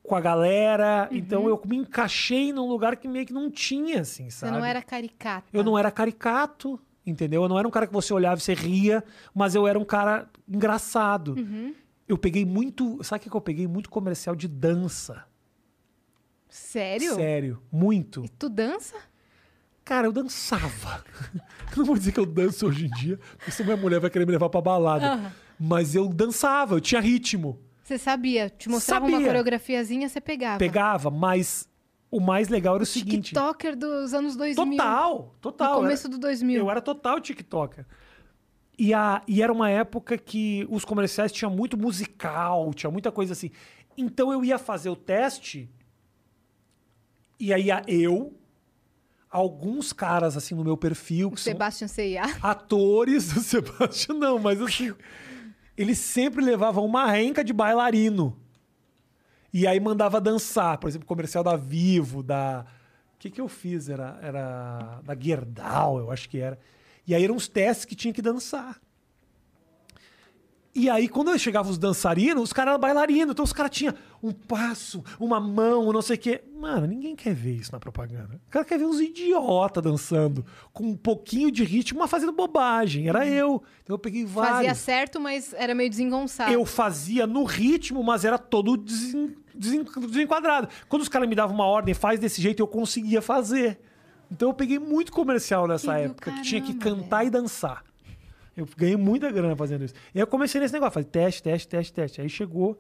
B: com a galera. Então eu me encaixei num lugar que meio que não tinha, assim,
A: Uhum. Você
B: sabe?
A: não era caricata.
B: Eu não era caricato, entendeu? Eu não era um cara que você olhava e você ria, mas eu era um cara engraçado.
A: Uhum.
B: Eu peguei muito. Sabe o que que eu peguei? Muito comercial de dança.
A: Sério?
B: muito.
A: E tu dança?
B: Cara, eu dançava. [LAUGHS] Eu não vou dizer que eu danço hoje em dia, porque senão minha mulher vai querer me levar pra balada. Mas eu dançava, eu tinha ritmo.
A: Você sabia? Te mostrava uma
B: Sabia.
A: coreografiazinha, você pegava.
B: Pegava, mas o mais legal era o, seguinte.
A: TikToker dos anos 2000.
B: Total, total.
A: No
B: Era-
A: começo do 2000.
B: Eu era total TikToker. E, a, e era uma época que os comerciais tinham muito musical, tinha muita coisa assim. Então eu ia fazer o teste, e aí ia eu, alguns caras assim no meu perfil,
A: O
B: que são
A: Sebastian C.I.A.
B: atores do [LAUGHS] Sebastião, não, mas assim. Eles sempre levavam uma renca de bailarino. E aí mandava dançar, por exemplo, comercial da Vivo, da. O que, que eu fiz? Era, era. Da Gerdau, eu acho que era. E aí eram uns testes que tinha que dançar. E aí, quando chegavam os dançarinos, os caras eram bailarinos. Então, os caras tinham um passo, uma mão, não sei o quê. Mano, ninguém quer ver isso na propaganda. O cara quer ver uns idiota dançando, com um pouquinho de ritmo, mas fazendo bobagem. Era eu. Então, eu peguei
A: Fazia
B: vários.
A: certo, mas era meio desengonçado.
B: Eu fazia no ritmo, mas era todo desen- desen- desenquadrado. Quando os caras me davam uma ordem, faz desse jeito, eu conseguia fazer. Então eu peguei muito comercial nessa
A: Que do
B: época, que tinha que
A: caramba,
B: cantar e dançar. Eu ganhei muita grana fazendo isso. E aí eu comecei nesse negócio, falei teste, teste, teste, teste. Aí chegou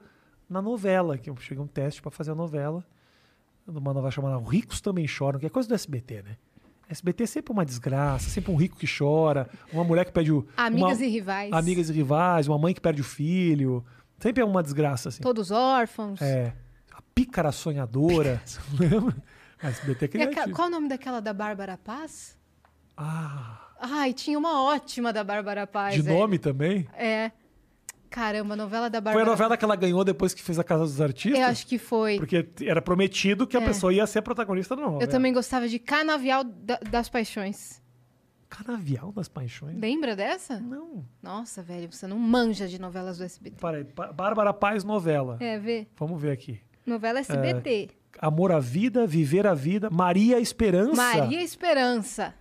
B: na novela, que eu cheguei um teste pra fazer a novela. Uma novela chamada Ricos Também Choram, que é coisa do SBT, né? SBT é sempre uma desgraça, sempre um rico que chora, uma mulher que pede o.
A: Amigas
B: uma-
A: e rivais.
B: Amigas e rivais, uma mãe que perde o filho. Sempre é uma desgraça, assim.
A: Todos órfãos.
B: É. A
A: [LAUGHS]
B: pícara sonhadora. lembra? A SBT
A: E
B: é
A: aquela-
B: criativo.
A: qual o nome daquela da Bárbara Paz?
B: Ah,
A: Ai, tinha uma ótima da Bárbara Paz.
B: de
A: é.
B: nome também?
A: É. Caramba, a novela da
B: Foi
A: Bárbara
B: a novela que ela ganhou depois que fez A Casa dos Artistas?
A: Eu acho que foi.
B: Porque t- era prometido que a
A: É.
B: pessoa ia ser a protagonista da novela.
A: Eu também gostava de Canavial da- das Paixões.
B: Canavial das Paixões?
A: Lembra dessa?
B: Não.
A: Nossa, velho, você não manja de novelas do SBT.
B: Para aí. Ba- Bárbara Paz novela.
A: É, vê.
B: Vamos ver aqui.
A: Novela
B: É,
A: SBT.
B: Amor à Vida, Viver a Vida, Maria Esperança.
A: Maria Esperança.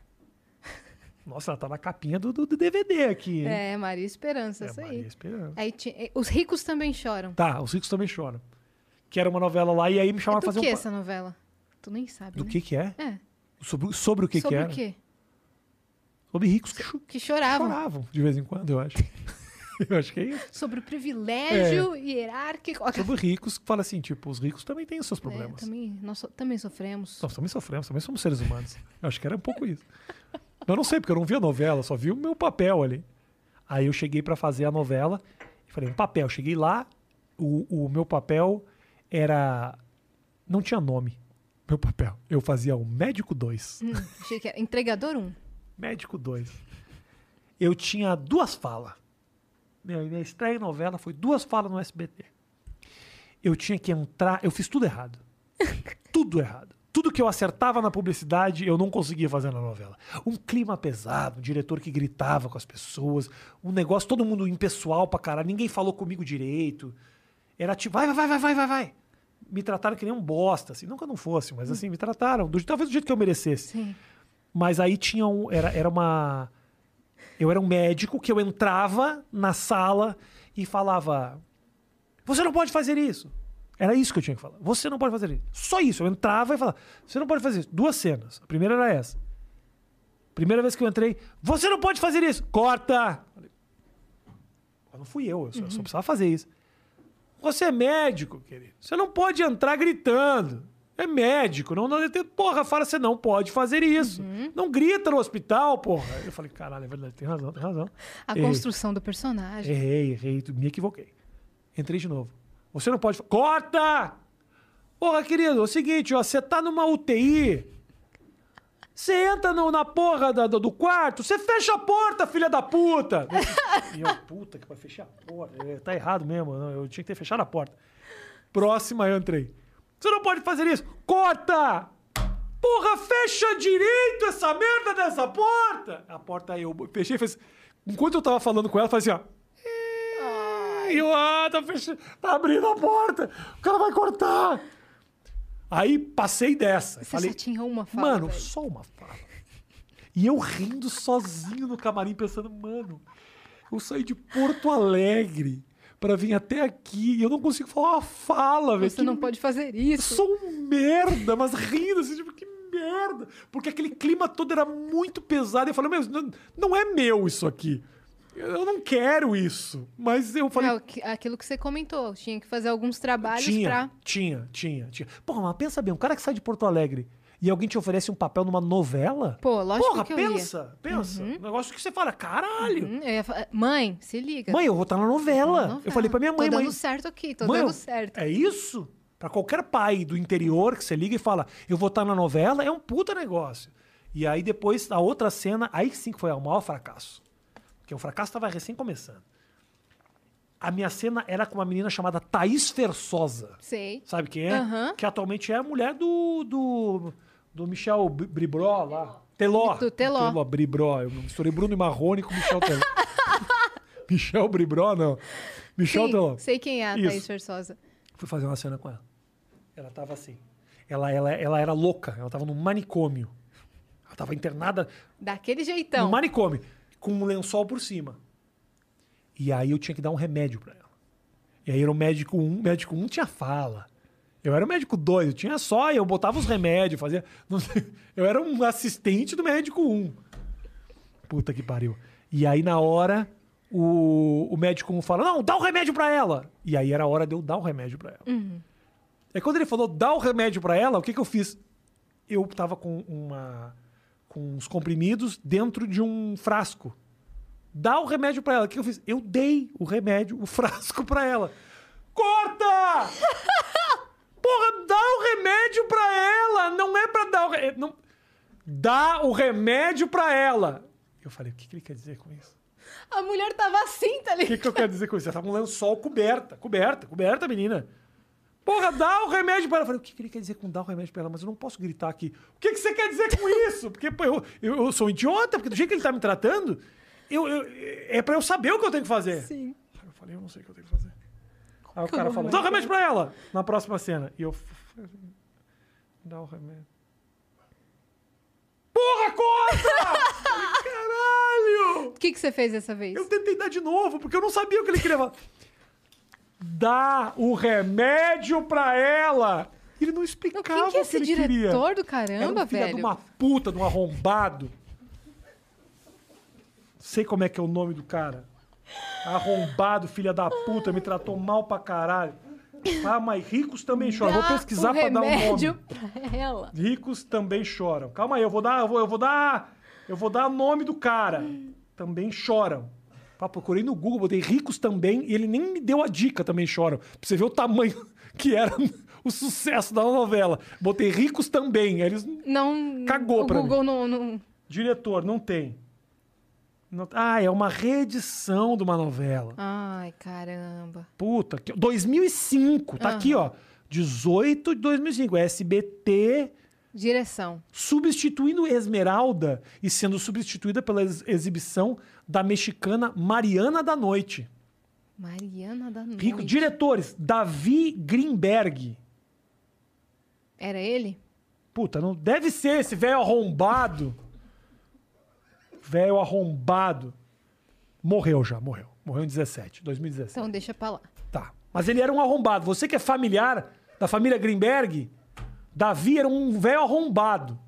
B: Nossa, ela tá na capinha do, do- do DVD aqui. hein?
A: É, Maria Esperança,
B: É,
A: isso
B: Maria
A: aí.
B: Esperança.
A: Aí ti- eh, Os ricos também choram.
B: Tá, Os Ricos Também Choram. Que era uma novela lá, e aí me
A: É
B: chamaram pra
A: do
B: fazer
A: que
B: um... pa-
A: essa novela? Tu nem sabe,
B: Do
A: né?
B: que que é?
A: É.
B: Sobre, sobre o que
A: Sobre
B: que é?
A: o quê?
B: Sobre ricos que chu-
A: Que choravam.
B: choravam, de vez em quando, eu acho. [LAUGHS] eu acho que é isso.
A: Sobre o privilégio hierárquico.
B: É. Sobre ricos, que fala assim, tipo, os ricos também têm os seus
A: É,
B: problemas.
A: também, nós so- também sofremos.
B: Nós também sofremos, também somos seres humanos. Eu acho que era um pouco isso. Eu não sei, porque eu não vi a novela, só vi o meu papel ali. Aí eu cheguei pra fazer a novela e falei, um papel. Cheguei lá, o, o meu papel era. Não tinha nome. Meu papel. Eu fazia o Médico 2.
A: Hum, achei que era entregador 1.
B: Médico 2. Eu tinha duas falas. Meu, minha estreia em novela foi duas falas no SBT. Eu tinha que entrar. Eu fiz tudo errado. tudo errado. Tudo que eu acertava na publicidade, eu não conseguia fazer na novela. Um clima pesado, um diretor que gritava com as pessoas, um negócio, todo mundo impessoal pra caralho, ninguém falou comigo direito. Era tipo, vai, vai, vai, vai, vai, vai, vai. Me trataram que nem um bosta, assim. Não que eu não fosse, mas assim, me trataram. do- talvez do jeito que eu merecesse.
A: Sim.
B: Mas aí tinha um. Era, era uma. Eu era um médico que eu entrava na sala e falava: Você não pode fazer isso. Era isso que eu tinha que falar. Você não pode fazer isso. Só isso. Eu entrava e falava: Você não pode fazer isso. Duas cenas. A primeira era essa. Primeira vez que eu entrei: Você não pode fazer isso. Corta! Falei, "Mas não fui eu. Eu só, só precisava fazer isso. Você é médico, querido. Você não pode entrar gritando. É médico, não, não tem- porra, fala, você não pode fazer isso. Não grita no hospital, porra. Eu falei, caralho, é verdade, tem razão, tem razão.
A: A
B: Errei.
A: construção do personagem.
B: Errei, errei, me equivoquei. Entrei de novo. Você não pode. fa- Corta! Porra, querido, é o seguinte, ó, você tá numa UTI. Você entra no- na porra da- do, do quarto, você fecha a porta, filha da puta! [LAUGHS] E eu, puta, que vai fechar a porta. É, tá errado mesmo, não, eu tinha que ter fechado a porta. Próxima, eu entrei. Você não pode fazer isso! Corta! Porra, fecha direito essa merda dessa porta! A porta aí, eu fechei e fez. Enquanto eu tava falando com ela, fazia assim, ó. E eu, ah, tá fechando. Tá abrindo a porta. O cara vai cortar. Aí passei dessa.
A: Você
B: falei,
A: só tinha uma fala.
B: mano,
A: velho.
B: só uma fala. E eu rindo sozinho no camarim, pensando, mano, eu saí de Porto Alegre pra vir até aqui e eu não consigo falar uma fala, velho.
A: você
B: Que
A: não pode fazer isso.
B: sou um merda, mas rindo, assim, tipo, que merda. Porque aquele clima todo era muito pesado. Eu falei, meu, não, não é meu isso aqui. Eu não quero isso. Mas eu falei,
A: É o que- aquilo que você comentou. Tinha que fazer alguns trabalhos
B: tinha,
A: pra.
B: tinha, tinha, tinha. Porra, mas pensa bem, um cara que sai de Porto Alegre e alguém te oferece um papel numa novela...
A: Pô, lógico
B: Porra,
A: que eu ia. Uhum.
B: pensa, pensa. Um negócio que você fala, caralho.
A: Hum, eu ia fa- Mãe, se liga.
B: Mãe, eu vou estar na novela. Eu falei pra minha mãe,
A: Tô
B: mãe.
A: dando certo aqui, tô
B: mãe, eu-
A: dando certo.
B: É isso? Pra qualquer pai do interior que você liga e fala, eu vou estar na novela, é um puta negócio. E aí depois, a outra cena, aí sim que foi o maior fracasso. Porque o fracasso tava recém começando. A minha cena era com uma menina chamada Thaís Fersosa.
A: Sei.
B: Sabe quem é?
A: Aham.
B: Que atualmente é a mulher do. do, do Michel Bri- Bribró lá. Teló.
A: Do Teló. [LAUGHS]
B: Bribró. Eu misturei Bruno e Marrone com Michel Teló. Michel Bribró, não. Michel
A: Sim,
B: do-
A: sei quem é a
B: Isso.
A: Thaís Versosa.
B: Fui fazer uma cena com ela. Ela tava assim. Ela, ela, ela era louca. Ela tava num manicômio. Ela tava internada
A: Daquele jeitão.
B: num Um manicômio. Com um lençol por cima. E aí eu tinha que dar um remédio pra ela. E aí era o médico 1. Médico 1 tinha fala. Eu era o médico 2. Eu tinha só. Eu botava os remédios. Fazia... [LAUGHS] não sei. Eu era um assistente do médico 1. Puta que pariu. E aí, na hora, o, o médico um fala: Não, dá o remédio pra ela. E aí era a hora de eu dar o remédio pra ela. É quando ele falou: Dá o remédio pra ela, o que, que eu fiz? Eu tava com uma. com uns comprimidos dentro de um frasco. Dá o remédio pra ela. O que, que eu fiz? Eu dei o remédio, o [LAUGHS] frasco pra ela. Corta! Porra, dá o remédio pra ela! Não é pra dar o. re- Não... Dá o remédio pra ela! Eu falei, o que, que ele quer dizer com isso?
A: A mulher tava assim, tá
B: O que,
A: ligado?
B: que eu quero dizer com isso? Ela tava com um lençol coberta, coberta, coberta, menina. Porra, dá o remédio pra ela. Eu falei, o que, que ele quer dizer com dar o remédio pra ela? Mas eu não posso gritar aqui. O que, que você quer dizer com isso? Porque pô, eu, eu, eu sou um idiota, porque do jeito que ele tá me tratando, eu, eu- é pra eu saber o que eu tenho que fazer.
A: Sim.
B: Eu falei, eu não sei o que eu tenho que fazer. Aí o cara falou, dá o remédio pra ela na próxima cena. E eu. f- f- Dá o remédio. Porra, corta! Caralho!
A: O que, que você fez dessa vez?
B: Eu tentei dar de novo, porque eu não sabia o que ele queria falar. Dá o remédio pra ela! Ele não
A: Não,
B: explicava
A: quem que é
B: o que
A: esse
B: ele
A: diretor
B: queria.
A: do caramba,
B: Era um filho
A: velho?
B: de uma puta, de um arrombado. Sei como é que é o nome do cara. Arrombado, filha da puta, me tratou mal pra caralho. Ah, mas ricos também choram. Vou
A: Dá
B: pesquisar
A: o
B: pra dar um
A: remédio
B: nome.
A: pra ela.
B: Ricos também choram. Calma aí, eu vou dar, eu vou, eu vou dar, eu vou dar nome do cara. Também choram. Pá, procurei no Google, botei ricos também, e ele nem me deu a dica, também choram. Pra você ver o tamanho [LAUGHS] que era o sucesso da novela. Botei ricos também. aí Eles,
A: Não.
B: Cagou
A: o
B: pra
A: Google Não, não.
B: diretor, não tem. Não- ah, é uma reedição de uma novela.
A: Ai, caramba.
B: Puta, que, 2005, tá aqui, ó. 18 de 2005, SBT
A: Direção.
B: substituindo Esmeralda e sendo substituída pela ex- exibição da mexicana Mariana da Noite.
A: Mariana da Noite.
B: Rico, diretores, Davi Greenberg.
A: Era ele?
B: Puta, não deve ser esse velho arrombado. velho arrombado. Morreu já, morreu. Morreu em 17, 2017.
A: Então deixa pra lá.
B: Tá. Mas ele era um arrombado. Você que é familiar da família Greenberg, Davi era um velho arrombado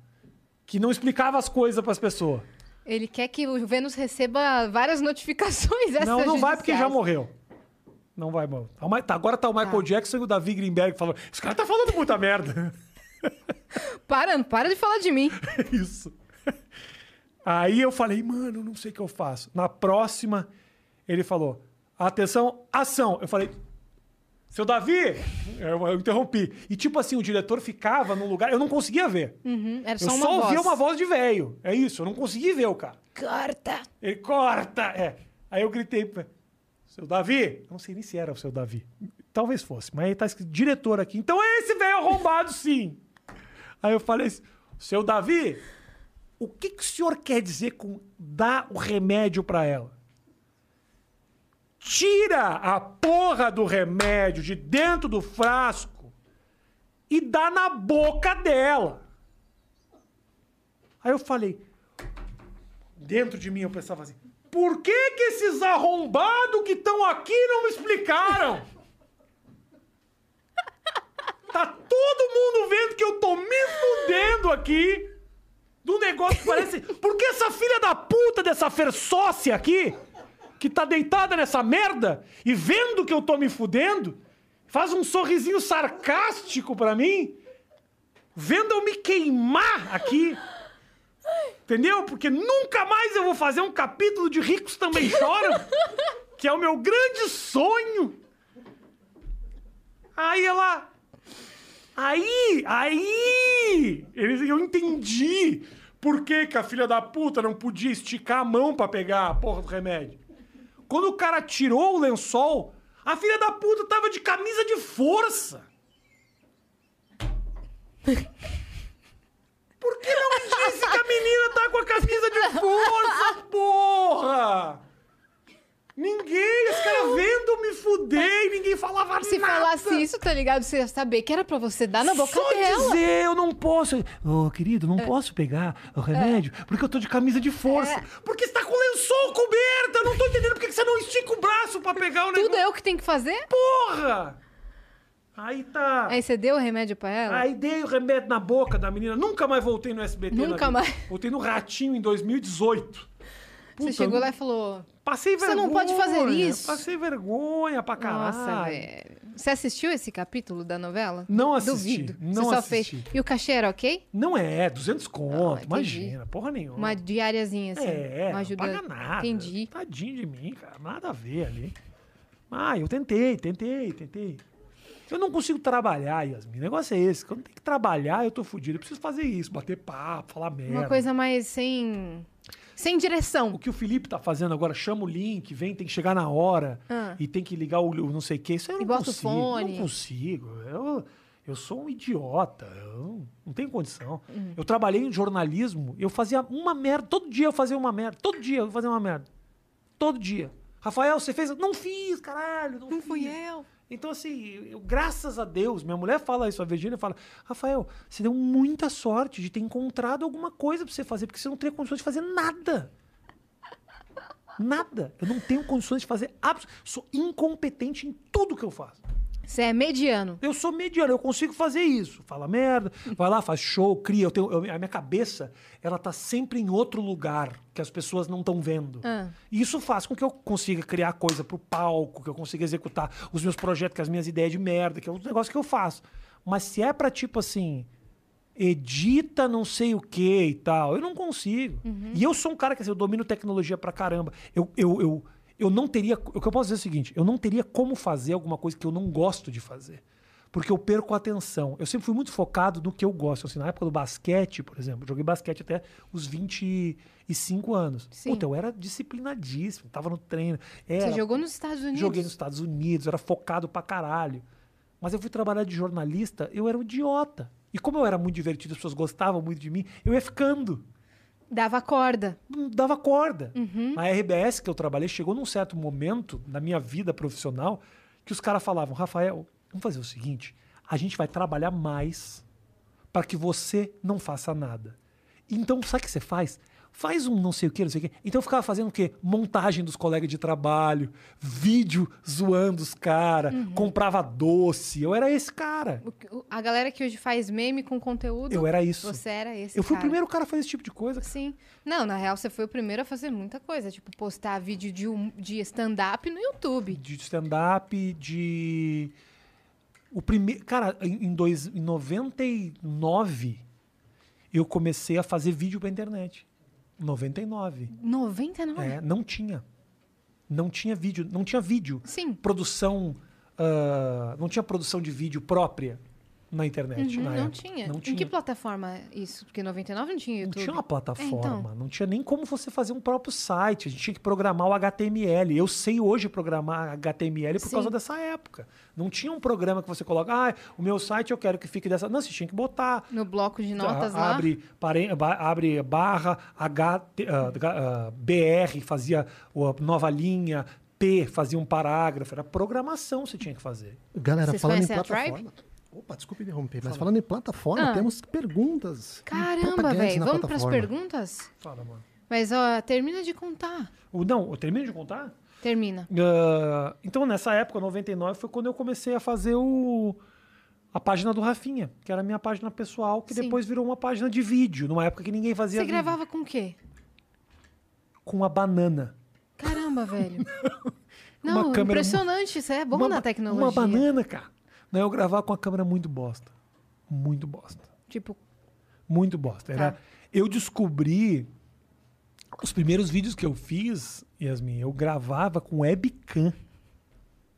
B: que não explicava as coisas para as pessoas.
A: Ele quer que o Vênus receba várias notificações.
B: Não, não vai porque já
A: extrajudiciais.
B: morreu. Não vai, mano. Tá, o Ma- tá, agora tá o Michael Jackson e o Davi Greenberg falando. Esse cara tá falando muita merda. [LAUGHS]
A: Para, não para de falar de mim.
B: É Isso. Aí eu falei, mano, não sei o que eu faço. Na próxima, ele falou: atenção, ação. Eu falei. Seu Davi! Eu, eu interrompi. E tipo assim, o diretor ficava num lugar, eu não conseguia ver.
A: Hum, Era só
B: eu
A: uma
B: só
A: voz.
B: ouvia uma voz de velho. É isso, eu não conseguia ver o cara.
A: Corta.
B: Ele corta! É. Aí eu gritei, pra- seu Davi? Eu não sei nem se era o seu Davi. Talvez fosse, mas aí tá escrito diretor aqui. Então é esse velho arrombado, sim! Aí eu falei assim, seu Davi, o que, que o senhor quer dizer com dar o remédio pra ela? Tira a porra do remédio de dentro do frasco e dá na boca dela. Aí eu falei, Dentro de mim eu pensava assim: por que, que esses arrombados que estão aqui não me explicaram? Tá todo mundo vendo que eu tô me fudendo aqui do negócio que parece. Por que essa filha da puta dessa fersócia aqui, que tá deitada nessa merda e vendo que eu tô me fudendo, faz um sorrisinho sarcástico pra mim, vendo eu me queimar aqui? Entendeu? Porque nunca mais eu vou fazer um capítulo de Ricos Também Choram, que é o meu grande sonho. Aí ela. Aí, aí! Eles, eu entendi por que, que a filha da puta não podia esticar a mão pra pegar a porra do remédio. Quando o cara tirou o lençol, a filha da puta tava de camisa de força. Por que não me disse que a menina tá com a camisa de força, porra? Ninguém, os caras vendo me fuder e ninguém falava
A: Se
B: nada.
A: falasse isso, tá ligado? Você ia saber que era pra você dar na boca
B: Só
A: dela. É.
B: dizer, eu não posso. Ô, querido, não posso pegar o remédio porque eu tô de camisa de força. Porque você tá com lençol coberta. Eu não tô entendendo por que que você não estica o braço pra pegar o
A: Tudo é-
B: negócio.
A: eu que tenho que fazer?
B: Porra! Aí tá.
A: Aí você deu o remédio pra ela?
B: Aí dei o remédio na boca da menina. Nunca mais voltei no SBT. na
A: Nunca
B: vida.
A: mais.
B: Voltei no Ratinho em 2018.
A: você
B: Puta,
A: chegou lá e falou...
B: Passei
A: Você
B: vergonha.
A: não pode fazer isso.
B: Passei vergonha pra caralho.
A: Nossa, velho. Você assistiu esse capítulo da novela?
B: Não assisti,
A: Duvido.
B: não
A: você só
B: assisti.
A: fez. E o cachê era ok?
B: Não é, 200
A: Ah,
B: conto.
A: entendi.
B: imagina, porra nenhuma.
A: Uma diariazinha, assim.
B: É,
A: uma ajuda...
B: não paga nada.
A: Entendi.
B: Tadinho de mim, cara. Nada a ver ali. Ah, eu tentei, tentei, tentei. Eu não consigo trabalhar, Yasmin. O negócio é esse. Quando tem que trabalhar, eu tô fudido. Eu preciso fazer isso, bater papo, falar merda.
A: Uma coisa mais sem... Sem
B: O
A: direção.
B: que o Felipe tá fazendo agora, chama o link, vem, tem que chegar na hora
A: Ah.
B: e tem que ligar o, o não sei o que. Isso eu
A: E
B: não
A: bota o
B: consigo.
A: fone.
B: Não consigo. Eu, eu sou um idiota. Eu não tenho condição.
A: Hum.
B: Eu trabalhei em jornalismo, eu fazia uma merda. Todo dia eu fazia uma merda. Todo dia eu fazia uma merda. Todo dia. Rafael, você fez? Não fiz, caralho. Não, fiz.
A: eu.
B: Então, assim, eu- graças a Deus, minha mulher fala isso, a Virgínia fala: Rafael, você deu muita sorte de ter encontrado alguma coisa pra você fazer, porque você não teria condições de fazer nada. Nada. Eu não tenho condições de fazer abs... Sou incompetente em tudo que eu faço.
A: Você é mediano.
B: Eu sou mediano, eu consigo fazer isso. Fala merda, vai lá, faz show, cria. Eu tenho, eu- a minha cabeça, ela tá sempre em outro lugar que as pessoas não estão vendo.
A: Ah.
B: E isso faz com que eu consiga criar coisa pro palco, que eu consiga executar os meus projetos, que as minhas ideias de merda, que é um negócio que eu faço. Mas se é pra tipo assim, edita não sei o que e tal. Eu não consigo.
A: Uhum.
B: E eu sou um cara que assim, eu domino tecnologia pra caramba. Eu, eu, eu, eu não teria. O que eu posso dizer é o seguinte: eu não teria como fazer alguma coisa que eu não gosto de fazer. Porque eu perco a atenção. Eu sempre fui muito focado no que eu gosto. Assim, na época do basquete, por exemplo, eu joguei basquete até os 25 anos.
A: Sim.
B: Puta, eu era disciplinadíssimo, tava no treino. Era,
A: Você jogou nos Estados Unidos.
B: Joguei nos Estados Unidos, era focado pra caralho. Mas eu fui trabalhar de jornalista, eu era um idiota. E como eu era muito divertido, as pessoas gostavam muito de mim, eu ia ficando.
A: Dava corda.
B: Não Dava corda.
A: Uhum.
B: Na RBS que eu trabalhei, chegou num certo momento na minha vida profissional que os caras falavam: Rafael, vamos fazer o seguinte, a gente vai trabalhar mais para que você não faça nada. Então, sabe o que você faz? Faz um não sei o que, não sei o que. Então eu ficava fazendo o quê? Montagem dos colegas de trabalho, vídeo zoando os caras,
A: Uhum.
B: comprava doce. Eu era esse cara.
A: O que- o- A galera que hoje faz meme com conteúdo.
B: Eu era isso.
A: Você era esse.
B: eu fui
A: cara.
B: o primeiro cara a fazer esse tipo de coisa.
A: Sim. Não, na real, você foi o primeiro a fazer muita coisa. Tipo, postar vídeo de, um- de stand-up no YouTube.
B: de stand-up, de. O primeiro. Cara, em, em dois, em 99, eu comecei a fazer vídeo pra internet. 99.
A: 99?
B: É, não tinha. Não tinha vídeo. Não tinha vídeo.
A: Sim.
B: Produção. ah, não tinha produção de vídeo própria na internet.
A: Uhum,
B: É, tipo, na
A: não
B: época.
A: tinha.
B: Não
A: Em
B: tinha.
A: que plataforma isso? Porque 99 não tinha
B: Não
A: YouTube.
B: tinha uma plataforma,
A: É, então.
B: não tinha nem como você fazer um próprio site. A gente tinha que programar o HTML. Eu sei hoje programar HTML por
A: Sim.
B: causa dessa época. Não tinha um programa que você coloca, ah, o meu site eu quero que fique dessa. Não, você tinha que botar.
A: No bloco de notas né?
B: Ah,
A: lá.
B: abre, paren- ba- abre barra, HT, ah, ah, BR fazia a nova linha, P fazia um parágrafo. Era programação que você tinha que fazer.
C: Galera,
A: Vocês
C: falando em
A: conhecem a Tribe?
C: plataforma. Opa, desculpa interromper, mas falando em plataforma,
A: Ah.
C: temos perguntas.
A: Caramba,
C: propagandas
A: velho.
C: na
A: Vamos pras
C: plataforma.
A: perguntas?
B: Fala, mano.
A: Mas, ó, termina de contar.
B: O- Não, eu termino de contar?
A: Termina.
B: Ah, então, nessa época, 99, foi quando eu comecei a fazer o, a página do Rafinha, que era a minha página pessoal, que
A: Sim.
B: depois virou uma página de vídeo, numa época que ninguém fazia
A: Você
B: vídeo.
A: gravava com o quê?
B: com a banana.
A: Caramba, velho.
B: [LAUGHS] Uma
A: Não,
B: câmera-
A: impressionante. Você é bom
B: uma,
A: na
B: ba-
A: tecnologia.
B: Uma banana, cara. Não, eu gravava com a câmera muito bosta. Muito bosta.
A: Tipo,
B: Muito bosta. Era,
A: Tá.
B: Eu descobri os primeiros vídeos que eu fiz, Yasmin, eu gravava com webcam.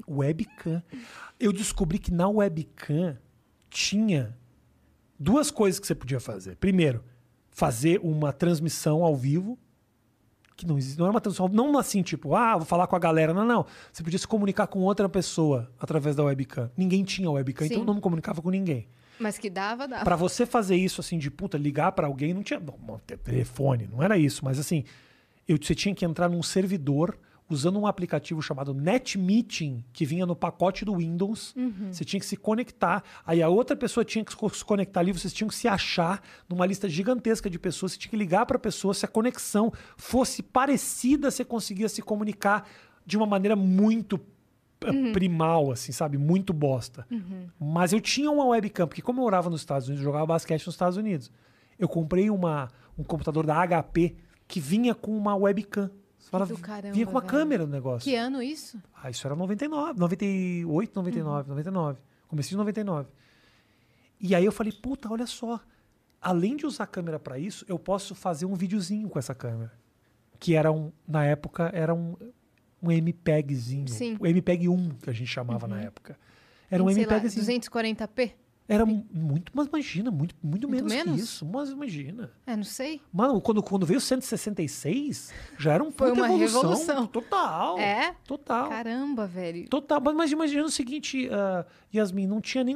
B: Webcam. Eu descobri que na webcam tinha duas coisas que você podia fazer. Primeiro, fazer uma transmissão ao vivo. Que não existe, não era uma transmissão, ao vivo, não assim, tipo, ah, vou falar com a galera. Não, não. Você podia se comunicar com outra pessoa através da webcam. Ninguém tinha webcam, então
A: Sim.
B: eu não me comunicava com ninguém.
A: mas que dava, dava.
B: Pra você fazer isso assim de puta, ligar pra alguém, não tinha bom, bom, te- telefone, não era isso, mas assim, eu, você tinha que entrar num servidor usando um aplicativo chamado NetMeeting, que vinha no pacote do Windows. Você tinha que se conectar, aí a outra pessoa tinha que se conectar ali, vocês tinham que se achar numa lista gigantesca de pessoas, você tinha que ligar para a pessoa, se a conexão fosse parecida, você conseguia se comunicar de uma maneira muito eh,
A: Uhum.
B: primal, assim, sabe? Muito bosta. Mas eu tinha uma webcam, porque como eu morava nos Estados Unidos, eu jogava basquete nos Estados Unidos, eu comprei uma, um computador da HP que vinha com uma webcam. Você falava,
A: do caramba,
B: vinha com uma
A: velho.
B: câmera no negócio.
A: Que ano isso?
B: Ah, isso era 99, 98,
A: Uhum.
B: 99, 99. Comecei de 99. E aí eu falei, puta, olha só. Além de usar a câmera para isso, eu posso fazer um videozinho com essa câmera. Que era um, na época, era um, um MPEGzinho.
A: Sim.
B: O MPEG 1, que a gente chamava na época. Era um
A: Em, sei lá,
B: MPEGzinho.
A: 240p?
B: Era mu- muito, mas imagina, muito, muito,
A: Muito
B: menos,
A: menos?
B: que isso. Mas imagina.
A: É, não sei.
B: Mano, quando, quando veio o 166, já era um
A: Foi
B: puta
A: uma
B: evolução.
A: revolução.
B: Total.
A: É?
B: Total.
A: Caramba, velho.
B: Total, mas- mas imagina o seguinte, ah, Yasmin, não tinha nem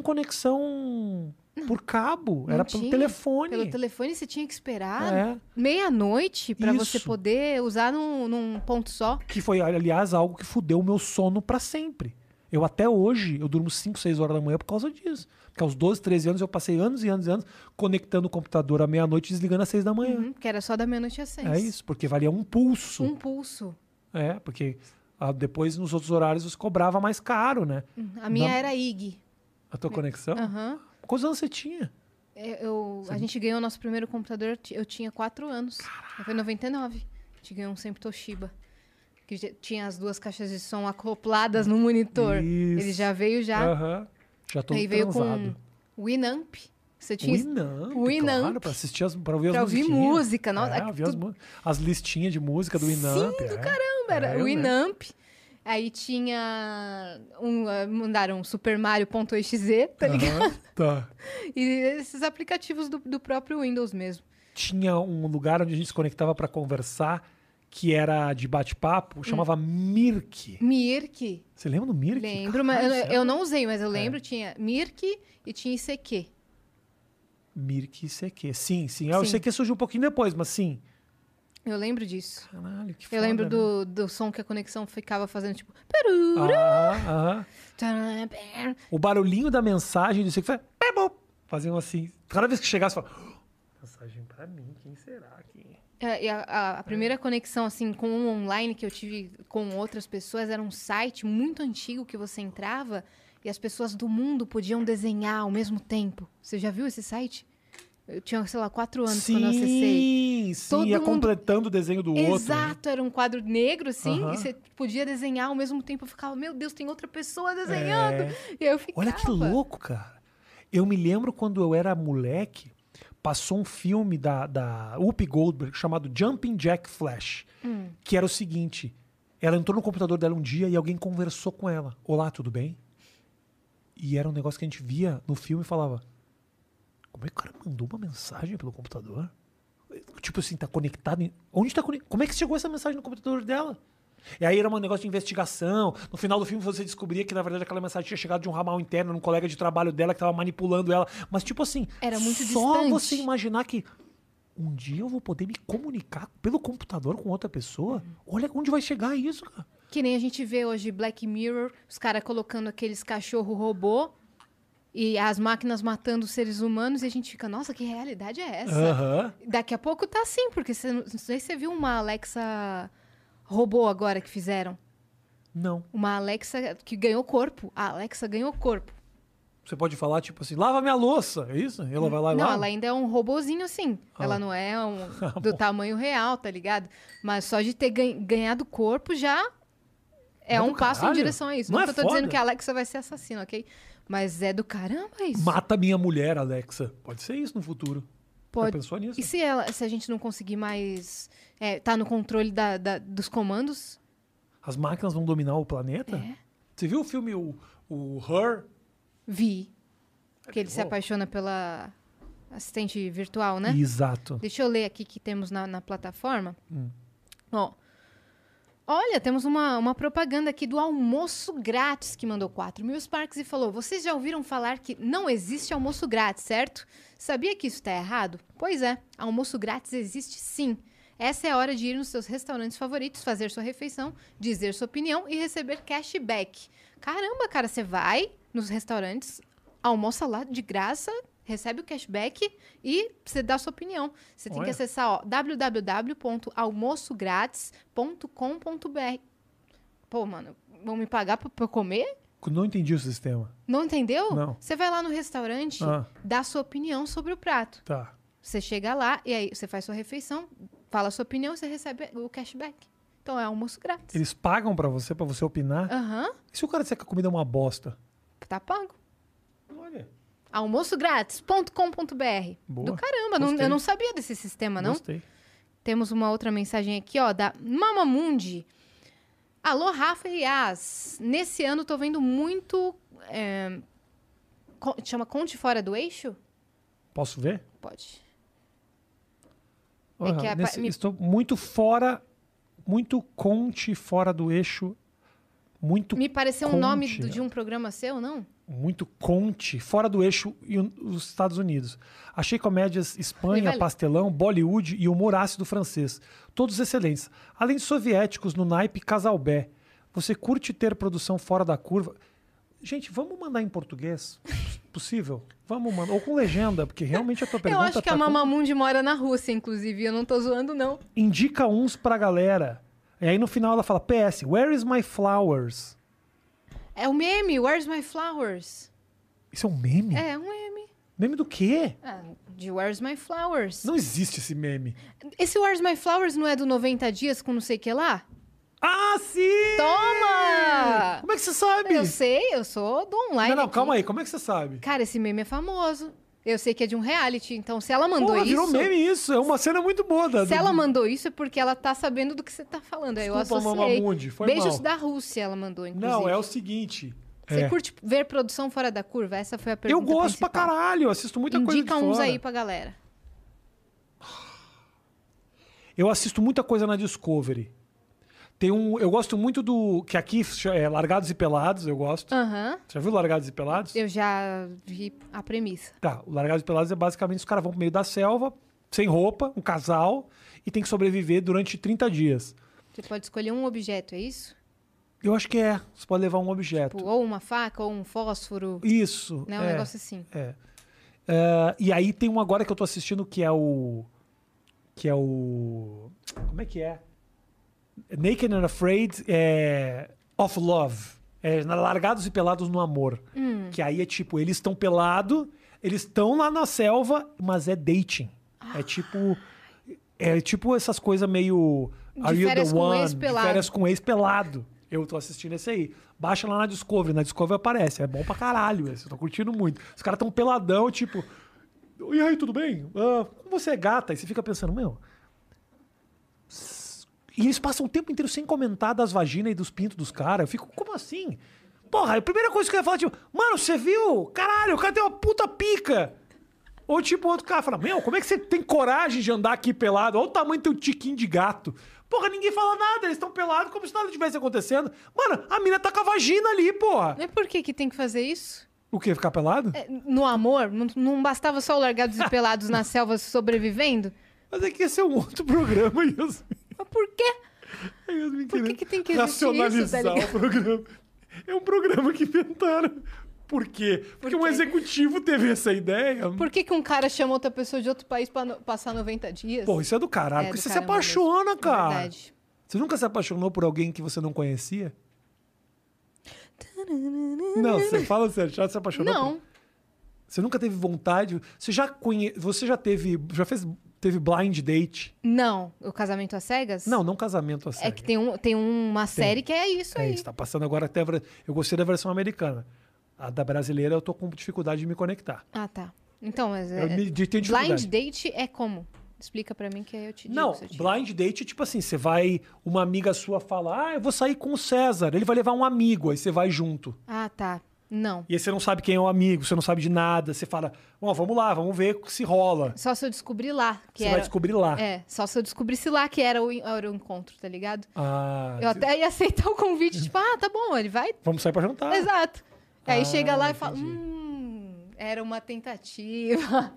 B: conexão por cabo,
A: Não
B: era
A: tinha.
B: pelo telefone.
A: Pelo telefone você tinha que esperar
B: É.
A: meia-noite pra você
B: Isso.
A: poder usar num, num ponto só.
B: Que foi, aliás, algo que fudeu o meu sono pra sempre. Eu até hoje, eu durmo 5, 6 horas da manhã por causa disso. Porque aos 12, 13 anos eu passei anos e anos e anos conectando o computador à meia-noite e desligando às 6 da manhã.
A: Uhum, que era só da meia-noite às seis.
B: É isso, porque valia um pulso.
A: Um pulso.
B: É, porque ah, depois nos outros horários você cobrava mais caro, né?
A: Uhum. A minha
B: Não. Então?
A: era IG.
B: A
A: Hum.
B: tua conexão.
A: Aham.
B: Quantos anos você tinha?
A: Eu- eu- a gente ganhou nosso primeiro computador, eu ti- eu tinha 4 anos. Foi em 99. A gente ganhou um sempre Toshiba. Que já tinha as duas caixas de som acopladas no monitor. Ele
B: Isso.
A: já veio já.
B: Aham. Já tô
A: Aí veio
B: transado.
A: com Winamp. Você tinha
B: Winamp,
A: Winamp.
B: claro, pra assistir, as, pra ouvir
A: pra
B: as
A: ouvir
B: musiquinhas.
A: música. Nossa,
B: É,
A: aqui
B: ouvir as,
A: tudo-
B: mu- as listinhas de música do Winamp. Sim, do
A: Caramba, era
B: É, eu
A: Winamp. Aí tinha. Um, ah, mandaram um Super Mario.exe, tá
B: Ah.
A: ligado?
B: Tá.
A: E esses aplicativos do, do próprio Windows mesmo.
B: Tinha um lugar onde a gente se conectava pra conversar, que era de
A: Hum.
B: bate-papo, chamava Mirk.
A: Mirk.
B: Você lembra do Mirk?
A: Lembro, mas
B: Caralho, é
A: eu,
B: sério?
A: eu não usei, mas eu lembro, tinha Mirk e tinha ICQ.
B: Mirk e CQ. Sim, sim. Ah, o
A: Sim.
B: CQ surgiu um pouquinho depois, mas sim.
A: Eu lembro disso.
B: Caralho, que
A: eu
B: foda,
A: lembro
B: né?
A: do, do som que a conexão ficava fazendo, tipo... peru,
B: Ah, aham.
A: taran, per.
B: O barulhinho da mensagem do CQ foi... "Pebop", Faziam assim. Cada vez que chegasse, falava... "Oh, Mensagem pra mim, quem será? Quem...
A: É, e a, a- a primeira conexão, assim, com o online que eu tive com outras pessoas era um site muito antigo que você entrava e as pessoas do mundo podiam desenhar ao mesmo tempo. Você já viu esse site? Eu tinha, sei lá, quatro anos quando eu acessei.
B: Sim, sim.
A: Todo
B: ia
A: mundo-
B: completando o desenho do outro. né?
A: Exato, era um quadro negro, assim,
B: Aham.
A: e você podia desenhar ao mesmo tempo. Eu ficava, meu Deus, tem outra pessoa desenhando.
B: É.
A: E aí eu ficava.
B: Olha que louco, cara. Eu me lembro quando eu era moleque, passou um filme da, da Whoopi Goldberg chamado Jumping Jack Flash,
A: Hum.
B: que era o seguinte: ela entrou no computador dela um dia e alguém conversou com ela. Olá, tudo bem? E era um negócio que a gente via no filme e falava: Como é que o cara mandou uma mensagem pelo computador? Tipo assim, tá conectado. Em... Onde tá conectado? Como é que chegou essa mensagem no computador dela? E aí era um negócio de investigação. No final do filme você descobria que, na verdade, aquela mensagem tinha chegado de um ramal interno, num colega de trabalho dela que tava manipulando ela. Mas, tipo assim,
A: Era muito
B: só
A: distante.
B: você imaginar que um dia eu vou poder me comunicar pelo computador com outra pessoa. Olha onde vai chegar isso, cara.
A: Que nem a gente vê hoje Black Mirror, os caras colocando aqueles cachorro robô e as máquinas matando os seres humanos, e a gente fica, nossa, que realidade é essa?
B: Aham.
A: Daqui a pouco tá assim, porque você, não sei se você viu uma Alexa robô agora que fizeram.
B: Não.
A: Uma Alexa que ganhou corpo. A Alexa ganhou corpo.
B: Você pode falar, tipo assim, lava minha louça. É isso? Ela vai lá Ah. e
A: Não,
B: lava.
A: ela ainda é um robozinho assim. Ela não é
B: [LAUGHS]
A: um- do tamanho real, tá ligado? Mas só de ter gan- ganhado corpo já é
B: Não é do
A: um passo em
B: caralho?
A: direção a isso. Não,
B: Não
A: que
B: é
A: eu tô dizendo
B: foda?
A: que a Alexa vai ser assassina, ok? Mas é do caramba isso.
B: Mata minha mulher, Alexa. Pode ser isso no futuro.
A: Pode-
B: Já pensou nisso?
A: E se, ela, se a gente não conseguir mais é, tá no controle da- da- dos comandos?
B: As máquinas vão dominar o planeta?
A: É.
B: Você viu o filme o, o Her?
A: Vi. Que ele se
B: bom.
A: apaixona pela assistente virtual, né?
B: Exato.
A: Deixa eu ler aqui que temos na, na plataforma. Ó. Olha, temos uma, uma propaganda aqui do almoço grátis que mandou 4 mil Sparks e falou: Vocês já ouviram falar que não existe almoço tá grátis, certo? Sabia que isso está errado? Pois é, almoço grátis existe sim. Essa é a hora de ir nos seus restaurantes favoritos, fazer sua refeição, dizer sua opinião e receber cashback. Caramba, cara, você vai nos restaurantes, almoça lá de graça, recebe o cashback e você dá sua opinião. Você tem que
B: Olha.
A: acessar ó, www.almoçogratis.com.br. Pô, mano, vão me pagar pra, pra eu comer?
B: Não entendi o sistema.
A: Não entendeu?
B: Não.
A: Você vai lá no restaurante,
B: Ah.
A: dá sua opinião sobre o prato.
B: Tá.
A: Você chega lá e aí você faz sua refeição, fala sua opinião e você recebe o cashback. Então é almoço grátis.
B: Eles pagam pra você, pra você opinar?
A: Aham,
B: E se o cara disser que a comida é uma bosta?
A: tá pago.
B: Olha.
A: almoçográtis.com.br.
B: Boa.
A: Do caramba, não-
B: Gostei.
A: eu não sabia desse sistema, não?
B: Gostei.
A: Temos uma outra mensagem aqui, ó, da Mamamundi. Alô, Rafa e Yas. Nesse ano tô vendo muito. é, co- chama Conte Fora do Eixo?
B: Posso ver?
A: Pode.
B: Olha,
A: É que a pa-
B: nesse-
A: me-
B: Estou muito fora, muito conte fora do eixo, muito
A: Me pareceu um
B: Conte, né?
A: nome do-
B: ó.
A: de um programa seu, não?
B: muito conte fora do eixo e o- os Estados Unidos. Achei comédias Espanha,
A: Velho.
B: pastelão, Bollywood e humor ácido francês, todos excelentes. Além de soviéticos no naipe Casalbé. Você curte ter produção fora da curva? Gente, vamos mandar em português, [LAUGHS] se possível? Vamos mandar ou com legenda, porque realmente a tua
A: Eu
B: pergunta
A: acho que a
B: tá com-
A: Mamamundi mora na Rússia, inclusive. Eu não tô zoando, não.
B: indica uns pra galera. E aí no final ela fala: PS, where is my flowers?
A: É o meme, Where's My Flowers?
B: Isso é um meme?
A: É, um meme.
B: Meme do quê?
A: Ah, de Where's My Flowers.
B: Não existe esse meme.
A: Esse Where's My Flowers não é do 90 dias com não sei o que lá?
B: Ah, sim!
A: Toma!
B: Como é que você sabe?
A: Eu sei, eu sou do online.
B: Não, não,
A: aqui.
B: calma aí, como é que você sabe?
A: Cara, esse meme é famoso. Eu sei que é de um reality, então se ela mandou
B: Porra,
A: isso.
B: virou meme isso. É uma cena muito boa. Da,
A: Se ela mandou isso é porque ela tá sabendo do que você tá falando. Aí eu
B: Desculpa,
A: associei.
B: Mamamundi, foi
A: Beijos
B: mal.
A: da Rússia ela mandou, inclusive.
B: Não, é o seguinte.
A: Você
B: é,
A: curte ver produção fora da curva? Essa foi a
B: eu
A: pergunta
B: gosto
A: principal.
B: pra caralho, eu assisto muita coisa de
A: Indica uns
B: fora.
A: aí pra galera.
B: Eu assisto muita coisa na Discovery. Tem um, eu gosto muito do que aqui é Largados e Pelados, eu gosto.
A: Aham.
B: Já viu Largados e Pelados?
A: Ah. Eu já vi a premissa.
B: Tá, o Largados e Pelados é basicamente os caras vão pro meio da selva, sem roupa, um casal, e tem que sobreviver durante 30 dias.
A: Você pode escolher um objeto, é isso?
B: Eu acho que é. Você pode levar um objeto.
A: Tipo, ou uma faca, ou um fósforo,
B: Isso.
A: né? Um
B: é,
A: negócio assim.
B: é. É, e aí tem um agora que eu tô assistindo que é o. Que é o. Como é que é? Naked and Afraid é, of Love. É, na- largados e pelados no amor.
A: Hum.
B: Que aí é tipo, eles estão pelado, eles estão lá na selva, mas é dating.
A: Ah.
B: É tipo. É tipo essas coisas meio.
A: De
B: Are you
A: férias
B: the
A: com
B: one?
A: ex
B: De
A: pelado.
B: férias com ex pelado. Eu tô assistindo esse aí. Baixa lá na Discovery. Na Discovery aparece. É bom pra caralho esse. Eu tô curtindo muito. Os caras tão peladão, tipo. E aí, tudo bem? Ah, como você é gata? E você fica pensando, meu. E eles passam o tempo inteiro sem comentar das vaginas e dos pintos dos caras. Eu fico, como assim? Porra, a primeira coisa que eu ia falar, tipo, mano, você viu? Caralho, o cara tem uma puta pica. Ou tipo, outro cara fala, meu, como é que você tem coragem de andar aqui pelado? Olha o tamanho do teu tiquinho de gato. Porra, ninguém fala nada, eles estão pelados como se nada tivesse acontecendo. Mano, a mina tá com a vagina ali, porra.
A: Mas por que que tem que fazer isso?
B: O quê? Ficar pelado?
A: É, No amor? Não, não bastava só o largados e pelados
B: [LAUGHS]
A: na selva sobrevivendo?
B: Mas é que esse é um outro [LAUGHS] programa, Yasmin.
A: Mas por quê?
B: A Yasmin
A: Por que
B: querendo
A: que tem que existir isso, tá
B: É racionalizar
A: ligado?
B: o programa. É um programa que inventaram. Por quê? Porque um
A: quê?
B: executivo teve essa ideia.
A: Por que que um cara chama outra pessoa de outro país pra no- passar 90 dias?
B: Pô, isso é do caralho. porque
A: do
B: você se
A: caramba mesmo.
B: apaixona,
A: É
B: cara.
A: Verdade.
B: Você nunca se apaixonou por alguém que você não conhecia? Não, você fala sério, já se apaixonou? por-
A: Não,
B: Você nunca teve vontade? Você já conhe... Você já teve. Já fez. Teve blind date?
A: não. O casamento às cegas?
B: Não, não casamento assim.
A: É que tem, um, tem uma série que é isso
B: É
A: aí.
B: isso, tá passando agora até. a ver- Eu gostei da versão americana. A da brasileira eu tô com dificuldade de me conectar.
A: Ah, tá. Então, mas é,
B: Eu me- de- tenho
A: blind
B: dificuldade.
A: date é como? Explica pra mim que aí eu te digo.
B: Não,
A: se eu te-
B: blind date, tipo assim, você vai, uma amiga sua fala, ah, eu vou sair com o César, ele vai levar um amigo, aí você vai junto.
A: Ah, tá. Não.
B: E aí você não sabe quem é o amigo, você não sabe de nada, você fala, ó, vamos lá, vamos ver se rola.
A: Só se eu descobrir lá que
B: você
A: era.
B: vai descobrir lá.
A: É, só se eu descobrisse lá que era o, era o encontro, tá ligado?
B: Ah,
A: Eu até ia aceitar o convite, tipo, ah, tá bom, ele vai.
B: vamos sair pra jantar.
A: Exato. Aí
B: Ah,
A: chega lá e fala,
B: entendi.
A: hum, Era uma
B: [LAUGHS]
A: tentativa.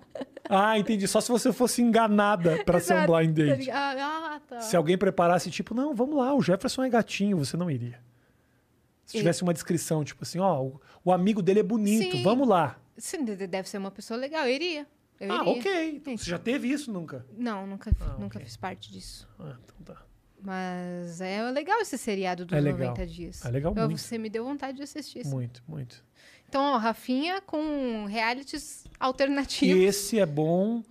B: Ah, entendi. Só se você fosse enganada pra ser um blind date.
A: Ah, ah, tá.
B: Se alguém preparasse, tipo, não, vamos lá, o Jefferson é gatinho, você não iria. Se
A: E-
B: tivesse uma descrição, tipo assim, ó, o- o amigo dele é bonito,
A: Sim.
B: vamos lá.
A: Sim, de- de- Deve ser uma pessoa legal, eu iria. Eu
B: Ah,
A: iria.
B: ok. Então, você já teve isso nunca?
A: Não, nunca, nunca
B: ok.
A: fiz parte disso.
B: Ah, então tá.
A: Mas é legal esse seriado dos
B: É legal.
A: 90 dias.
B: É legal
A: Eu-
B: muito.
A: Você me deu vontade de assistir isso.
B: Muito, muito.
A: Então, ó, Rafinha com realities
B: E
A: alternativos.
B: esse é bom.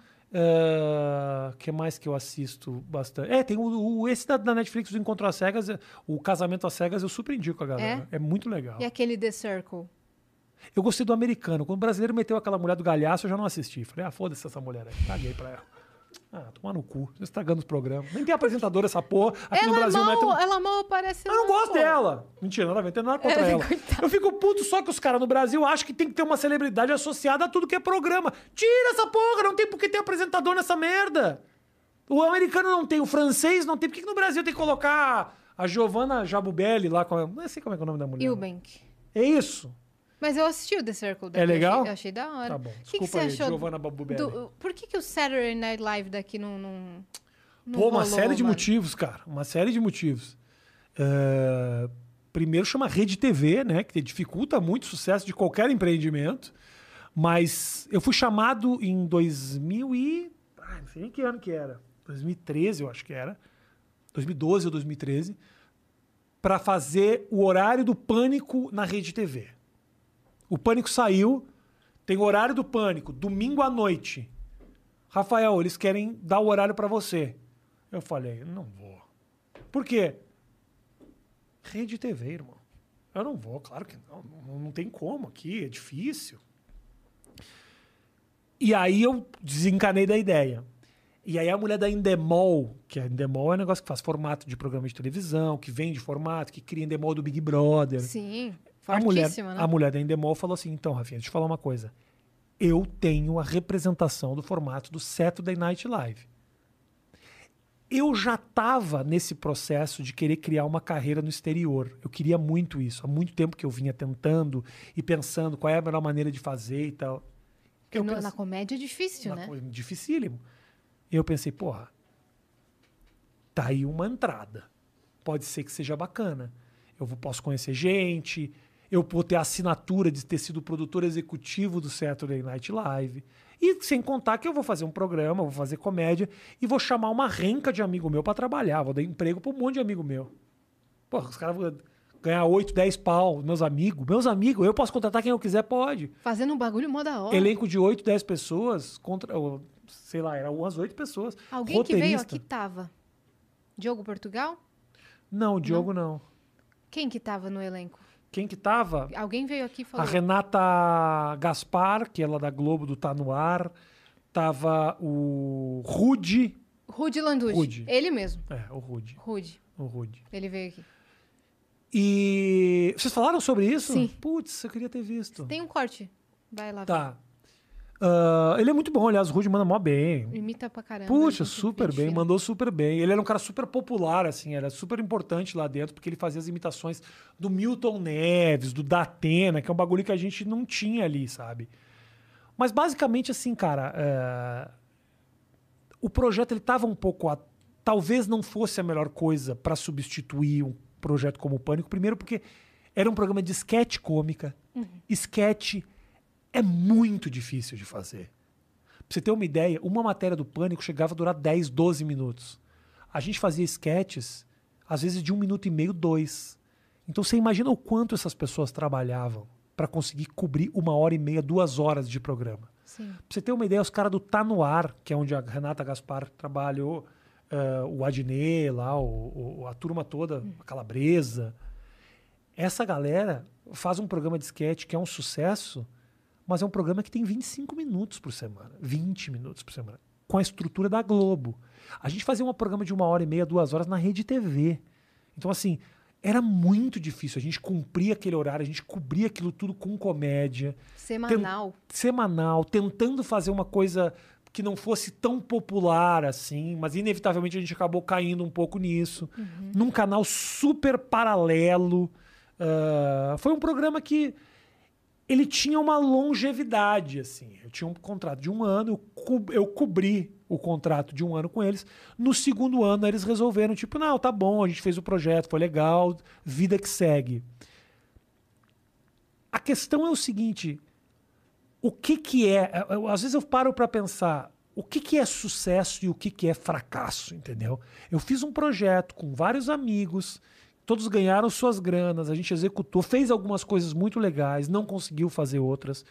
B: O que mais que eu assisto bastante? É, tem o, o- esse da, da Netflix, o Encontro às Cegas, é- o Casamento às Cegas, eu super indico a galera. É, muito legal.
A: E aquele The Circle.
B: Eu gostei do americano. Quando o brasileiro meteu aquela mulher do galhaço, eu já não assisti. Falei, ah, foda-se essa mulher aí. Caguei pra ela. Ah, tomar no cu. Tô estragando os programas. Nem tem apresentadora essa porra. Aqui no
A: Ela
B: Brasil não é
A: mal,
B: tão...
A: ela mal É, aparece
B: Eu não
A: lá,
B: gosto
A: pô.
B: dela. Mentira, nada a ver, não tem nada contra ela. Eu fico puto só que os caras no Brasil acham que tem que ter uma celebridade associada a tudo que é programa. Tira essa porra, não tem por que ter apresentador nessa merda. O americano não tem, o francês não tem. Por que, que no Brasil tem que colocar a Giovanna Jabubelli lá com a... Não sei como é, que é o nome da mulher.
A: Eubank.
B: É isso.
A: Mas eu assisti o The Circle daqui.
B: É
A: Eu
B: legal?
A: achei, eu achei da hora.
B: Tá bom.
A: O que que,
B: Desculpa
A: você
B: aí,
A: achou?
B: Giovanna Babubelli.
A: do- por que, que o Saturday Night Live daqui não. não, não
B: Pô,
A: rolou,
B: uma série de
A: mano?
B: motivos, cara. Uma série de motivos. É, Primeiro chama Rede TV, né? Que dificulta muito o sucesso de qualquer empreendimento. Mas eu fui chamado em 2000 e... Ah, não sei nem que ano que era. 2013, eu acho que era. 2012 ou 2013. Pra fazer o horário do Pânico na Rede TV. O Pânico saiu. Tem o horário do Pânico, domingo à noite. Rafael, eles querem dar o horário pra você. Eu falei, não vou. Por quê? Rede TV, irmão. Eu não vou, claro que não. Não, não tem como aqui, é difícil. E aí eu desencanei da ideia. E aí a mulher da Endemol, que a Endemol é um negócio que faz formato de programa de televisão, que vende formato, que cria Endemol do Big Brother.
A: Sim.
B: né? A mulher,
A: Fortíssima,
B: a
A: né?
B: mulher da Endemol falou assim: então, Rafinha, deixa eu te falar uma coisa. Eu tenho a representação do formato do Saturday Night Live. Eu já estava nesse processo de querer criar uma carreira no exterior. Eu queria muito isso. Há muito tempo que eu vinha tentando e pensando qual é a melhor maneira de fazer e tal.
A: Porque
B: Eu
A: no-
B: pense-
A: Na comédia é difícil,
B: uma
A: né?
B: coisa dificílimo. E eu pensei, porra, tá aí uma entrada. Pode ser que seja bacana. Eu vou- posso conhecer gente, eu vou ter a assinatura de ter sido produtor executivo do Saturday Night Live. E sem contar que eu vou fazer um programa, vou fazer comédia e vou chamar uma renca de amigo meu pra trabalhar, vou dar emprego pra um monte de amigo meu. Porra, os caras vão ganhar 8, 10 pau, meus amigos, meus amigos, eu posso contratar quem eu quiser, pode.
A: Fazendo um bagulho mó da hora.
B: Elenco de 8, 10 pessoas contra. ou, sei lá, eram umas 8 pessoas.
A: Alguém que veio
B: Roteirista.
A: aqui tava. Diogo Portugal?
B: Não, o Diogo não.
A: Quem que tava no elenco?
B: Quem que tava?
A: Alguém veio aqui e
B: A
A: falou.
B: Renata Gaspar, que ela é da Globo do Tá No Ar. Tava o Rude.
A: Rude Landucci.
B: Rude.
A: Ele mesmo.
B: É, o Rude.
A: Rude.
B: O Rude.
A: Ele veio aqui.
B: E. Vocês falaram sobre isso?
A: Sim.
B: Putz, eu queria ter visto.
A: Tem um corte. Vai lá.
B: Tá. Ah, ele é muito bom, aliás, o Rude manda mó bem.
A: ver. Imita pra caramba.
B: Puxa,
A: gente,
B: super
A: gente
B: bem,
A: fina.
B: mandou super bem. Ele era um cara super popular, assim, era super importante lá dentro, porque ele fazia as imitações do Milton Neves, do Datena, que é um bagulho que a gente não tinha ali, sabe? Mas basicamente, assim, cara, é, o projeto ele tava um pouco. A... Talvez não fosse a melhor coisa para substituir um projeto como o Pânico, primeiro porque era um programa de sketch cômica.
A: Uhum.
B: Sketch é muito difícil de fazer. Pra você ter uma ideia, uma matéria do Pânico chegava a durar 10, 12 minutos. A gente fazia sketches, às vezes de um minuto e meio, dois. Então você imagina o quanto essas pessoas trabalhavam para conseguir cobrir uma hora e meia, duas horas de programa.
A: Sim.
B: Pra você ter uma ideia, os caras do Tá No Ar, que é onde a Renata Gaspar trabalhou, eh, o Adnet lá, o- o- a turma toda, a Calabresa. Essa galera faz um programa de sketch que é um sucesso, mas é um programa que tem 25 minutos por semana. 20 minutos por semana. Com a estrutura da Globo. A gente fazia um programa de uma hora e meia, duas horas na rede TV. Então, assim, era muito difícil. A gente cumpria aquele horário, a gente cobria aquilo tudo com comédia
A: Semanal.
B: semanal, tentando fazer uma coisa que não fosse tão popular assim, mas inevitavelmente a gente acabou caindo um pouco nisso. Num canal super paralelo. Ah, foi um programa que ele tinha uma longevidade, assim. Eu tinha um contrato de um ano, eu, co- eu cobri o contrato de um ano com eles. No segundo ano, eles resolveram, tipo, não, tá bom, a gente fez o projeto, foi legal, vida que segue. A questão é o seguinte, o que que é... eu- eu- às vezes eu paro para pensar, o que que é sucesso e o que que é fracasso, entendeu? Eu fiz um projeto com vários amigos, todos ganharam suas granas, a gente executou, fez algumas coisas muito legais, não conseguiu fazer outras.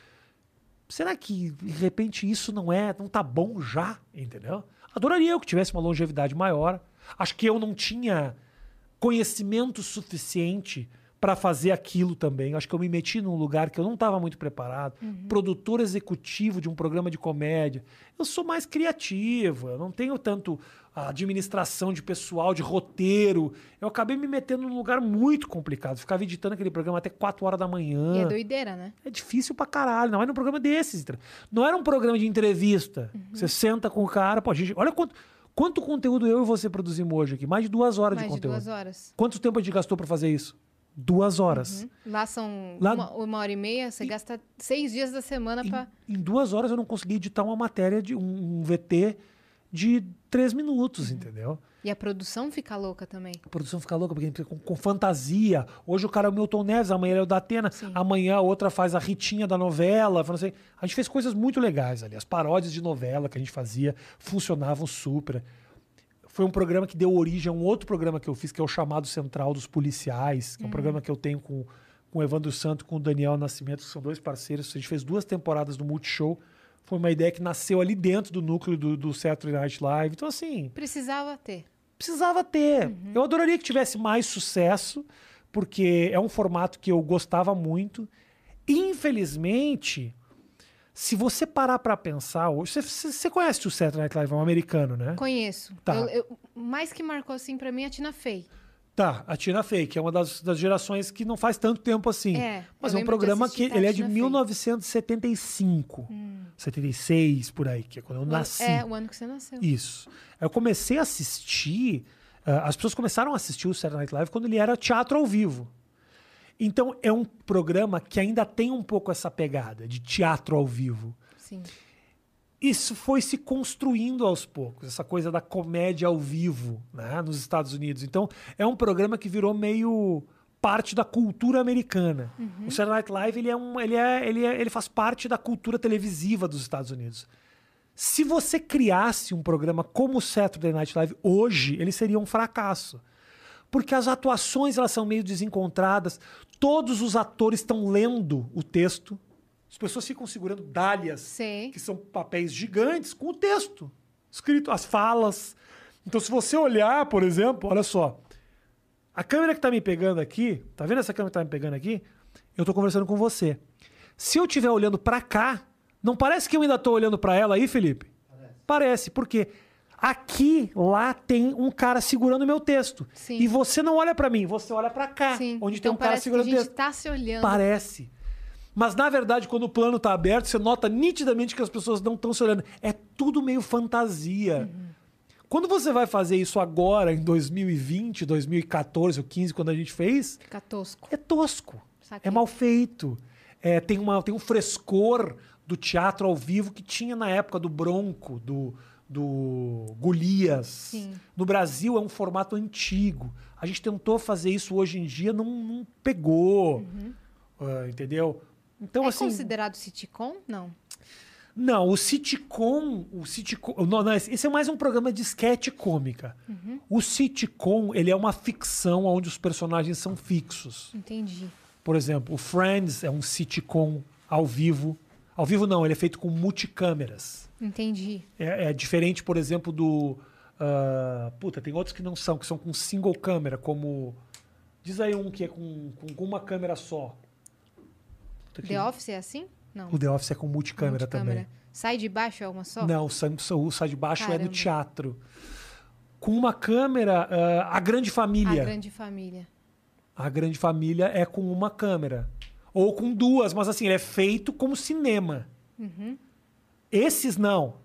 B: Será que, de repente, isso não é, não tá bom já, entendeu? Adoraria eu que tivesse uma longevidade maior. Acho que eu não tinha conhecimento suficiente para fazer aquilo também. Acho que eu me meti num lugar que eu não estava muito preparado.
A: Uhum.
B: Produtor executivo de um programa de comédia. Eu sou mais criativo, eu não tenho tanto a administração de pessoal, de roteiro. Eu acabei me metendo num lugar muito complicado. Ficava editando aquele programa até 4 horas da manhã.
A: E é doideira, né?
B: É difícil pra caralho. Não era um programa desses. entendeu? Não era um programa de entrevista. Você senta com o cara, pô, a gente. Olha quanto, quanto conteúdo eu e você produzimos hoje aqui. Mais de duas horas
A: Mais
B: de
A: de
B: conteúdo.
A: duas horas.
B: Quanto tempo a gente gastou pra fazer isso? Duas horas.
A: Lá são
B: Lá-
A: Uma, uma hora e meia, você gasta seis dias da semana pra.
B: Em, em duas horas eu não consegui editar uma matéria de um, um VT de três minutos, entendeu?
A: E a produção fica louca também.
B: A produção fica louca, porque a gente fica com, com fantasia. Hoje o cara é o Milton Neves, amanhã ele é o da Atena, amanhã a outra faz a Ritinha da novela. falando assim. A gente fez coisas muito legais ali. As paródias de novela que a gente fazia funcionavam super. Foi um programa que deu origem a um outro programa que eu fiz, que é o Chamado Central dos Policiais, que é um programa que eu tenho com, com o Evandro Santo e com o Daniel Nascimento, que são dois parceiros. A gente fez duas temporadas do Multishow. Foi uma ideia que nasceu ali dentro do núcleo do, do Saturday Night Live. Então, assim
A: Precisava ter.
B: precisava ter.
A: Uhum.
B: Eu adoraria que tivesse mais sucesso, porque é um formato que eu gostava muito. Infelizmente, se você parar pra pensar hoje, você- você, você conhece o Saturday Night Live, é um americano, né?
A: Conheço.
B: Tá.
A: Eu- eu- mais que marcou assim pra mim é a Tina Fey.
B: Tá, a Tina Fey, que é uma das, das gerações que não faz tanto tempo assim.
A: É,
B: Mas
A: eu
B: é
A: lembro
B: um
A: de
B: programa que
A: assistir
B: ele é de
A: Tina Fey. Hum.
B: 1975, 76, por aí, que é quando eu nasci.
A: É, o ano que você nasceu.
B: Isso. Eu comecei a assistir. ah, as pessoas começaram a assistir o Saturday Night Live quando ele era teatro ao vivo. Então é um programa que ainda tem um pouco essa pegada de teatro ao vivo.
A: Sim.
B: Isso foi se construindo aos poucos, essa coisa da comédia ao vivo né, nos Estados Unidos. Então é um programa que virou meio parte da cultura americana. O Saturday Night Live ele é um, ele, é, ele, é, ele faz parte da cultura televisiva dos Estados Unidos. Se você criasse um programa como o Saturday Night Live hoje, ele seria um fracasso. Porque as atuações elas são meio desencontradas, todos os atores estão lendo o texto. As pessoas ficam segurando dálias,
A: Sei.
B: que são papéis gigantes com o texto escrito, as falas. Então se você olhar, por exemplo, olha só, a câmera que tá me pegando aqui, tá vendo essa câmera que tá me pegando aqui? Eu tô conversando com você. Se eu estiver olhando pra cá, não parece que eu ainda tô olhando pra ela aí, Felipe? Parece. porque aqui, lá tem um cara segurando o meu texto.
A: Sim.
B: E você não olha pra mim, você olha pra cá,
A: Sim.
B: onde
A: então
B: tem um cara
A: parece
B: segurando
A: que
B: o
A: a
B: texto.
A: gente tá se olhando.
B: Parece. Mas na verdade, quando o plano tá aberto, você nota nitidamente que as pessoas não estão se olhando. É tudo meio fantasia. Quando você vai fazer isso agora, em 2020, 2014 ou 15, quando a gente fez,
A: Fica tosco.
B: é tosco.
A: Saquei.
B: É mal feito. É, tem, uma, tem um frescor do teatro ao vivo que tinha na época do Bronco, do, do Golias. No Brasil é um formato antigo. A gente tentou fazer isso hoje em dia, não, não pegou. Ah, entendeu? Então,
A: Uhum. é
B: assim.
A: considerado sitcom? Não.
B: Não, o sitcom, o sitcom, não, não, esse esse é mais um programa de sketch cômica.
A: Uhum.
B: O sitcom, ele é uma ficção onde os personagens são fixos.
A: Entendi.
B: Por exemplo, o Friends é um sitcom ao vivo. Ao vivo não, ele é feito com multicâmeras.
A: Entendi.
B: É, é diferente, por exemplo, do. ah, puta, tem outros que não são, que são com single câmera, como. Diz aí um que é com, com uma câmera só. Puta que-
A: The Office é assim? Não.
B: O The Office é com multicâmera também.
A: Multicâmera. Sai de baixo é uma só?
B: Não, o Sam- o Sai de Baixo é do
A: Caramba.
B: teatro. Com uma câmera, ah, A Grande
A: A
B: Família.
A: grande família.
B: A Grande Família é com uma câmera. Ou com duas, mas assim, ele é feito como cinema. Esses não.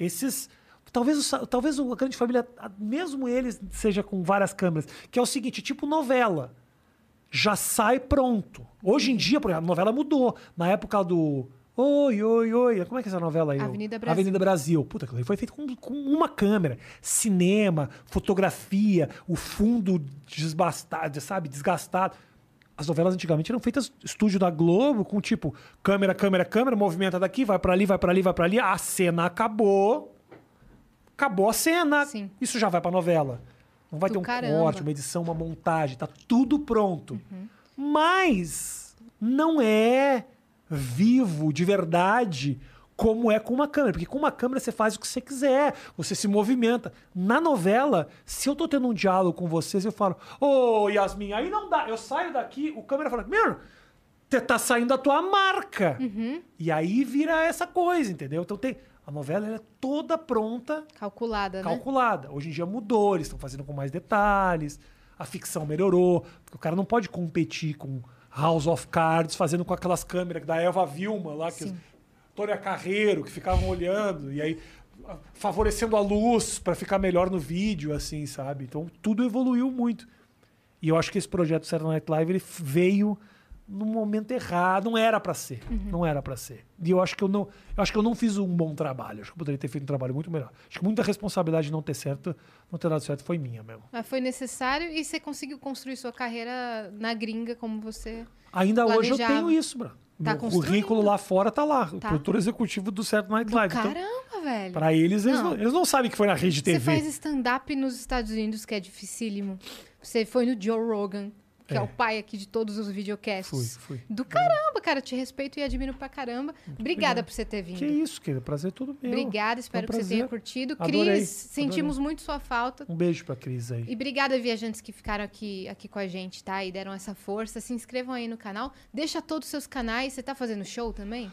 B: Esses. Talvez, o, sa- talvez o- a Grande Família, a- mesmo eles, seja com várias câmeras. Que é o seguinte: tipo novela. já sai pronto. Hoje em dia, por exemplo, a novela mudou. Na época do. Oi, oi, oi. Como é que é essa novela aí?
A: Avenida Brasil.
B: Avenida Brasil. Puta, aquilo ali foi feito com, com uma câmera. Cinema, fotografia, o fundo desbastado, sabe? Desgastado. As novelas antigamente eram feitas estúdio da Globo, com tipo câmera, câmera, câmera, movimenta daqui, vai pra ali, vai pra ali, vai pra ali. A cena acabou. Acabou a cena.
A: Sim.
B: Isso já vai pra novela. Não vai
A: Do
B: ter um
A: caramba. Uhum.
B: corte, uma edição, uma montagem, tá tudo pronto. Mas não é vivo de verdade como é com uma câmera, porque com uma câmera você faz o que você quiser, você se movimenta. Na novela, se eu tô tendo um diálogo com vocês, eu falo: "Ô, Yasmin, aí não dá". Eu saio daqui, o câmera fala: "Meu, você tá saindo a tua marca".
A: Uhum.
B: E aí vira essa coisa, entendeu? Então tem a novela ela é toda pronta
A: Calculada, né?
B: calculada. Hoje em dia mudou, eles estão fazendo com mais detalhes, a ficção melhorou, porque o cara não pode competir com House of Cards, fazendo com aquelas câmeras da Eva Vilma lá, que os- Tônia Carreiro, que ficavam olhando, e aí ah, favorecendo a luz para ficar melhor no vídeo, assim, sabe? Então tudo evoluiu muito. E eu acho que esse projeto Saturday Night Live ele f- veio no momento errado, não era pra ser,
A: Uhum.
B: não era pra ser. E eu acho que eu não, eu acho que eu não fiz um bom trabalho, acho que eu poderia ter feito um trabalho muito melhor. Acho que muita responsabilidade de não ter certo, não ter dado certo foi minha mesmo.
A: Mas foi necessário e você conseguiu construir sua carreira na gringa como você.
B: Ainda hoje eu
A: Planejava.
B: tenho isso, bro.
A: Tá
B: Meu
A: construindo.
B: currículo lá fora tá lá, o
A: Tá.
B: produtor executivo do Saturday Night Live. Então,
A: Caramba, velho.
B: pra eles, eles
A: Não.
B: não. eles não sabem que foi na rede de
A: Você
B: TV.
A: faz stand-up nos Estados Unidos, que é dificílimo. Você foi no Joe Rogan, que é,
B: É.
A: o pai aqui de todos os
B: Fui,
A: videocasts.
B: fui.
A: Do caramba, cara. Te respeito e admiro pra caramba. Obrigada
B: obrigado.
A: por você ter vindo.
B: Que isso, querido, prazer é todo meu.
A: Obrigada, espero
B: um
A: que você tenha
B: prazer.
A: curtido.
B: Adorei,
A: Cris,
B: adorei.
A: sentimos muito sua falta.
B: Um beijo pra Cris aí.
A: E obrigada, viajantes que ficaram aqui, aqui com a gente, tá? E deram essa força. Se inscrevam aí no canal. Deixa todos os seus canais. Você tá fazendo show também?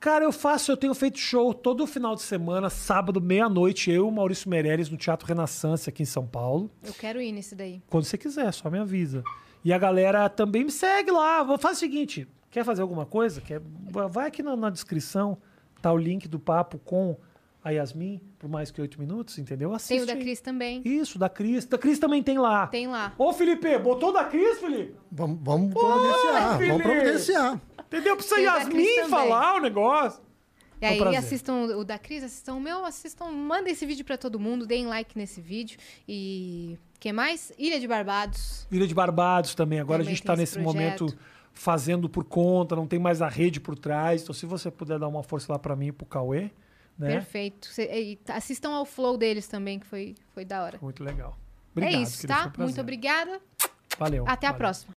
B: Cara, eu faço, eu tenho feito show todo final de semana, sábado, meia-noite, eu e o Maurício Meirelles no Teatro Renaissance aqui em São Paulo.
A: Eu quero ir nesse daí.
B: Quando você quiser, só me avisa. E a galera também me segue lá. Vou- Faz o seguinte: quer fazer alguma coisa? Quer, vai aqui na, na descrição, tá o link do papo com a Yasmin por mais que oito minutos, entendeu?
A: Tem
B: Assiste.
A: o da
B: aí.
A: Cris também.
B: Isso, da Cris. Da Cris também tem lá.
A: Tem lá.
B: Ô, Felipe, botou da Cris, Felipe?
C: Vamos, vamos providenciar,
B: Felipe!
C: vamos providenciar.
B: Entendeu? Precisa
A: Tem da Cris
B: Yasmin
A: também.
B: falar o negócio.
A: E
B: É um
A: aí
B: prazer.
A: assistam o da Cris, assistam o meu, assistam, mandem esse vídeo pra todo mundo, deem like nesse vídeo e que mais? Ilha de Barbados.
B: Ilha de Barbados também. Agora
A: Também
B: a gente
A: tem
B: está
A: esse
B: nesse
A: projeto.
B: momento fazendo por conta, não tem mais a rede por trás. Então, se você puder dar uma força lá para mim e pro Cauê, né?
A: Perfeito. Cê- e t- assistam ao flow deles também, que foi, foi da hora.
B: Muito legal. Obrigado,
A: é isso,
B: querido,
A: tá?
B: foi um prazer.
A: Muito obrigada.
B: Valeu.
A: Até a
B: valeu.
A: próxima.